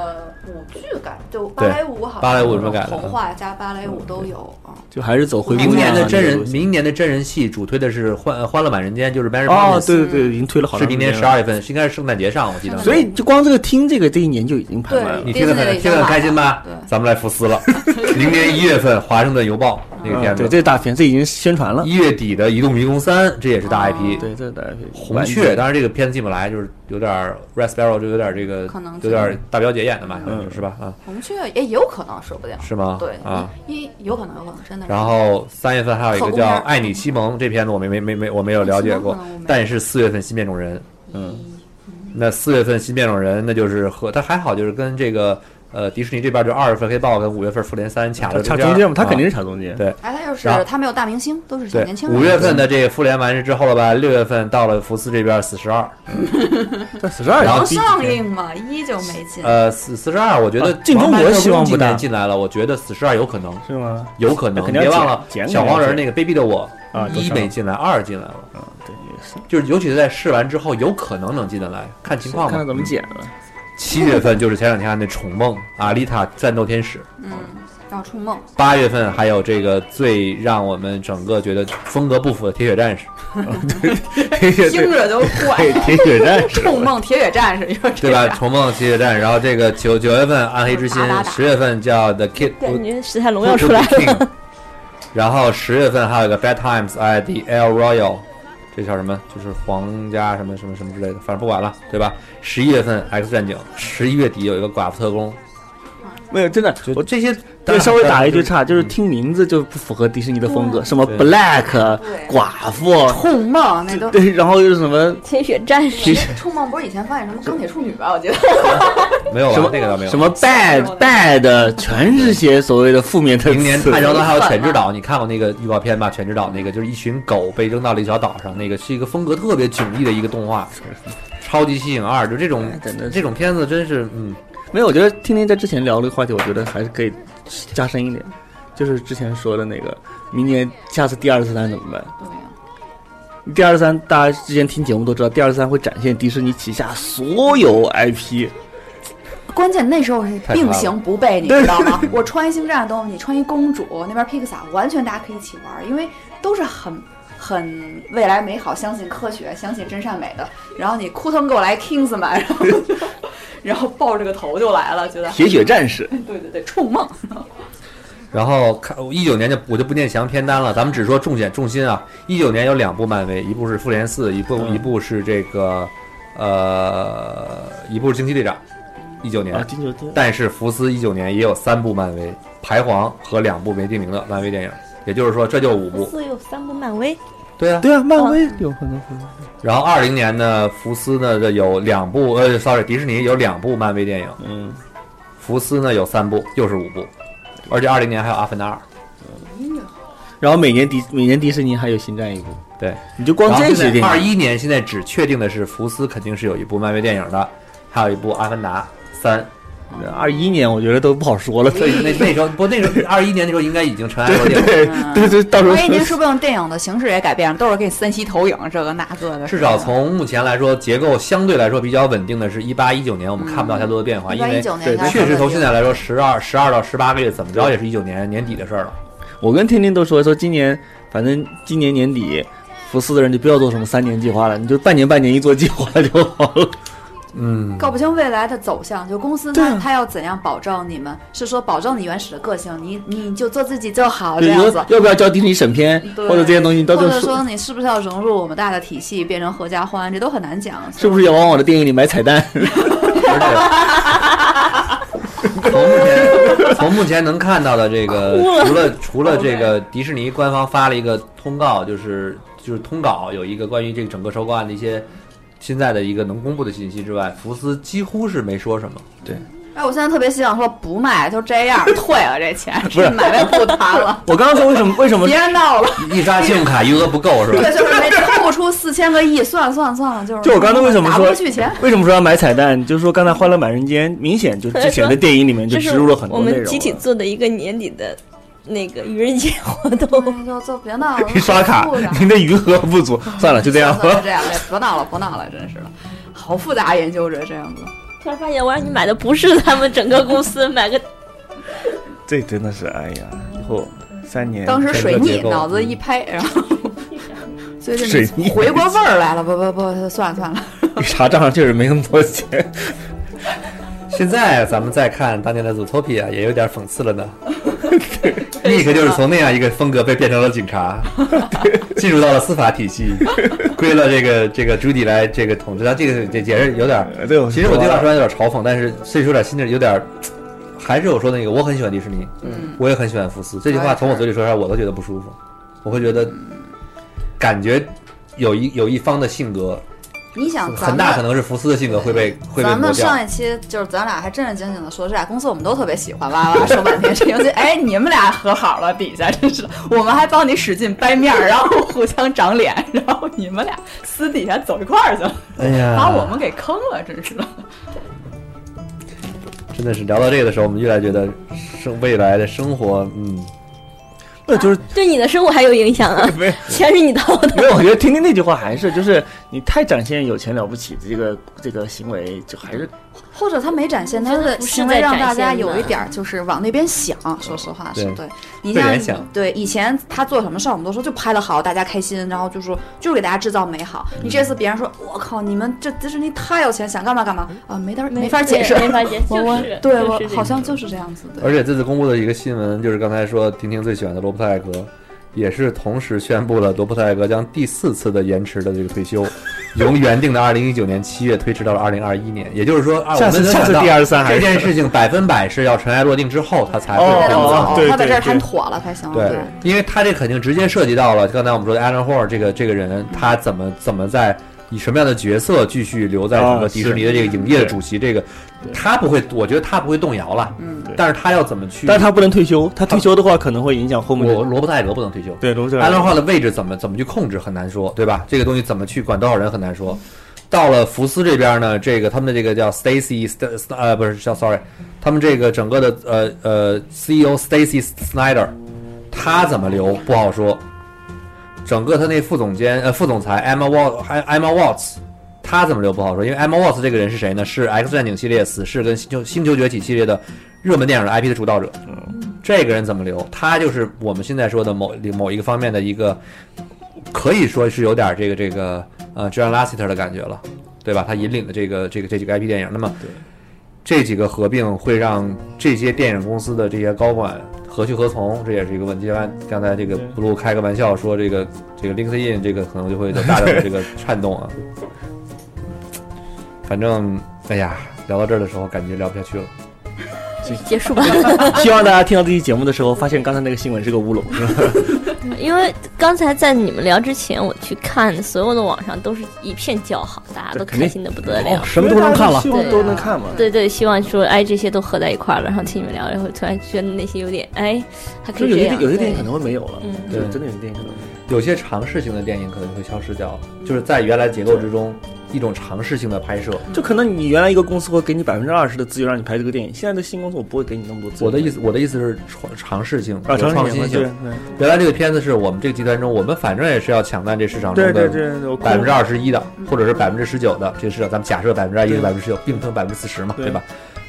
S5: 个舞剧改就芭
S3: 对
S5: 蕾舞好像，
S3: 芭蕾舞什么改的啊嗯
S5: 童话加芭蕾舞都有啊。
S2: 就还是走回
S3: 明
S2: 归
S3: 年的
S2: 啊
S3: 真
S2: 那
S3: 人，
S2: 个
S3: 明年的真人戏主推的是《欢呃欢乐满人间》，就是《Merry
S4: 哦
S3: Christmas，
S4: 对对对，已经推了好
S3: 是
S4: 长
S3: 明
S4: 时
S3: 年
S4: 间
S3: 十二月份，是应该是圣诞节上，我记得。
S2: 所以就光这个听这个，这一年就已经排
S5: 对
S2: 完了。
S3: 你听得很听得很开心吧？
S5: 对
S3: 咱们来福斯了。明年一月份，《华盛顿邮报》那个
S2: 嗯
S3: 片
S2: 对，
S3: 子，
S2: 这是大片，这已经宣传了。
S3: 一月底的《移动迷宫三》，这也是大 IP。
S2: 对，这是大片。
S3: 红雀，当然这个片子进不来，就是有点儿 r e s p e r o 就有点儿这个
S5: 可能，
S3: 有点儿大表姐演的嘛，好像是是吧？啊，
S5: 红雀也有可能，说不定。
S3: 是吗？
S5: 对
S3: 啊。，
S5: 因因有可能，有可能真的是。
S3: 然后三月份还有一个
S5: 后宫
S3: 叫
S5: 片
S3: 《
S5: 儿
S3: 爱你西蒙》这片子，我没没没没我没有了解过
S5: 爱你西蒙可能我没，
S3: 但是四月份《新变种人》，嗯，那四月份《新变种人》那就是和他还好，就是跟这个呃迪士尼这边就二月份黑豹跟五月份复联三卡
S4: 他
S3: 了
S4: 插中间嘛，他肯定
S3: 是
S4: 是插中间。
S3: 对。
S5: 哎，他就
S3: 然后
S5: 是他没有大明星，都是小
S3: 对
S5: 年，轻人。
S3: 五月份的这个复联完事之后了吧，六月份到了福斯这边四 十二，
S4: 四十二
S3: 然后
S5: 能上映吗？依旧没进。
S3: 呃四四十二，我觉得
S4: 啊进中
S3: 王
S4: 国
S3: 牌特工
S4: 希望不
S3: 今年
S4: 大
S3: 进来了，我觉得四十二有可能，
S4: 是吗？
S3: 有可
S4: 那
S3: 能，
S4: 肯定
S3: 别
S4: 要
S3: 忘
S4: 减
S3: 了
S4: 减
S3: 小
S4: 肯定要
S3: 黄人
S4: 减
S3: 那个卑鄙的我
S4: 啊都
S3: 一
S4: 上
S3: 没
S4: 了
S3: 进来，二进来了。
S4: 对，也是
S3: 就是尤其是在试完之后，有可能能进得来，看情况
S4: 看
S3: 吧。
S4: 他
S3: 嗯
S4: 怎么剪了。
S3: 七月份就是前两天啊看那《宠梦》《阿丽塔战斗天使》，
S5: 嗯，然后《冲梦》
S3: 八月份还有这个最让我们整个觉得风格不符的《铁血 战士》，
S5: 听着就怪，
S4: 铁血战士，
S5: 《冲梦》《铁血战士》你说
S3: 对吧？《宠梦》《铁血战士》，然后这个九九月份《暗黑之心
S5: 打打》，打
S3: 十月份叫《The Kid》，
S7: 感觉史泰龙 要出来了，
S3: 了。然后十月份还有一个《Bad Times at the El Royal》，这叫什么？就是皇家什么什么什么之类的，反正不管了，对吧？十一月份《X 战警》，十一月底有一个《寡妇特工
S8: 没有真的》，
S3: 就
S8: 我。
S3: 这些。
S8: 对，稍微打一句岔，就是
S3: 嗯
S8: 听名字就不符合迪士尼的风格，什么
S3: 对
S8: Black
S5: 对
S8: 寡妇，
S5: 冲梦那都。
S8: 对，然后又是什么
S7: 天选战士，
S5: 冲梦不是以前翻译什么钢铁处女吧？我 觉得
S3: 没有了
S8: 什么
S3: 那个倒没有。
S8: 什么 Bad Bad，全是些所谓的负面特
S3: 明年
S8: 词
S3: 《太。阳岛》还有《犬之岛》，你看过那个预告片吧？《犬之岛》那个就是一群狗被扔到了一小岛上，那个是一个风格特别迥异的一个动画，《超级吸影二》就这种
S8: 哎真的是
S3: 这种片子真是嗯，
S8: 没有，我觉得听听在之前聊这个话题，我觉得还是可以加深一点，就是之前说的那个，明年下次第二次三怎么办？第二三，大家之前听节目都知道，第二三会展现迪士尼旗下所有 IP，
S5: 关键那时候是并行不悖，你
S8: 对
S5: 知道吗？我穿一星战的东西，你穿一公主，那边 Pixar 完全大家可以一起玩儿，因为都是很很未来美好，相信科学，相信真善美的。然后你扑腾给我来 Kingsman，然后 就然后抱着个头就来了，觉得
S8: 铁血战士。
S5: 对对对，冲 梦。
S3: 然后看一九年就我就不念详片单了，咱们只说重点重心啊。一九年有两部漫威，一部是复联四，一部、
S8: 嗯
S3: 一部是这个呃，一部是惊奇队长。一九年，
S8: 啊，金球天，
S3: 但是福斯一九年也有三部漫威排黄和两部没定名的漫威电影，也就是说这就五部。
S7: 四有三部漫威，
S3: 对啊，
S8: 对啊，漫威有很多。
S3: 然后二零年呢，福斯呢这有两部，呃，sorry，迪士尼有两部漫威电影，
S8: 嗯，
S3: 福斯呢有三部，又是五部，而且二零年还有《阿凡达二》。
S8: 然后每年迪每年迪士尼还有星战一部，
S3: 对，
S8: 你就光这些电
S3: 二
S8: 影，
S3: 一年现在只确定的是福斯肯定是有一部漫威电影的，还有一部《阿凡达三》。
S8: 二一年我觉得都不好说了。
S3: 所以那 那时候不那时候二一年那时候应该已经尘埃落定了。
S8: 对对对，到时候
S5: 所以您说不定电影的形式也改变了，都是给你三息投影这个那个的。
S3: 至少从目前来说，结构相对来说比较稳定的
S8: 嗯
S3: 是一八一九年，我们看不到太多的变化，
S5: 一
S3: 因
S5: 八
S3: 为
S5: 一九年应该
S3: 确实从现在来说，十二十二到十八个月，怎么着也是一九年年底的事儿了。
S8: 我跟天天都说说，今年反正今年年底，福斯的人就不要做什么三年计划了，你就半年半年一做计划就好了。
S3: 嗯，
S5: 搞不清未来的走向，就公司
S8: 啊
S5: 它它要怎样保证你们？是说保证你原始的个性，你你就做自己就好
S8: 比
S5: 这
S8: 如
S5: 样子
S8: 说。要不要教迪士尼审片，
S5: 对
S8: 或者这些东西，到
S5: 或
S8: 最
S5: 者
S8: 后
S5: 说你是不是要融入我们大的体系，变成合家欢，这都很难讲。
S8: 是不是要往我的电影里买彩蛋？
S3: 而且从目前从目前能看到的这个，除了除了这个迪士尼官方发了一个通告，就是就是通稿有一个关于这个整个收购案的一些现在的一个能公布的信息之外，福斯几乎是没说什么。
S5: 哎，我现在特别希望说不卖，就这样退了这钱， 这买卖不谈了，
S8: 我刚刚说为什么为什么
S5: 别闹了。
S3: 一刷信用卡余额不够是吧
S5: 对？，就是没抽不出四千个亿，算了算了算了，就是
S8: 就我刚才为什么
S5: 打
S8: 说
S5: 不 去钱？哎
S8: 为什么说要买彩蛋？就是说刚才《欢乐满人间》明显就是之前的电影里面就
S7: 这
S8: 植
S7: 是
S8: 入了很
S7: 我
S8: 多内容
S7: 们
S8: 了。
S7: 集体做的一个年底的那个愚人节 活动。
S5: 哎就就别闹了，
S8: 一 刷卡
S5: 不然，
S8: 您的余额不足，
S7: 啊
S8: 算了，就这样
S5: 算了
S8: 吧。
S5: 这样，别闹了，不闹了，真是的，好复杂研究者这样子。
S7: 突然发现，我让你买的不是他们整个公司，买 个
S8: 这真的是，哎呀，以后三年
S5: 当时水
S3: 整个结
S5: 逆，
S3: 构嗯
S5: 脑子一拍，然后最
S8: 水
S5: 近
S8: 逆
S5: 回过味儿来了，不不不，算了算了，
S8: 查账上确实没那么多钱。
S3: 现在啊咱们再看当年的《Zootopia》，也有点讽刺了呢。尼克就是从那样一个风格被变成了警察，进入到了司法体系，归了这个这个朱迪来这个统治。他这个这也是有点，
S8: 对，我
S3: 其实我这话说有点嘲讽，但是所以说有点心里有点，还是我说那个，我很喜欢迪士尼，
S5: 嗯，
S3: 我也很喜欢福斯。这句话从我嘴里说出来，我都觉得不舒服，我会觉得感觉有一有一方的性格，
S5: 你想啊咱
S3: 很大可
S5: 们。
S3: 能是福斯的性格会被会被
S5: 咱
S3: 磨
S5: 们
S3: 掉。
S5: 上一期就是咱俩还正正经经的说，这俩公司我们都特别喜欢，哇哇说半天这游戏，哎，你们俩和好了，底下真是，我们还帮你使劲掰面儿，然后互相长脸，然后你们俩私底下走一块儿去了，
S3: 哎呀，
S5: 把我们给坑了，真是的。
S3: 真的是聊到这个的时候，我们越来觉得生未来的生活，嗯，
S8: 那就是
S7: 对你的生活还有影响啊
S8: 没有，
S7: 全是你掏 的。
S8: 没有，我觉得婷婷那句话还是就是你太展现有钱了不起的这个这个行为，就还是
S5: 或者他没展
S7: 嗯
S5: 现他的行为，让大家有一点儿就是往那边想。说实话，是
S3: 对
S5: 对。你
S3: 被
S5: 像
S3: 联想
S5: 对以前他做什么事儿，我们都说就拍的好，大家开心，然后就说就是给大家制造美好。你这次
S8: 嗯
S5: 别人说，我靠，你们这迪士尼太有钱，想干嘛干嘛啊，没得没法解释。
S7: 没法解释，
S5: 我
S7: 就
S5: 我
S7: 是
S5: 对
S7: 就
S5: 我
S7: 是这
S5: 好像
S7: 种
S5: 就是这样子，对
S3: 而且这次公布的一个新闻就是刚才说婷婷最喜欢的罗伯特艾格，也是同时宣布了罗伯特·艾格将第四次的延迟的这个退休，由原定的二零一九年七月推迟到了二零二一年。也就是说，啊，我
S8: 下次
S3: 们能
S8: 下次
S3: 想到
S8: 第二十三还是
S3: 这件事情百分百是要尘埃落定之后，他才会
S8: 哦
S3: 这
S5: 能
S3: 么
S8: 哦
S3: 做。
S5: 走
S8: 对，
S5: 他把
S8: 对
S5: 这儿
S8: 对
S5: 谈妥了才
S8: 啊
S5: 行。
S3: 对，因为他这肯定直接涉及到了刚才我们说的 Alan Hall 这个这个
S8: 嗯
S3: 人，他怎么怎么在以什么样的角色继续留在
S8: 啊
S3: 整个迪士尼的这个影业的主席，这个
S8: 对
S3: 他不会，我觉得他不会动摇了。
S5: 嗯，
S8: 对
S3: 但是他要怎么去？
S8: 但是他不能退休，他退休的话可能会影响后面
S3: 我
S8: 的。
S3: 罗伯特艾格不能退休，
S8: 对，罗
S3: 安乐
S8: 这
S3: 化的位置怎么怎么去控制很难说，对吧？这个东西怎么去管多少人很难说。到了福斯这边呢，这个他们的这个叫 Stacy St- St- 呃不是叫 sorry，他们这个整个的呃呃 CEO Stacy Snyder，他怎么留不好说。整个他那副总监呃副总裁 Emma Watts Emma Watts，他怎么留不好说，因为 Emma Watts 这个人是谁呢？是 X 战警系列、死侍跟星球星球崛起系列的热门电影的 IP 的主导者。这个人怎么留？他就是我们现在说的某某一个方面的一个，可以说是有点这个这个呃 John Lasseter 的感觉了，对吧？他引领的这个这个这几个 IP 电影，那么这几个合并会让这些电影公司的这些高管何去何从，这也是一个问题。刚才刚才这个
S8: 对
S3: Blue 开个玩笑说这个这个 LinkedIn 这个可能就会有大量的这个颤动啊。反正哎呀，聊到这儿的时候感觉聊不下去了。
S7: 结束吧。
S8: 希望大家听到这期节目的时候，发现刚才那个新闻是个乌龙，是吧？
S7: 因为刚才在你们聊之前，我去看所有的网上都是一片叫好，大家都开心的不得了。
S2: 什么都能看了
S8: 希望都能看嘛。
S7: 对对，希望说哎这些都合在一块儿了，然后听你们聊，然后突然觉得内心有点哎还可
S8: 就
S7: 以
S8: 有
S7: 这
S8: 些
S7: 样。
S8: 有些电影
S7: 对
S8: 可能会没有了，
S7: 嗯
S8: 就真的有些电影可能没有
S3: 有些尝试性的电影可能会消失掉，就是在原来结构之中一种尝试性的拍摄。
S8: 就可能你原来一个公司会给你百分之二十的资源让你拍这个电影，现在的新公司我不会给你那么多资源。
S3: 我的意
S8: 思
S3: 思，我的意思是创尝试性、
S8: 啊，
S3: 有
S8: 长
S3: 创
S8: 时
S3: 新
S8: 间对
S3: 性。原来这个片子是我们这个集团中，我们反正也是要抢占这市场中
S8: 对对对
S3: 的
S8: 对对，我
S3: 百分之
S8: 控
S3: 二十一的，或者是百分之十九的这个市场。咱们假设百分之二十一、
S8: 对
S3: 百分之十九，并不是百分之四十嘛，
S8: 对
S3: 对吧？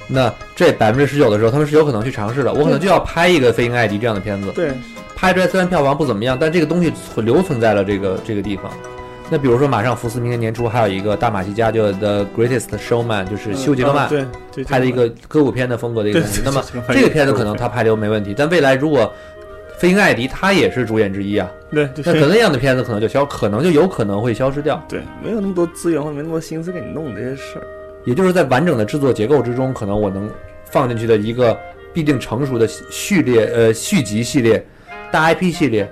S3: 那这百分之十九的时候，他们是有可能去尝试的。我可能就要拍一个《飞鹰艾迪》这样的片子，
S8: 对
S3: 拍出来虽然票房不怎么样，但这个东西存留存在了这个这个地方。那比如说，马上福斯明年年初还有一个大马戏家叫《The Greatest Showman》，就是休杰克曼、
S8: 嗯对对
S3: 拍的一个歌舞片的风格的一个
S8: 对
S3: 东西。那么
S8: 么
S3: 这个片子可能他拍流没问题，但未来如果飞行艾迪他也是主演之一啊，
S8: 对对
S3: 那可能那样的片子可能就消，可能就有可能会消失掉。
S8: 对没有那么多资源或者没那么多心思给你弄这些事儿。
S3: 也就是在完整的制作结构之中，可能我能放进去的一个必定成熟的序列，呃，续集系列、大 IP 系列，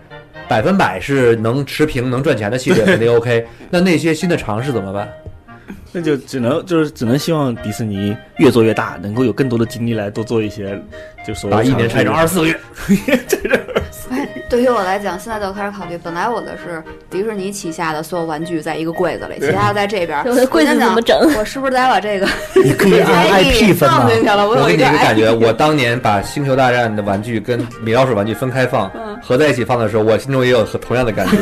S3: 百分百是能持平、能赚钱的系列， 肯定 OK。那那些新的尝试怎么办？
S8: 那就只能就是只能希望迪士尼越做越大，能够有更多的精力来多做一些，就所谓
S3: 把一
S8: 尝
S3: 年
S8: 试
S3: 拆成二十四个月，
S5: 对于我来讲，现在就开始考虑，本来我的是迪士尼旗下的所有玩具在一个柜子里，其他的在这边。
S7: 我的柜子
S5: 我先
S7: 怎么
S5: 讲
S7: 整？
S5: 我是不是得把这个
S4: 你 可以按 IP 分
S5: 放
S4: 嘛。
S5: 进去了？我
S3: 我
S5: 有
S3: 给
S5: 一
S3: 你
S5: 个
S3: 一个感
S5: IP
S3: 觉，我当年把《星球大战》的玩具跟米老鼠玩具分开放，合在一起放的时候，我心中也有同样的感觉。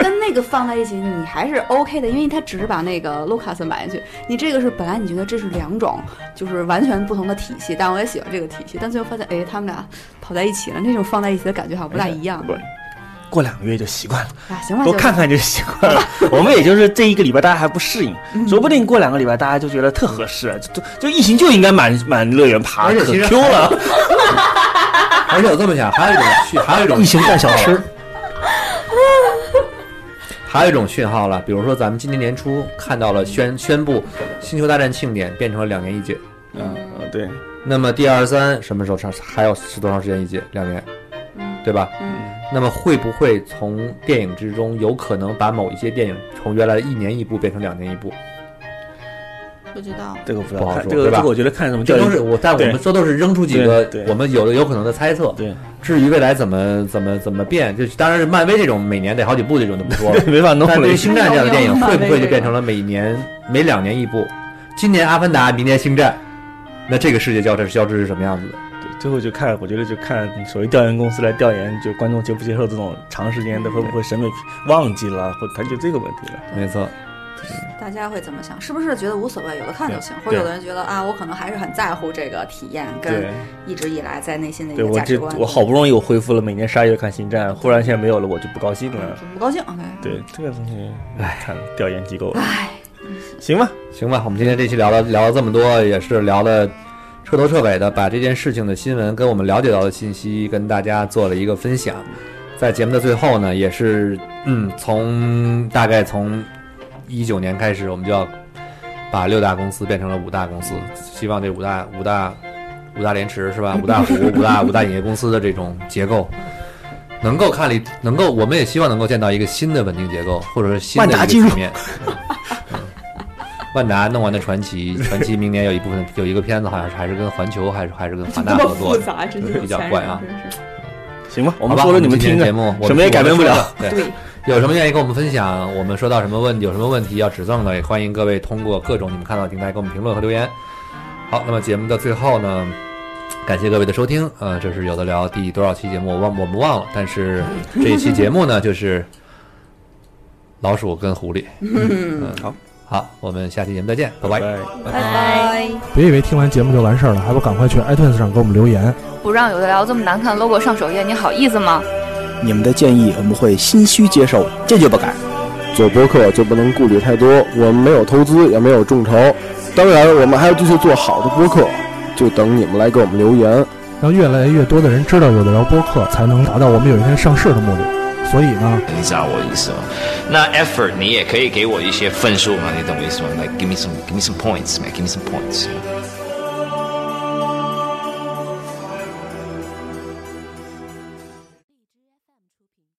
S5: 跟那个放在一起，你还是 OK 的，因为它只是把那个 Lucas 买进去。你这个是本来你觉得这是两种，就是完全不同的体系，但我也喜欢这个体系，但最后发现，哎，他们俩跑在一起了，那种放在一起的感觉好像不大一样。
S8: 不过两个月就习惯了，
S5: 啊，行吧，
S8: 多
S5: 就
S8: 看看就习惯 了。我们也就是这一个礼拜，大家还不适
S5: 嗯
S8: 应，说不定过两个礼拜大家就觉得特合适，就就就疫情就应该满满乐园爬，
S3: 而且
S8: 可
S3: 其实
S8: Q 了。
S3: 而且我这么 想，还有一种讯，还有一种
S4: 疫情干小吃，
S3: 还有一种讯号了，比如说咱们今年年初看到了宣宣布《星球大战》庆典变成了两年一届，
S8: 嗯，嗯对，
S3: 那么第二三什么时候上还有是多长时间一届？两年，对吧？
S5: 嗯
S3: 那么会不会从电影之中有可能把某一些电影从原来的一年一部变成两年一部？
S5: 不知道。
S8: 这个不知
S3: 不
S8: 道，
S3: 好
S8: 看
S3: 说
S8: 这个
S3: 对吧
S8: 这个我觉得看什么教
S3: 这
S8: 育
S3: 都是我，但我
S8: 对
S3: 们这都是扔出几个
S8: 对对
S3: 我们有的有可能的猜测。
S8: 对，。
S3: 至于未来怎么怎么怎么变，就当然是漫威这种每年得好几部这种就不说了
S8: 没法弄
S3: 但
S8: 了
S3: 对于。星战这样的电影，会不会就变成了每年每两年一部？今年《阿凡达》，明年《星战》，那这个世界交织交织是什么样子的？
S8: 最后就看，我觉得就看所谓调研公司来调研，就观众接不接受这种长时间的，会不会审美忘记了，或他就这个问题了。
S3: 没错，
S5: 大家会怎么想？是不是觉得无所谓，有的看就行？
S8: 对
S5: 或者有的人觉得啊，我可能还是很在乎这个体验，
S8: 对
S5: 跟，一直以来在内心的一
S8: 对
S5: 个
S8: 我
S5: 价值
S8: 这
S5: 观。
S8: 我好不容易我恢复了每年十二月看星战，忽然现在没有了，我就不高兴了。
S5: 嗯不高兴。OK，
S8: 对，这个东西，哎，看调研机构了，
S5: 唉，
S8: 行吧，
S3: 行吧，我们今天这期聊了聊了这么多，也是聊的彻头彻尾的，把这件事情的新闻跟我们了解到的信息跟大家做了一个分享。在节目的最后呢，也是嗯，从大概从一九年开始，我们就要把六大公司变成了五大公司，希望这五大五大五大连 池是吧？五大湖、五大五大影业公司的这种结构。能够看里，能够，我们也希望能够见到一个新的稳定结构，或者是新的
S4: 万达
S3: 一个
S4: 进入
S3: 局面。万达弄完的传奇，传奇明年有一部分有一个片子，好像是还是跟环球，还是 还是跟华纳
S7: 这
S3: 合
S7: 么
S3: 作
S7: 复
S3: 的。
S7: 杂，真是
S3: 比较怪啊
S8: 行吧，我
S3: 我
S8: 们说了你们听
S3: 节
S8: 着，
S3: 目，我
S8: 什么也改变不了。
S3: 我们说的
S7: 对，
S3: 对，有什么愿意跟我们分享，我们说到什么问，有什么问题要指正的，也欢迎各位通过各种你们看到的平台给我们评论和留言。好，那么节目的最后呢，感谢各位的收听。呃，这是有的聊第多少期节目，我忘我们忘了，但是这一期节目呢，就是老鼠跟狐狸。嗯，好，好，我们下期节目再见，拜拜。
S8: 拜。
S7: 拜拜。
S9: 别以为听完节目就完事儿了，还不赶快去 iTunes 上给我们留言。
S5: 不让有的聊这么难看 logo 上首页，你好意思吗？
S4: 你们的建议我们会心虚接受，坚决不改。
S1: 做播客就不能顾虑太多，我们没有投资，也没有众筹，当然我们还要继续做好的播客，就等你们来给我们留言。
S9: 让越来越多的人知道有的聊播客，才能达到我们有一天上市的目的。所以呢，
S10: 你知道我意思吗？那 effort 你也可以给我一些分数嘛，你懂我意思吗？Like give me some give me some points, man, give me some points. you know?